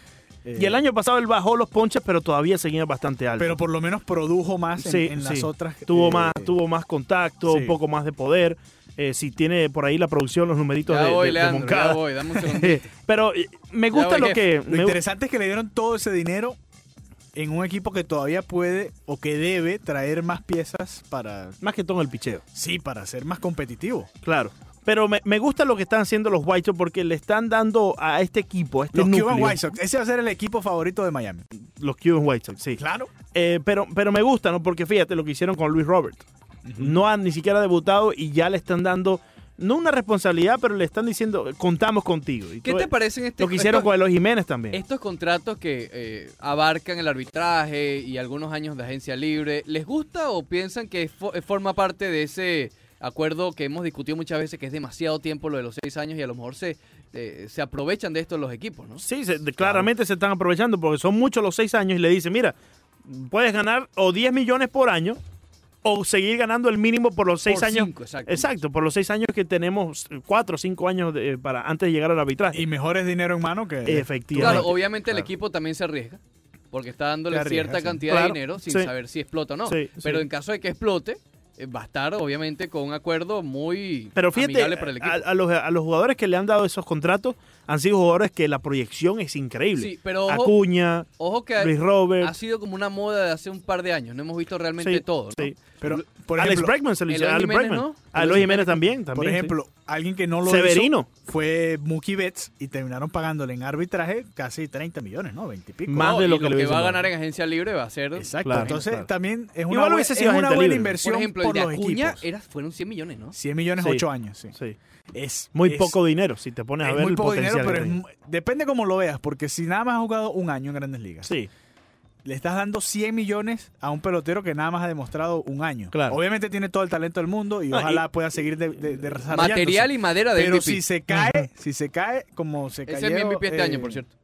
Speaker 3: eh,
Speaker 2: Y el año pasado él bajó los ponches, pero todavía seguía bastante alto.
Speaker 3: Pero por lo menos produjo más en-
Speaker 2: Sí,
Speaker 3: en, las
Speaker 2: sí.
Speaker 3: otras.
Speaker 2: tuvo
Speaker 3: eh,
Speaker 2: más, tuvo más contacto,
Speaker 3: sí.
Speaker 2: un poco más de poder. Eh, si tiene por ahí la producción, los numeritos
Speaker 1: ya
Speaker 2: de,
Speaker 1: voy,
Speaker 2: de- de
Speaker 1: Leandro,
Speaker 2: Moncada.
Speaker 1: ya voy, dame un segundo.
Speaker 2: pero *laughs* eh, me
Speaker 1: Ya
Speaker 2: gusta
Speaker 1: voy,
Speaker 2: lo
Speaker 1: jefe.
Speaker 2: que.
Speaker 3: Lo
Speaker 2: me gu-
Speaker 3: interesante es que le dieron todo ese dinero en un equipo que todavía puede o que debe traer más piezas para
Speaker 2: más que todo el picheo.
Speaker 3: sí, para ser más competitivo.
Speaker 2: Claro. Pero me, me gusta lo que están haciendo los White Sox porque le están dando a este equipo, a este
Speaker 3: Los
Speaker 2: núcleo,
Speaker 3: Cuban White Sox, ese va a ser el equipo favorito de Miami.
Speaker 2: los Cuban White Sox, sí.
Speaker 3: Claro.
Speaker 2: Eh, pero, pero me gusta, ¿no? Porque fíjate lo que hicieron con Luis Robert. No han ni siquiera debutado y ya le están dando, no una responsabilidad, pero le están diciendo, contamos contigo. Y
Speaker 1: ¿Qué
Speaker 2: todo-
Speaker 1: te parecen este,
Speaker 2: Lo que hicieron
Speaker 1: estos,
Speaker 2: con los Jiménez también.
Speaker 1: estos contratos que eh, abarcan el arbitraje y algunos años de agencia libre? ¿Les gusta o piensan que fo- eh, forma parte de ese acuerdo que hemos discutido muchas veces, que es demasiado tiempo lo de los seis años y a lo mejor se, eh, se aprovechan de esto los equipos, ¿no?
Speaker 2: Sí, se- de- claramente se están aprovechando porque son muchos los seis años y le dicen, mira, puedes ganar o 10 millones por año o seguir ganando el mínimo por los seis
Speaker 1: Por
Speaker 2: años.
Speaker 1: cinco, exacto.
Speaker 2: Exacto, por los seis años que tenemos, eh, cuatro o cinco años de- para antes de llegar al arbitraje.
Speaker 3: Y mejores dinero en mano que
Speaker 2: Efectivamente.
Speaker 1: Claro, obviamente el
Speaker 3: Claro.
Speaker 1: equipo también se arriesga. Porque está dándole
Speaker 3: Se arriesga,
Speaker 1: cierta
Speaker 3: sí.
Speaker 1: cantidad
Speaker 2: Claro,
Speaker 1: de dinero sin
Speaker 2: sí.
Speaker 1: saber si explota o no.
Speaker 2: Sí,
Speaker 1: Pero
Speaker 2: sí.
Speaker 1: en caso de que explote, eh, va a estar obviamente con un acuerdo muy
Speaker 2: Pero fíjate,
Speaker 1: amigable para el equipo.
Speaker 2: a, a los, a los jugadores que le han dado esos contratos han sido jugadores que la proyección es increíble.
Speaker 1: Sí, pero ojo-
Speaker 2: Acuña,
Speaker 1: Ojo que
Speaker 2: Luis
Speaker 1: ha,
Speaker 2: Robert.
Speaker 1: ha sido como una moda de hace un par de años. No hemos visto realmente
Speaker 2: sí,
Speaker 1: todo. ¿no?
Speaker 2: sí.
Speaker 3: Pero por
Speaker 2: Alex
Speaker 3: ejemplo,
Speaker 2: Bregman se lo
Speaker 1: Eloy
Speaker 2: hizo. Alex
Speaker 1: Jiménez,
Speaker 2: Bregman.
Speaker 1: ¿no?
Speaker 2: A
Speaker 1: Eloy
Speaker 2: Eloy Jiménez
Speaker 1: Jiménez.
Speaker 2: también. también
Speaker 3: Por
Speaker 2: sí.
Speaker 3: ejemplo, alguien que no lo
Speaker 2: Severino.
Speaker 3: hizo fue Mookie Betts y terminaron pagándole en arbitraje casi 30 millones, ¿no? 20 y pico.
Speaker 2: Más
Speaker 1: No,
Speaker 2: de
Speaker 1: y
Speaker 2: lo que le hubiesen
Speaker 1: va a
Speaker 2: dado.
Speaker 1: ganar en agencia libre va a ser.
Speaker 3: Exacto.
Speaker 2: Claro,
Speaker 3: Entonces
Speaker 2: claro.
Speaker 3: también es una,
Speaker 2: Igual
Speaker 3: buen-
Speaker 2: hubiese
Speaker 3: es
Speaker 2: sido
Speaker 3: una
Speaker 2: gente
Speaker 3: buena
Speaker 2: libre.
Speaker 1: Por
Speaker 3: inversión
Speaker 1: ejemplo,
Speaker 3: por
Speaker 1: el de
Speaker 3: los
Speaker 1: Acuña
Speaker 3: equipos.
Speaker 1: era, fueron 100 millones, ¿no?
Speaker 3: 100 millones,
Speaker 2: Sí.
Speaker 3: 8 años, sí.
Speaker 2: Sí.
Speaker 3: Es,
Speaker 2: Muy
Speaker 3: es-
Speaker 2: poco dinero si te pones a
Speaker 3: es
Speaker 2: ver
Speaker 3: muy
Speaker 2: el
Speaker 3: poco dinero,
Speaker 2: potencial.
Speaker 3: pero
Speaker 2: que
Speaker 3: es
Speaker 2: tiene.
Speaker 3: mu- depende cómo lo veas, porque si nada más has jugado un año en Grandes Ligas,
Speaker 2: Sí.
Speaker 3: le estás dando 100 millones a un pelotero que nada más ha demostrado un año.
Speaker 2: Claro.
Speaker 3: Obviamente tiene todo el talento del mundo y
Speaker 2: Ah, y-
Speaker 3: ojalá pueda seguir de, de- desarrollándose.
Speaker 1: Material y madera de
Speaker 3: Pero
Speaker 1: MVP.
Speaker 3: si se cae, si se cae, como se
Speaker 1: Ese
Speaker 3: cae.
Speaker 1: es mi MVP este
Speaker 2: eh,
Speaker 1: año, por cierto.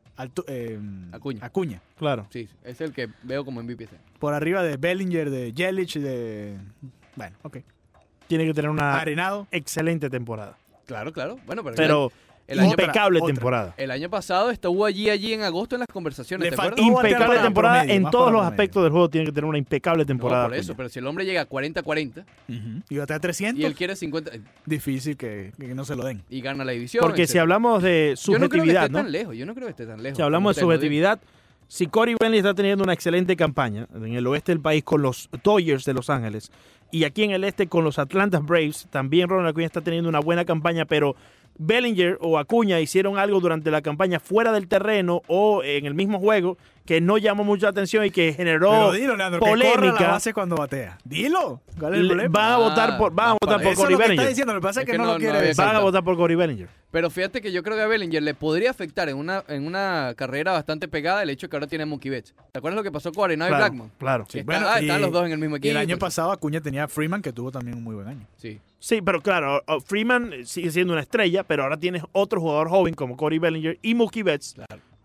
Speaker 1: Acuña.
Speaker 3: em, Acuña.
Speaker 2: Claro.
Speaker 1: Sí, es el que veo como MVP. este año.
Speaker 3: Por arriba de Bellinger, de Jelic, de. Bueno, ok.
Speaker 2: Tiene que tener una
Speaker 3: Arenado.
Speaker 2: excelente temporada.
Speaker 1: Claro, claro. Bueno, pero,
Speaker 2: Pero
Speaker 1: el, año,
Speaker 3: Impe-
Speaker 2: impecable
Speaker 3: otra.
Speaker 2: temporada.
Speaker 1: el año pasado estuvo allí, allí en agosto en las conversaciones.
Speaker 3: Le
Speaker 1: ¿te
Speaker 3: faltó
Speaker 1: acuerdas?
Speaker 3: batear
Speaker 2: Impecable
Speaker 3: para
Speaker 2: temporada
Speaker 3: promedio,
Speaker 2: en
Speaker 3: más
Speaker 2: todos
Speaker 3: para
Speaker 2: los
Speaker 3: promedio.
Speaker 2: aspectos del juego. Tiene que tener una impecable
Speaker 1: No,
Speaker 2: temporada.
Speaker 1: por eso, pero si el hombre llega a 40-40
Speaker 3: Y batea 300.
Speaker 1: y él quiere 50 eh,
Speaker 3: Difícil que, que no se lo den.
Speaker 1: y gana la división.
Speaker 2: Porque si
Speaker 1: etcétera.
Speaker 2: hablamos de
Speaker 1: yo no creo que
Speaker 2: subjetividad,
Speaker 1: esté
Speaker 2: ¿no?
Speaker 1: tan lejos, yo no creo que esté tan lejos.
Speaker 2: Si hablamos de
Speaker 1: como ustedes lo dicen.
Speaker 2: subjetividad, si Cory Benley está teniendo una excelente campaña en el oeste del país con los Dodgers de Los Ángeles y aquí en el este con los Atlanta Braves, también Ronald Acuña está teniendo una buena campaña, pero Bellinger o Acuña hicieron algo durante la campaña fuera del terreno o en el mismo juego que no llamó mucha atención y que generó
Speaker 3: Pero dilo, Leandro, que corra la
Speaker 2: polémica,
Speaker 3: base cuando batea. Dilo. ¿Cuál es el
Speaker 2: le-
Speaker 3: problema?
Speaker 2: van a votar por, van a
Speaker 1: Ah,
Speaker 2: votar
Speaker 1: para
Speaker 2: por
Speaker 3: Eso es
Speaker 2: Cory
Speaker 3: lo que está
Speaker 2: Bellinger.
Speaker 3: diciendo, lo que pasa es
Speaker 1: Es
Speaker 3: que,
Speaker 1: que
Speaker 3: no,
Speaker 1: no-
Speaker 3: lo
Speaker 1: no
Speaker 3: quiere
Speaker 1: había
Speaker 3: decir.
Speaker 2: Van a
Speaker 1: Exacto.
Speaker 2: votar por Cory Bellinger.
Speaker 1: Pero fíjate que yo creo que a Bellinger le podría afectar en una, en una carrera bastante pegada el hecho que ahora tiene a Mookie Betts. ¿Te acuerdas lo que pasó con Arenado y
Speaker 2: Claro,
Speaker 1: Blackmon?
Speaker 2: claro.
Speaker 1: Sí. Está- ah, están los dos en el mismo
Speaker 3: Y el
Speaker 1: equipo.
Speaker 3: año pasado Acuña tenía a Freeman, que tuvo también un muy buen año.
Speaker 1: Sí.
Speaker 2: Sí, pero claro, o- o Freeman eh, sigue siendo una estrella, pero ahora tienes otro jugador joven como Cory Bellinger y Mookie Betts.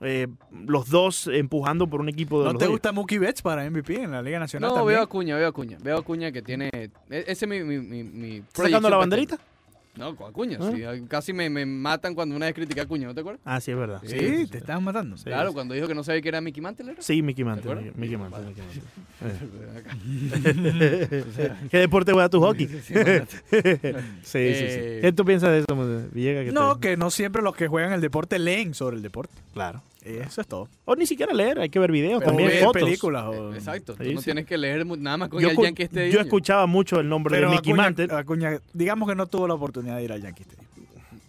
Speaker 2: eh, los dos empujando por un equipo de
Speaker 3: ¿No
Speaker 2: los
Speaker 3: te
Speaker 2: Dodgers.
Speaker 3: gusta Mookie Betts para MVP en la Liga Nacional
Speaker 1: No,
Speaker 3: también?
Speaker 1: veo a Acuña, veo a Acuña. Veo a Acuña que tiene... e- Ese es mi... mi, mi, mi
Speaker 2: ¿Estás sacando
Speaker 1: proyección
Speaker 2: la
Speaker 1: para
Speaker 2: banderita?
Speaker 1: este año. No, con Acuña, sí. Casi me, me matan cuando una vez critiqué a Acuña, ¿no te acuerdas?
Speaker 2: Ah, sí, es verdad.
Speaker 3: Sí,
Speaker 1: Sí, sí,
Speaker 3: te estaban matando.
Speaker 1: Claro, cuando dijo que no sabía que era Mickey Mantle,
Speaker 2: *laughs*
Speaker 1: ¿era?
Speaker 2: Sí, Mickey Mantle.
Speaker 1: acuerdas?
Speaker 2: Mickey- Mickey Mantle, Mickey Mantle. ¿Qué deporte juega tu hockey? *laughs* sí, sí, sí.
Speaker 1: Eh,
Speaker 2: ¿Qué tú piensas de eso, Mon- Villegas? que
Speaker 3: No,
Speaker 2: te-
Speaker 3: que no siempre los que juegan el deporte leen sobre el deporte.
Speaker 2: Claro.
Speaker 3: Eso es todo.
Speaker 2: O ni siquiera leer, hay que ver videos,
Speaker 3: Pero
Speaker 2: también
Speaker 3: ver
Speaker 2: fotos.
Speaker 3: películas. o-
Speaker 1: Eh, Exacto, tú
Speaker 2: Oh, Sí,
Speaker 1: no
Speaker 2: sí.
Speaker 1: tienes que leer mu- nada más con
Speaker 2: Yo,
Speaker 1: el
Speaker 2: escu-
Speaker 1: Yankee este
Speaker 2: yo
Speaker 1: año.
Speaker 2: escuchaba mucho el nombre
Speaker 3: Pero ah,
Speaker 2: de Mickey
Speaker 3: Acuña-
Speaker 2: Mantle.
Speaker 3: Acuña, digamos que no tuvo la oportunidad de ir al Yankee Stadium.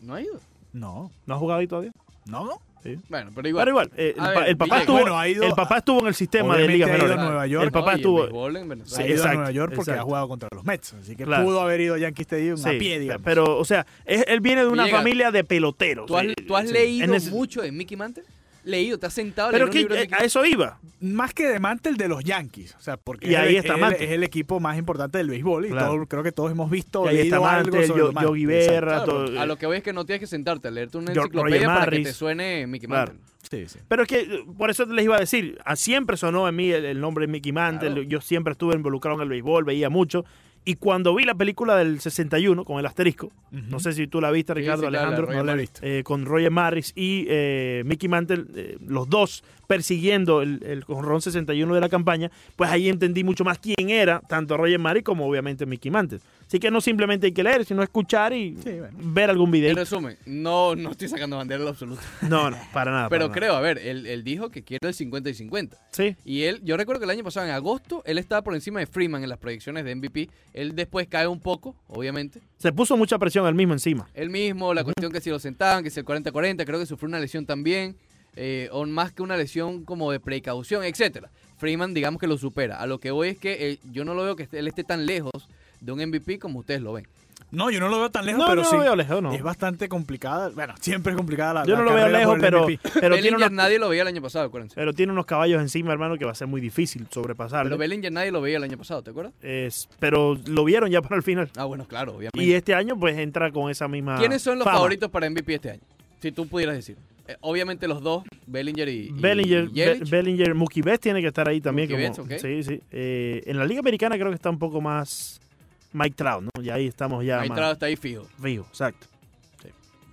Speaker 1: No ha ido.
Speaker 3: No,
Speaker 2: ¿No ha jugado ahí todavía?
Speaker 3: no, no.
Speaker 1: Bueno, pero igual.
Speaker 2: Pero igual, eh, el,
Speaker 1: A
Speaker 2: pa-
Speaker 1: ver,
Speaker 2: el papá
Speaker 1: Villegas.
Speaker 2: estuvo,
Speaker 3: Bueno, ha ido
Speaker 2: el papá estuvo en el sistema de
Speaker 3: obviamente
Speaker 2: ligas
Speaker 3: ha ido a
Speaker 2: menores.
Speaker 3: Nueva
Speaker 1: Ah,
Speaker 3: York,
Speaker 2: el papá
Speaker 1: no, y
Speaker 2: estuvo-
Speaker 1: béisbol en Venezuela.
Speaker 3: Se ha
Speaker 2: Sí,
Speaker 3: ido
Speaker 2: exacto,
Speaker 3: a Nueva York porque
Speaker 2: exacto.
Speaker 3: ha jugado contra los Mets. Así que
Speaker 2: Claro.
Speaker 3: pudo haber ido a Yankee Stadium a
Speaker 2: Sí,
Speaker 3: pie, digamos.
Speaker 2: pero, o sea, es- él viene de una
Speaker 1: Villegas,
Speaker 2: familia de peloteros.
Speaker 1: ¿Tú has,
Speaker 2: Sí,
Speaker 1: tú has
Speaker 2: sí. Es
Speaker 1: leído
Speaker 2: neces-
Speaker 1: mucho de Mickey Mantle? Leído, te has sentado a
Speaker 2: Pero
Speaker 1: leer
Speaker 2: que
Speaker 1: un libro de
Speaker 2: eh,
Speaker 1: Mickey
Speaker 2: a
Speaker 1: Mantle?
Speaker 2: eso iba.
Speaker 3: Más que de Mantle, de los Yankees. O sea, porque
Speaker 2: Y
Speaker 3: es,
Speaker 2: ahí
Speaker 3: el-
Speaker 2: está
Speaker 3: es el-
Speaker 2: Mantle.
Speaker 3: es el equipo más importante del béisbol y
Speaker 2: Claro.
Speaker 3: todo- creo que todos hemos visto
Speaker 2: Y ahí está
Speaker 3: leído algo
Speaker 2: Mantle,
Speaker 3: sobre
Speaker 2: Yo-
Speaker 3: los Mantle.
Speaker 2: Yogi
Speaker 3: Exacto.
Speaker 2: Berra,
Speaker 1: Claro,
Speaker 2: todo-
Speaker 1: a lo que voy es que no tienes que sentarte a leerte una
Speaker 2: Yo-
Speaker 1: enciclopedia
Speaker 2: eh, Roger
Speaker 1: para que te
Speaker 2: Maris.
Speaker 1: suene Mickey
Speaker 2: Claro.
Speaker 1: Mantle.
Speaker 3: Sí, sí.
Speaker 2: Pero es que eh, por eso les iba a decir, a siempre sonó en mí el, el nombre de Mickey Mantle,
Speaker 1: Claro.
Speaker 2: yo siempre estuve involucrado en el béisbol, veía mucho. Y cuando vi la película del 61 con el asterisco, no sé si tú la viste,
Speaker 1: Sí,
Speaker 2: Ricardo
Speaker 1: sí, claro,
Speaker 2: Alejandro,
Speaker 1: Roger
Speaker 3: No la he
Speaker 1: Maris.
Speaker 3: visto.
Speaker 2: eh, con Roger Maris y eh, Mickey Mantle, eh, los dos persiguiendo el, el jonrón 61 de la campaña, pues ahí entendí mucho más quién era tanto Roger Maris como obviamente Mickey Mantle. Así que no simplemente hay que leer, sino escuchar y
Speaker 3: Sí, bueno.
Speaker 2: ver algún video.
Speaker 1: En resumen, no, no estoy sacando bandera en lo absoluto.
Speaker 2: *laughs* No, no, Ah, para nada.
Speaker 1: Pero
Speaker 2: para nada.
Speaker 1: creo, a ver, él, él dijo que quiere el 50 y 50.
Speaker 2: Sí.
Speaker 1: Y él, yo recuerdo que el año pasado, en agosto, él estaba por encima de Freeman en las proyecciones de MVP. Él después cae un poco, obviamente.
Speaker 2: Se puso mucha presión al mismo encima.
Speaker 1: Él mismo, la cuestión que si lo sentaban, que si el 40-40, creo que sufrió una lesión también, eh, o más que una lesión como de precaución, etcétera. Freeman, digamos que lo supera. A lo que voy es que eh, yo no lo veo que esté- él esté tan lejos de un MVP como ustedes lo ven.
Speaker 3: No, yo no lo veo tan lejos,
Speaker 2: No,
Speaker 3: pero
Speaker 2: no
Speaker 3: sí.
Speaker 2: lo veo lejos, no.
Speaker 3: Es bastante complicada. Bueno, siempre es complicada la.
Speaker 2: Yo
Speaker 3: la
Speaker 2: no lo veo
Speaker 3: carrera
Speaker 2: lejos,
Speaker 3: por el
Speaker 2: pero,
Speaker 3: MVP.
Speaker 2: *laughs* pero, tiene
Speaker 1: Bellinger
Speaker 2: unos,
Speaker 1: nadie lo veía el año pasado, acuérdense.
Speaker 2: pero tiene unos caballos encima, hermano, que va a ser muy difícil sobrepasarlo.
Speaker 1: Pero
Speaker 2: Es- Pero,
Speaker 1: Bellinger nadie lo veía el año pasado, ¿te acuerdas?
Speaker 2: lo vieron ya para el final.
Speaker 1: Ah, bueno, claro, obviamente.
Speaker 2: Y este año, pues entra con esa
Speaker 3: Ah,
Speaker 2: misma.
Speaker 1: ¿Quiénes son los
Speaker 2: fama.
Speaker 1: favoritos para MVP este año? Si tú pudieras decir. Eh, obviamente los dos, Bellinger y, y
Speaker 2: Bellinger,
Speaker 1: y
Speaker 2: Be-
Speaker 1: Yelich.
Speaker 2: Bellinger, Mookie Betts tiene que estar ahí también.
Speaker 1: Mookie
Speaker 2: como,
Speaker 1: Betts, ok.
Speaker 2: Sí, sí. Eh, en la Liga Americana creo que está un poco más Mike Trout, ¿no? Y ahí estamos ya
Speaker 1: Ahí
Speaker 2: más
Speaker 1: entrado está ahí fijo.
Speaker 2: fijos, exacto.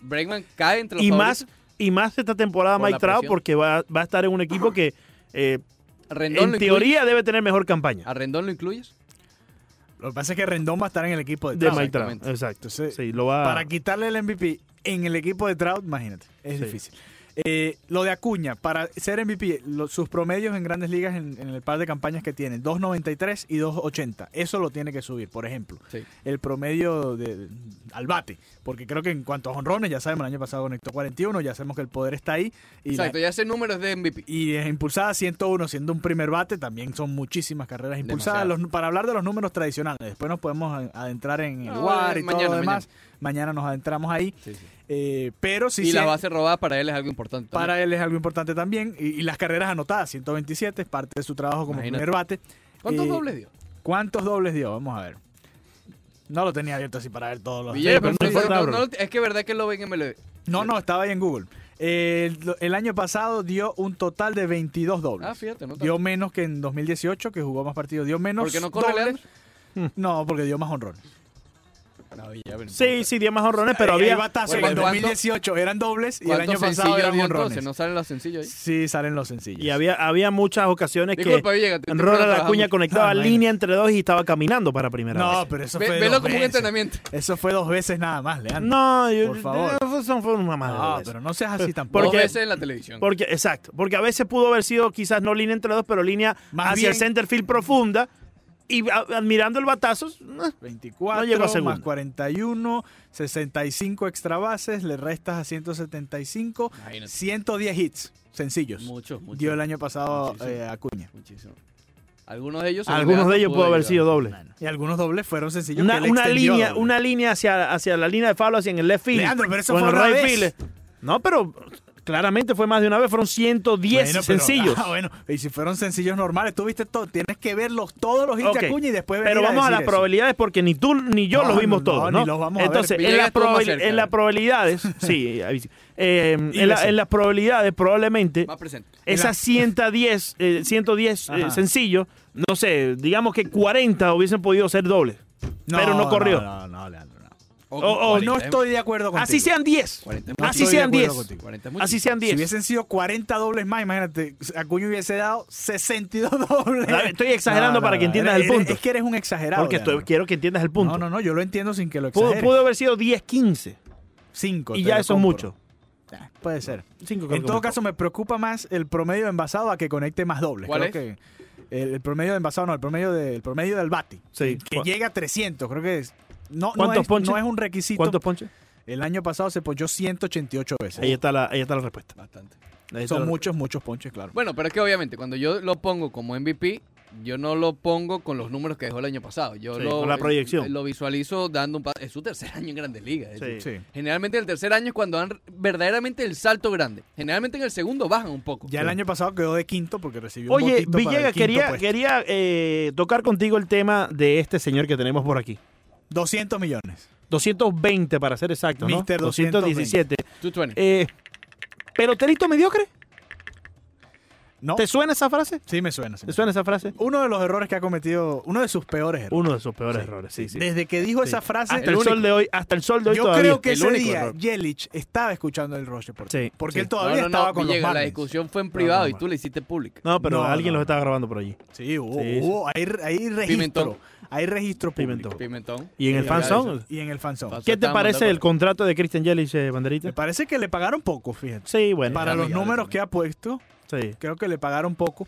Speaker 1: Bregman cae entre los
Speaker 2: Y
Speaker 1: favoritos.
Speaker 2: más, y más esta temporada
Speaker 1: Por la
Speaker 2: Mike Trout
Speaker 1: presión.
Speaker 2: porque va, va a estar en un equipo que eh,
Speaker 1: Rendón
Speaker 2: en
Speaker 1: lo
Speaker 2: teoría
Speaker 1: incluyes.
Speaker 2: debe tener mejor campaña.
Speaker 1: ¿A Rendón lo incluyes?
Speaker 3: Lo que pasa es que Rendón va a estar en el equipo de,
Speaker 2: de
Speaker 3: Trout.
Speaker 2: Mike Trout.
Speaker 1: Ah, exactamente.
Speaker 2: Exacto.
Speaker 3: Entonces,
Speaker 2: sí, lo va
Speaker 3: Para quitarle el MVP en el equipo de Trout, imagínate. Es
Speaker 2: Sí.
Speaker 3: difícil. Eh, lo de Acuña, para ser MVP, lo- sus promedios en grandes ligas en, en el par de campañas que tiene, 2.93 y 2.80. Eso lo tiene que subir, por ejemplo.
Speaker 1: Sí.
Speaker 3: El promedio de, al bate. Porque creo que en cuanto a honrones, ya sabemos, el año pasado conectó 41, ya sabemos que el poder está ahí. Y la-
Speaker 1: Exacto, ya ese número es de MVP.
Speaker 3: y es impulsada 101 siendo un primer bate también son muchísimas carreras impulsadas
Speaker 1: Demasiado.
Speaker 3: Los- para hablar de los números tradicionales después nos podemos a- adentrar en el
Speaker 1: No,
Speaker 3: WAR y todo
Speaker 1: mañana,
Speaker 3: lo demás mañana. nos adentramos ahí Eh, pero sí,
Speaker 1: y
Speaker 3: sí,
Speaker 1: la base robada para él es algo importante.
Speaker 3: para él es algo importante también y, y las carreras anotadas 127 es parte de su trabajo como
Speaker 1: Imagínate.
Speaker 3: primer bate
Speaker 1: también. ¿Cuántos
Speaker 3: Eh,
Speaker 1: dobles dio?
Speaker 3: cuántos dobles dio vamos a ver no lo tenía abierto así para ver todos los
Speaker 1: Villegas,
Speaker 2: pero
Speaker 1: pero
Speaker 2: no
Speaker 1: sí,
Speaker 2: fue
Speaker 1: no-
Speaker 2: Lauro.
Speaker 1: no lo- es que es verdad que lo ven en MLB.
Speaker 3: no no estaba ahí en Google Eh, el, el año pasado dio un total de 22 dobles
Speaker 1: Ah, fíjate, no tanto.
Speaker 3: dio menos que en 2018 que jugó más partidos dio menos
Speaker 1: ¿Por qué no corre
Speaker 3: dobles.
Speaker 1: Leandro?
Speaker 3: No, porque dio más honrones.
Speaker 1: No, ya, bueno,
Speaker 2: Sí, sí, dio más honrones, *laughs* pero
Speaker 3: Ahí
Speaker 2: había.
Speaker 3: hay batazo,
Speaker 1: Bueno,
Speaker 3: en
Speaker 1: ¿cuánto-
Speaker 3: 2018 eran dobles y el
Speaker 1: ¿Cuántos
Speaker 3: año pasado
Speaker 1: sencillos
Speaker 3: eran
Speaker 1: dio
Speaker 3: honrones.
Speaker 1: entonces? ¿No salen los sencillos ahí?
Speaker 3: Sí, salen los sencillos.
Speaker 2: Y había, había muchas ocasiones
Speaker 1: Disculpa,
Speaker 2: que
Speaker 1: Villegas. te- te-
Speaker 2: Rora
Speaker 1: te-
Speaker 2: la cuña conectaba
Speaker 3: Ah,
Speaker 2: línea entre dos y estaba caminando para primera
Speaker 3: No,
Speaker 2: vez.
Speaker 3: pero eso
Speaker 1: Ve-
Speaker 3: fue
Speaker 1: Velo
Speaker 3: dos
Speaker 1: como un
Speaker 3: veces.
Speaker 1: entrenamiento.
Speaker 3: Eso fue dos veces nada más, Leandro.
Speaker 2: No, yo,
Speaker 3: Por favor.
Speaker 2: eh, son fueron mamás de
Speaker 3: No,
Speaker 2: veces.
Speaker 3: pero no seas así tampoco.
Speaker 1: Dos
Speaker 2: Porque-
Speaker 1: veces en la televisión.
Speaker 2: Porque, exacto, porque a veces pudo haber sido quizás no línea entre dos, pero línea
Speaker 3: Más
Speaker 2: hacia el
Speaker 3: bien-
Speaker 2: center field profunda Y a- admirando el batazo, eh,
Speaker 3: 24
Speaker 2: No llegó a
Speaker 3: más
Speaker 2: segunda.
Speaker 3: 41, 65 extra bases, le restas a 175,
Speaker 1: Imagínate.
Speaker 3: 110 hits sencillos.
Speaker 1: Muchos, muchos.
Speaker 3: Dio el año pasado
Speaker 1: Muchísimo.
Speaker 3: eh, a Acuña.
Speaker 1: Muchísimo. Algunos de ellos.
Speaker 2: algunos de ellos pudo haber sido doble.
Speaker 3: Y algunos dobles fueron sencillos.
Speaker 2: Una,
Speaker 3: que le
Speaker 2: una
Speaker 3: extendió
Speaker 2: línea,
Speaker 3: doble.
Speaker 2: una línea hacia, hacia la línea de Fablo, hacia en el left field.
Speaker 3: Leandro, pero eso
Speaker 2: o en
Speaker 3: fue
Speaker 2: el
Speaker 3: una
Speaker 2: right
Speaker 3: vez.
Speaker 2: field. No, pero claramente fue más de una vez. Fueron 110
Speaker 3: Bueno, pero-
Speaker 2: sencillos.
Speaker 3: *laughs* ah, bueno, y si fueron sencillos normales, tú viste todo. Tienes que verlos todos los hits
Speaker 2: Ok,
Speaker 3: de Acuña y después
Speaker 2: Pero
Speaker 3: venir
Speaker 2: vamos a,
Speaker 3: decir
Speaker 2: las
Speaker 3: eso.
Speaker 2: probabilidades porque ni tú ni yo
Speaker 3: No,
Speaker 2: los vimos
Speaker 3: no,
Speaker 2: todos,
Speaker 3: ni
Speaker 2: ¿no?
Speaker 3: los vamos a ver.
Speaker 2: Entonces, en,
Speaker 1: Villegas
Speaker 2: las
Speaker 1: estuvo más
Speaker 2: probabil-
Speaker 1: cerca.
Speaker 2: en las probabilidades,
Speaker 3: *laughs*
Speaker 2: sí, ahí sí. Eh, en, la-
Speaker 3: Iglesias.
Speaker 2: en las probabilidades probablemente
Speaker 1: Más presente.
Speaker 2: esas 110, eh, 110 eh,
Speaker 3: Ajá.
Speaker 2: sencillos, no sé, digamos que 40 hubiesen podido ser dobles. pero no corrió.
Speaker 3: No, no, Leandro, no.
Speaker 2: O- o
Speaker 3: O no
Speaker 1: 40,
Speaker 3: estoy de acuerdo contigo.
Speaker 2: Así sean 10.
Speaker 1: Cuarenta es mucho.
Speaker 2: Así
Speaker 3: Estoy de
Speaker 2: sean
Speaker 3: acuerdo
Speaker 2: 10.
Speaker 3: contigo.
Speaker 1: 40 es mucho.
Speaker 2: Así sean
Speaker 3: Si
Speaker 2: 10.
Speaker 3: hubiesen sido 40 dobles más, imagínate, Acuña hubiese dado 62 *laughs* dobles.
Speaker 2: Dale, estoy exagerando para que entiendas
Speaker 3: eres-
Speaker 2: el punto.
Speaker 3: eres- Es que eres un exagerado.
Speaker 2: Porque estoy-
Speaker 3: Leandro.
Speaker 2: quiero que entiendas el punto.
Speaker 3: No, no, no, yo lo entiendo sin que lo
Speaker 2: Pudo,
Speaker 3: exageres.
Speaker 2: pudo haber sido 10, 15.
Speaker 3: Cinco.
Speaker 2: Y
Speaker 3: te
Speaker 2: ya
Speaker 3: lo
Speaker 2: eso es
Speaker 3: compro.
Speaker 2: mucho.
Speaker 3: Ah, Puede ser.
Speaker 2: Cinco creo
Speaker 3: En
Speaker 2: que
Speaker 3: todo
Speaker 2: me-
Speaker 3: caso, me preocupa más el promedio de envasado a que conecte más dobles.
Speaker 1: ¿Cuál
Speaker 3: Creo que el, el promedio de envasado, no, el promedio, de- el promedio del bati.
Speaker 2: Sí.
Speaker 3: Que llega a 300, creo que es. No, no
Speaker 2: ¿Cuántos
Speaker 3: es,
Speaker 2: ponches?
Speaker 3: no es un requisito.
Speaker 2: ¿Cuántos ponches?
Speaker 3: El año pasado se ponchó 188 veces.
Speaker 2: Ahí está la, ahí está la respuesta.
Speaker 1: Bastante.
Speaker 2: Ahí está
Speaker 3: Son
Speaker 2: la-
Speaker 3: muchos, muchos ponches, claro.
Speaker 1: Bueno, pero es que obviamente cuando yo lo pongo como MVP, yo no lo pongo con los números que dejó el año pasado. Yo
Speaker 2: Sí,
Speaker 1: lo, eh,
Speaker 2: con la proyección.
Speaker 1: Lo visualizo dando un paso. Es su tercer *laughs* año en Grandes Ligas.
Speaker 2: Sí.
Speaker 3: sí.
Speaker 1: Generalmente el tercer año es cuando dan verdaderamente el salto grande. Generalmente en el segundo bajan un poco.
Speaker 3: Ya el año pasado quedó de quinto porque recibió un
Speaker 2: Oye,
Speaker 3: botito para el
Speaker 2: Villega,
Speaker 3: quinto pues.
Speaker 2: quería,
Speaker 3: puesto.
Speaker 2: quería eh, tocar contigo el tema de este señor que tenemos por aquí.
Speaker 3: 200 millones.
Speaker 2: 220 para ser exacto, ¿no?
Speaker 3: Mister
Speaker 2: 217.
Speaker 1: 220.
Speaker 2: Eh, ¿Peloterito mediocre?
Speaker 3: ¿No?
Speaker 2: ¿Te suena esa frase?
Speaker 3: Sí, me suena. sí me
Speaker 2: ¿Te suena esa frase?
Speaker 3: suena. Uno de los errores que ha cometido, uno de sus peores errores.
Speaker 2: Uno de sus peores errores, sí, sí.
Speaker 3: Desde que dijo
Speaker 2: Sí.
Speaker 3: esa frase,
Speaker 2: hasta
Speaker 1: el
Speaker 2: el,
Speaker 1: único.
Speaker 2: sol de hoy, hasta el sol de hoy
Speaker 3: yo
Speaker 2: todavía.
Speaker 3: creo que
Speaker 1: el
Speaker 3: ese
Speaker 1: único
Speaker 3: día
Speaker 1: error.
Speaker 3: Yelich estaba escuchando el Roche por
Speaker 2: Sí,
Speaker 3: Porque
Speaker 2: sí.
Speaker 3: él todavía
Speaker 1: no, no,
Speaker 3: estaba
Speaker 1: no,
Speaker 3: con los
Speaker 1: Villegas, La
Speaker 3: Marlins.
Speaker 1: discusión fue en privado y
Speaker 2: no.
Speaker 1: tú la hiciste pública.
Speaker 2: No, pero
Speaker 3: No,
Speaker 2: alguien
Speaker 3: no,
Speaker 2: los estaba grabando por allí.
Speaker 3: Sí, hubo,
Speaker 2: Sí, sí.
Speaker 3: hubo- hay, hay registro.
Speaker 1: Pimentón.
Speaker 3: Hay registro público.
Speaker 2: Pimentón.
Speaker 1: Pimentón.
Speaker 2: ¿Y en el
Speaker 1: Sí,
Speaker 2: fan
Speaker 1: ya
Speaker 2: zone?
Speaker 1: eso.
Speaker 3: Y en el fanzón.
Speaker 1: Fan-
Speaker 2: ¿Qué te
Speaker 1: estábamos de
Speaker 2: parece
Speaker 1: acuerdo.
Speaker 2: el contrato de Christian Yelich, eh,
Speaker 3: Me
Speaker 2: Banderita?
Speaker 3: parece que le pagaron poco, fíjate.
Speaker 2: Sí, bueno.
Speaker 3: Para
Speaker 1: sí,
Speaker 3: los
Speaker 1: amiga,
Speaker 3: números
Speaker 1: también.
Speaker 3: que ha puesto,
Speaker 2: Sí.
Speaker 3: creo que le pagaron poco.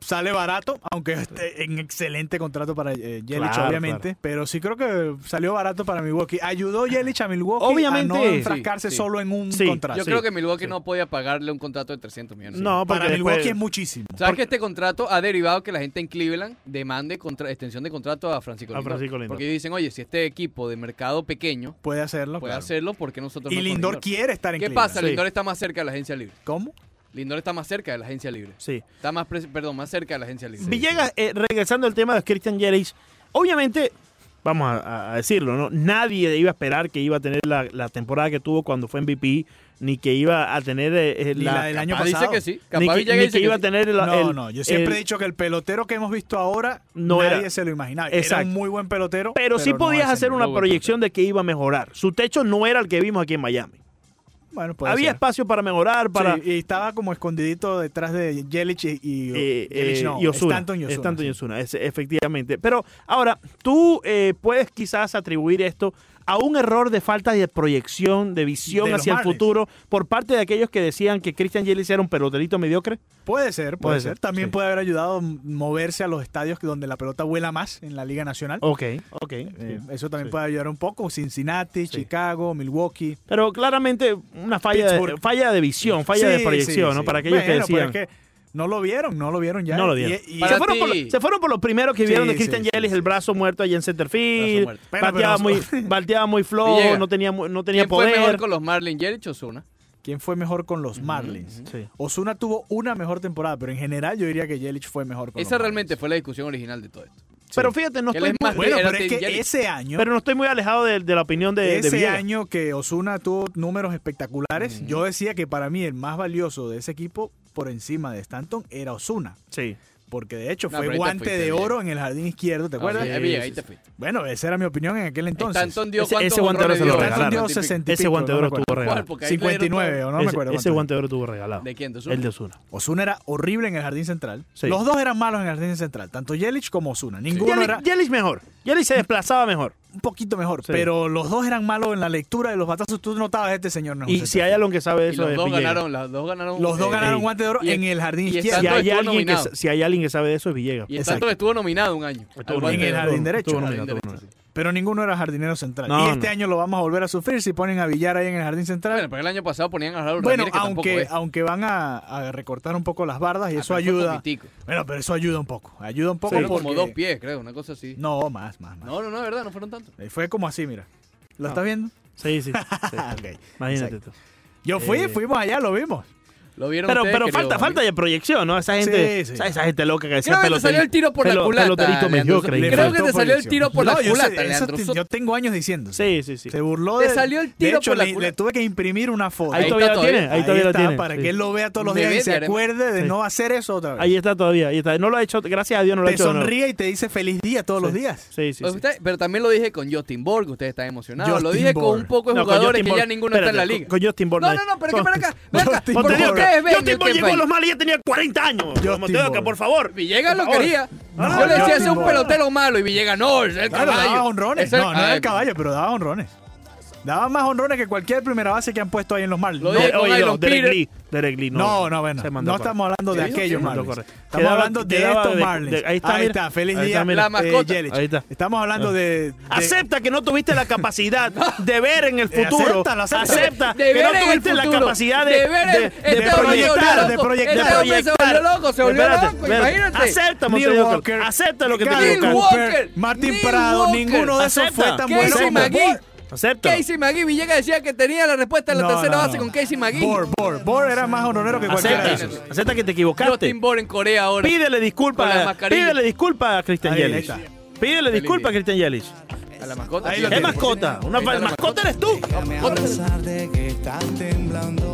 Speaker 3: Sale barato, aunque esté en excelente contrato para eh, Yelich,
Speaker 2: Claro,
Speaker 3: obviamente. Pero sí creo que salió barato para Milwaukee. Ayudó Yelich a Milwaukee
Speaker 2: Obviamente.
Speaker 3: a no enfrascarse
Speaker 1: Sí, sí.
Speaker 3: solo en un
Speaker 2: Sí.
Speaker 3: contrato.
Speaker 1: Yo
Speaker 2: Ah, Sí,
Speaker 1: creo que Milwaukee
Speaker 2: sí.
Speaker 1: no podía pagarle un contrato de 300 millones.
Speaker 2: No, porque
Speaker 3: para Milwaukee
Speaker 2: después-
Speaker 3: es muchísimo.
Speaker 1: ¿Sabes que este contrato ha derivado que la gente en Cleveland demande contra- extensión de contrato a Francisco
Speaker 2: A
Speaker 1: Lindor?
Speaker 2: Francisco Lindor.
Speaker 1: Porque ellos dicen, oye, si este equipo de mercado pequeño
Speaker 3: Puede hacerlo.
Speaker 1: puede
Speaker 3: claro.
Speaker 1: hacerlo, ¿por qué nosotros
Speaker 3: Y
Speaker 1: no con
Speaker 3: Lindor quiere estar en
Speaker 1: ¿Qué
Speaker 3: Cleveland.
Speaker 1: pasa?
Speaker 2: Sí.
Speaker 1: Lindor está más cerca de la agencia libre.
Speaker 3: ¿Cómo?
Speaker 1: Lindor está más cerca de la agencia libre.
Speaker 2: Sí.
Speaker 1: Está más, pres- perdón, más cerca de la agencia libre.
Speaker 2: Villegas, eh, regresando al tema de Christian Yelich, obviamente, vamos a, a decirlo, ¿no? Nadie iba a esperar que iba a tener la, la temporada que tuvo cuando fue MVP, ni que iba a tener eh, eh,
Speaker 3: Ni la del año
Speaker 1: Capaz Ah, dice
Speaker 3: pasado.
Speaker 1: que sí.
Speaker 2: ni
Speaker 1: Capaz
Speaker 2: que,
Speaker 1: Villegas
Speaker 2: ni
Speaker 1: dice
Speaker 2: que
Speaker 1: que
Speaker 2: iba a
Speaker 1: sí.
Speaker 2: tener la-
Speaker 3: no,
Speaker 2: el-
Speaker 3: no, yo
Speaker 2: el-
Speaker 3: siempre he dicho que el pelotero que hemos visto ahora
Speaker 2: No
Speaker 3: nadie
Speaker 2: era-
Speaker 3: se lo imaginaba. Era
Speaker 2: Exacto.
Speaker 3: un muy buen pelotero.
Speaker 2: Pero, sí
Speaker 3: no
Speaker 2: podías
Speaker 3: ese
Speaker 2: hacer
Speaker 3: nivel.
Speaker 2: una
Speaker 1: muy buen
Speaker 2: proyección de que iba a mejorar. Su techo no era el que vimos aquí en Miami.
Speaker 3: Bueno, puede
Speaker 2: Había
Speaker 3: ser.
Speaker 2: espacio para mejorar, para...
Speaker 3: Sí, y estaba como escondidito detrás de Yelich y, y-
Speaker 2: eh,
Speaker 3: Yelich
Speaker 2: eh,
Speaker 3: no,
Speaker 2: y Ozuna.
Speaker 3: Stanton y Ozuna,
Speaker 2: Stanton y
Speaker 3: sí.
Speaker 2: Ozuna, es- efectivamente. Pero ahora, tú eh, puedes quizás atribuir esto a un error de falta de proyección, de visión
Speaker 3: De los
Speaker 2: hacia el
Speaker 3: Marlins.
Speaker 2: futuro por parte de aquellos que decían que Christian Yelich era un peloterito mediocre.
Speaker 3: Puede ser, puede,
Speaker 2: Puede
Speaker 3: ser.
Speaker 2: ser,
Speaker 3: También
Speaker 2: sí.
Speaker 3: puede haber ayudado a moverse a los estadios que- donde la pelota vuela más en la Liga Nacional.
Speaker 2: Ok, ok.
Speaker 3: Eh, eso también
Speaker 2: Oh, sí.
Speaker 3: puede ayudar un poco. Cincinnati, Chicago, Milwaukee.
Speaker 2: Pero claramente una falla, de,
Speaker 3: Pittsburgh.
Speaker 2: falla de visión, falla de
Speaker 3: Sí,
Speaker 2: proyección,
Speaker 3: sí,
Speaker 2: ¿no?
Speaker 3: sí.
Speaker 2: Para aquellos
Speaker 3: Bueno,
Speaker 2: que
Speaker 3: pero
Speaker 2: decían...
Speaker 3: es que no lo vieron, no lo vieron ya.
Speaker 2: No lo
Speaker 3: Y-
Speaker 2: dieron.
Speaker 3: y-
Speaker 1: Para
Speaker 2: se, fueron por,
Speaker 1: ti.
Speaker 2: lo- se fueron por los primeros que
Speaker 3: Sí,
Speaker 2: vieron de
Speaker 3: sí,
Speaker 2: Christian
Speaker 3: sí,
Speaker 2: Yelich,
Speaker 3: sí,
Speaker 2: el
Speaker 3: sí.
Speaker 2: brazo muerto allí en
Speaker 1: Brazo
Speaker 2: centerfield,
Speaker 1: muerto.
Speaker 3: Bueno,
Speaker 2: bateaba,
Speaker 3: pero
Speaker 2: muy, bateaba muy flojo,
Speaker 1: Villegas.
Speaker 2: no tenía, mu- no tenía
Speaker 1: ¿Quién fue mejor
Speaker 2: poder.
Speaker 1: con los Marlins? Yelich o Zuna.
Speaker 3: ¿Quién fue mejor con los Marlins?
Speaker 2: Sí.
Speaker 3: Osuna tuvo una mejor temporada, pero en general yo diría que Yelich fue mejor. con
Speaker 1: Esa
Speaker 3: los
Speaker 1: realmente
Speaker 3: Marlins.
Speaker 1: fue la discusión original de todo esto.
Speaker 2: Pero fíjate, no
Speaker 1: Él
Speaker 2: estoy,
Speaker 1: es
Speaker 2: muy-
Speaker 1: más-
Speaker 3: Bueno,
Speaker 1: Era
Speaker 3: pero es
Speaker 1: Team
Speaker 3: que
Speaker 1: Yelich.
Speaker 3: ese año,
Speaker 2: pero no estoy muy alejado de, de la opinión de, de
Speaker 3: ese
Speaker 2: Villegas.
Speaker 3: año que Osuna tuvo números espectaculares, yo decía que para mí el más valioso de ese equipo por encima de Stanton era Osuna,
Speaker 2: Sí.
Speaker 3: porque de hecho
Speaker 1: No, pero
Speaker 3: fue
Speaker 1: ahí te
Speaker 3: guante
Speaker 1: fuiste,
Speaker 3: de
Speaker 1: Villegas.
Speaker 3: oro en el jardín izquierdo, ¿te acuerdas?
Speaker 1: Ah, sí,
Speaker 2: Sí,
Speaker 1: Villegas, ahí
Speaker 2: sí,
Speaker 1: te
Speaker 2: sí.
Speaker 1: fuiste.
Speaker 3: Bueno, esa era mi opinión en aquel entonces.
Speaker 1: Stanton dio
Speaker 2: ese-
Speaker 1: cuántos
Speaker 2: ese guante
Speaker 1: honrones
Speaker 2: se lo
Speaker 1: dio?
Speaker 3: Stanton
Speaker 2: regalaron.
Speaker 3: dio
Speaker 1: Típico.
Speaker 3: 60 y
Speaker 2: Ese
Speaker 3: pico,
Speaker 2: guante de
Speaker 3: no
Speaker 2: oro
Speaker 3: me acuerdo.
Speaker 2: tuvo
Speaker 1: ¿Cuál?
Speaker 2: regalado.
Speaker 1: Porque ahí le dieron
Speaker 3: 59, o no me
Speaker 2: Ese,
Speaker 3: acuerdo.
Speaker 2: ese
Speaker 3: cuánto.
Speaker 2: guante de oro tuvo regalado.
Speaker 1: ¿De quién? ¿De Ozuna?
Speaker 2: El de Osuna.
Speaker 3: Osuna era horrible en el jardín central.
Speaker 2: Sí.
Speaker 3: Los dos eran malos en el jardín central, tanto Yelich como Osuna. Ninguno era
Speaker 2: Yelich, Yelich mejor. Yeli se desplazaba mejor.
Speaker 3: un poquito mejor,
Speaker 2: Sí.
Speaker 3: pero los dos eran malos en la lectura de los batazos. Tú notabas este señor. No,
Speaker 2: Y
Speaker 3: José
Speaker 2: si hay alguien que sabe de
Speaker 1: Y
Speaker 2: eso,
Speaker 1: los
Speaker 2: es
Speaker 1: dos
Speaker 2: Villegas.
Speaker 1: ganaron, los dos ganaron.
Speaker 3: Los dos
Speaker 1: eh,
Speaker 3: ganaron
Speaker 2: eh,
Speaker 3: guante de oro
Speaker 1: y
Speaker 3: en
Speaker 1: es-
Speaker 3: el jardín
Speaker 1: y es
Speaker 3: izquierdo.
Speaker 2: Si
Speaker 1: Tanto
Speaker 2: hay,
Speaker 1: estuvo
Speaker 2: alguien que,
Speaker 1: nominado.
Speaker 2: sa- si hay alguien que sabe de eso, es Villegas.
Speaker 1: Y en tanto estuvo nominado un año.
Speaker 2: Estuvo
Speaker 1: al
Speaker 2: nominado.
Speaker 1: Walter
Speaker 3: En el
Speaker 1: de Oro.
Speaker 3: jardín derecho.
Speaker 2: Estuvo nominado,
Speaker 1: Jardín
Speaker 2: estuvo
Speaker 1: derecho,
Speaker 2: nominado.
Speaker 3: Pero ninguno era jardinero central.
Speaker 2: No,
Speaker 3: y este
Speaker 2: no.
Speaker 3: año lo vamos a volver a sufrir si ponen a Villar ahí en el
Speaker 1: Bueno,
Speaker 3: jardín central.
Speaker 1: pero el año pasado ponían a Raúl
Speaker 3: Bueno,
Speaker 1: Ramírez, que tampoco
Speaker 3: aunque,
Speaker 1: es.
Speaker 3: aunque van a, a recortar un poco las bardas y
Speaker 1: Ah,
Speaker 3: eso
Speaker 1: pero fue
Speaker 3: ayuda.
Speaker 1: poquitico.
Speaker 3: Bueno, pero eso ayuda un poco. Ayuda un poco
Speaker 1: Fueron
Speaker 3: porque...
Speaker 1: como dos pies, creo, una cosa así.
Speaker 3: No, más, más, más.
Speaker 1: No, Ah. no, no, de verdad, no fueron tanto.
Speaker 3: Eh, Fue como así, mira. ¿Lo
Speaker 2: No.
Speaker 3: estás viendo?
Speaker 2: Sí, sí. sí.
Speaker 3: Ah, *laughs* ok.
Speaker 2: Imagínate tú.
Speaker 3: Yo fui,
Speaker 2: Eh.
Speaker 3: fuimos allá, lo vimos.
Speaker 1: Lo vieron
Speaker 2: Pero,
Speaker 1: ustedes,
Speaker 2: pero
Speaker 1: queridos
Speaker 2: falta, falta
Speaker 1: amigos.
Speaker 2: de proyección, ¿no? Esa gente,
Speaker 3: Sí, sí.
Speaker 2: ¿sabes? esa gente loca que decía
Speaker 1: Creo que te
Speaker 2: pelotero.
Speaker 1: salió el tiro por la culata,
Speaker 2: Peloterito
Speaker 1: Leandro.
Speaker 2: mediocre.
Speaker 1: Le
Speaker 2: increíble.
Speaker 1: creo que te
Speaker 3: faltó
Speaker 1: salió el
Speaker 3: proyección.
Speaker 1: tiro por la
Speaker 3: yo sé,
Speaker 1: culata,
Speaker 3: eso
Speaker 1: Leandro.
Speaker 3: te-
Speaker 1: Eso-
Speaker 3: yo tengo años diciendo.
Speaker 2: Sí, sí, sí.
Speaker 3: Se burló
Speaker 1: Te
Speaker 3: de.
Speaker 1: salió el
Speaker 3: de
Speaker 1: tiro
Speaker 3: hecho,
Speaker 1: por la
Speaker 3: le,
Speaker 1: culata.
Speaker 3: le tuve que imprimir una foto.
Speaker 2: Ahí,
Speaker 1: Ahí
Speaker 2: todavía
Speaker 1: está
Speaker 2: la
Speaker 1: todavía.
Speaker 2: tiene, ahí, todavía
Speaker 3: está,
Speaker 2: la tiene.
Speaker 3: para
Speaker 2: sí.
Speaker 3: que él lo vea todos los
Speaker 1: Me
Speaker 3: días y
Speaker 1: ve,
Speaker 3: se
Speaker 1: haremos-
Speaker 3: acuerde de
Speaker 2: Sí.
Speaker 3: no hacer eso otra vez.
Speaker 2: Ahí está todavía, ahí está. No lo ha hecho, gracias a Dios no lo ha
Speaker 3: Te
Speaker 2: hecho. de nuevo.
Speaker 3: sonríe y te dice feliz día todos los
Speaker 2: Sí.
Speaker 3: días.
Speaker 2: Sí, sí,
Speaker 1: Pues
Speaker 2: sí.
Speaker 1: usted- pero también lo dije con Justin Borg, ustedes están emocionados. lo
Speaker 3: Justin
Speaker 1: dije
Speaker 3: Borg.
Speaker 1: con un poco de
Speaker 2: No, con
Speaker 1: jugadores
Speaker 2: Justin
Speaker 1: que
Speaker 2: Borg-
Speaker 1: ya ninguno está en la
Speaker 2: espérate,
Speaker 1: liga.
Speaker 2: Con, con Justin Borg.
Speaker 1: No,
Speaker 2: hay-
Speaker 1: no, no, pero es que
Speaker 2: con-
Speaker 1: para acá, ven acá,
Speaker 3: Justin
Speaker 1: porque
Speaker 3: Borg.
Speaker 1: ustedes ven
Speaker 2: Justin
Speaker 1: el
Speaker 2: Borg
Speaker 1: que
Speaker 2: llegó a
Speaker 1: falla.
Speaker 2: los Mali y tenía 40 años.
Speaker 3: Justin
Speaker 2: Como tengo que,
Speaker 3: Borg.
Speaker 2: por favor.
Speaker 1: Villegas lo
Speaker 2: Por favor.
Speaker 1: quería.
Speaker 3: No,
Speaker 1: yo le decía,
Speaker 3: Justin
Speaker 1: ese es un
Speaker 3: Borg.
Speaker 1: pelotero malo. Y Villegas, no, es el
Speaker 3: Claro, daba
Speaker 1: caballo.
Speaker 3: honrones.
Speaker 1: Es el-
Speaker 3: No, no era
Speaker 1: Ay,
Speaker 3: el caballo, pero daba honrones. Daba más honrones que cualquier primera base que han puesto ahí en los Marlins.
Speaker 1: Lo
Speaker 3: No,
Speaker 1: dije con
Speaker 2: Eh, Oye, no,
Speaker 1: Iron
Speaker 2: Derek
Speaker 1: Peter.
Speaker 2: Lee. Derek Lee,
Speaker 3: No, no, bueno.
Speaker 2: Se mandó
Speaker 3: No
Speaker 2: para-
Speaker 3: estamos hablando de
Speaker 1: Sí,
Speaker 3: aquellos
Speaker 1: sí,
Speaker 3: Marlins.
Speaker 2: correcto.
Speaker 3: Estamos
Speaker 2: Quedaba-
Speaker 3: hablando de
Speaker 2: quedaba
Speaker 3: estos
Speaker 2: de-
Speaker 3: Marlins.
Speaker 2: de- ahí está,
Speaker 3: Ahí
Speaker 2: mira.
Speaker 3: está, feliz
Speaker 2: Ahí
Speaker 3: día. eh,
Speaker 2: está, mira.
Speaker 1: La mascota.
Speaker 3: Yelich.
Speaker 2: Ahí está.
Speaker 3: Estamos hablando de. de-
Speaker 2: Acepta que no tuviste la capacidad
Speaker 1: *laughs*
Speaker 2: de ver en el
Speaker 3: Eh,
Speaker 2: futuro.
Speaker 3: acéptalo, acéptalo.
Speaker 2: Acepta
Speaker 1: De
Speaker 2: que
Speaker 1: ver
Speaker 2: no
Speaker 1: en el
Speaker 2: tuviste la
Speaker 1: futuro,
Speaker 2: capacidad de,
Speaker 1: de ver el-
Speaker 2: de- de
Speaker 1: este
Speaker 3: hombre se volvió
Speaker 2: proyectar,
Speaker 3: loco,
Speaker 2: de
Speaker 3: este
Speaker 2: proyectar.
Speaker 1: hombre se volvió loco, se volvió loco, imagínate.
Speaker 2: Acepta,
Speaker 3: Neil
Speaker 2: Montevideo Cal-
Speaker 3: Walker,
Speaker 2: Acepta lo que te
Speaker 3: Kyle
Speaker 1: Neil
Speaker 2: equivocaste.
Speaker 1: Walker,
Speaker 3: Martín
Speaker 1: Neil
Speaker 3: Prado,
Speaker 1: Walker.
Speaker 3: ninguno de esos
Speaker 2: Acepta.
Speaker 3: fue tan
Speaker 2: ¿Qué
Speaker 3: bueno
Speaker 2: hizo
Speaker 3: como
Speaker 1: McGee?
Speaker 3: Borg.
Speaker 2: Acepta.
Speaker 1: Casey McGee, Villegas decía que tenía la respuesta en la
Speaker 3: No,
Speaker 1: tercera
Speaker 3: no,
Speaker 1: base
Speaker 3: no.
Speaker 1: con Casey McGee.
Speaker 3: Borg, Borg. Borg era más honorero que cualquiera de
Speaker 2: Acepta,
Speaker 3: esos.
Speaker 2: acepta que
Speaker 1: Justin
Speaker 2: te equivocaste.
Speaker 1: Borg en Corea ahora.
Speaker 2: Pídele
Speaker 1: Con la
Speaker 2: disculpas.
Speaker 1: mascarilla.
Speaker 2: Pídele disculpas a Christian
Speaker 3: Ahí
Speaker 2: Yelich.
Speaker 3: está.
Speaker 2: Pídele
Speaker 1: Feliz
Speaker 2: disculpas a
Speaker 1: día.
Speaker 2: Christian Yelich.
Speaker 1: A la mascota.
Speaker 3: Ahí
Speaker 1: sí,
Speaker 3: lo
Speaker 1: a la
Speaker 2: Es
Speaker 3: tiene.
Speaker 2: mascota. Una
Speaker 1: Ahí está la
Speaker 2: mascota eres tú.
Speaker 7: Déjame
Speaker 1: Otra.
Speaker 7: abrazarte que estás temblando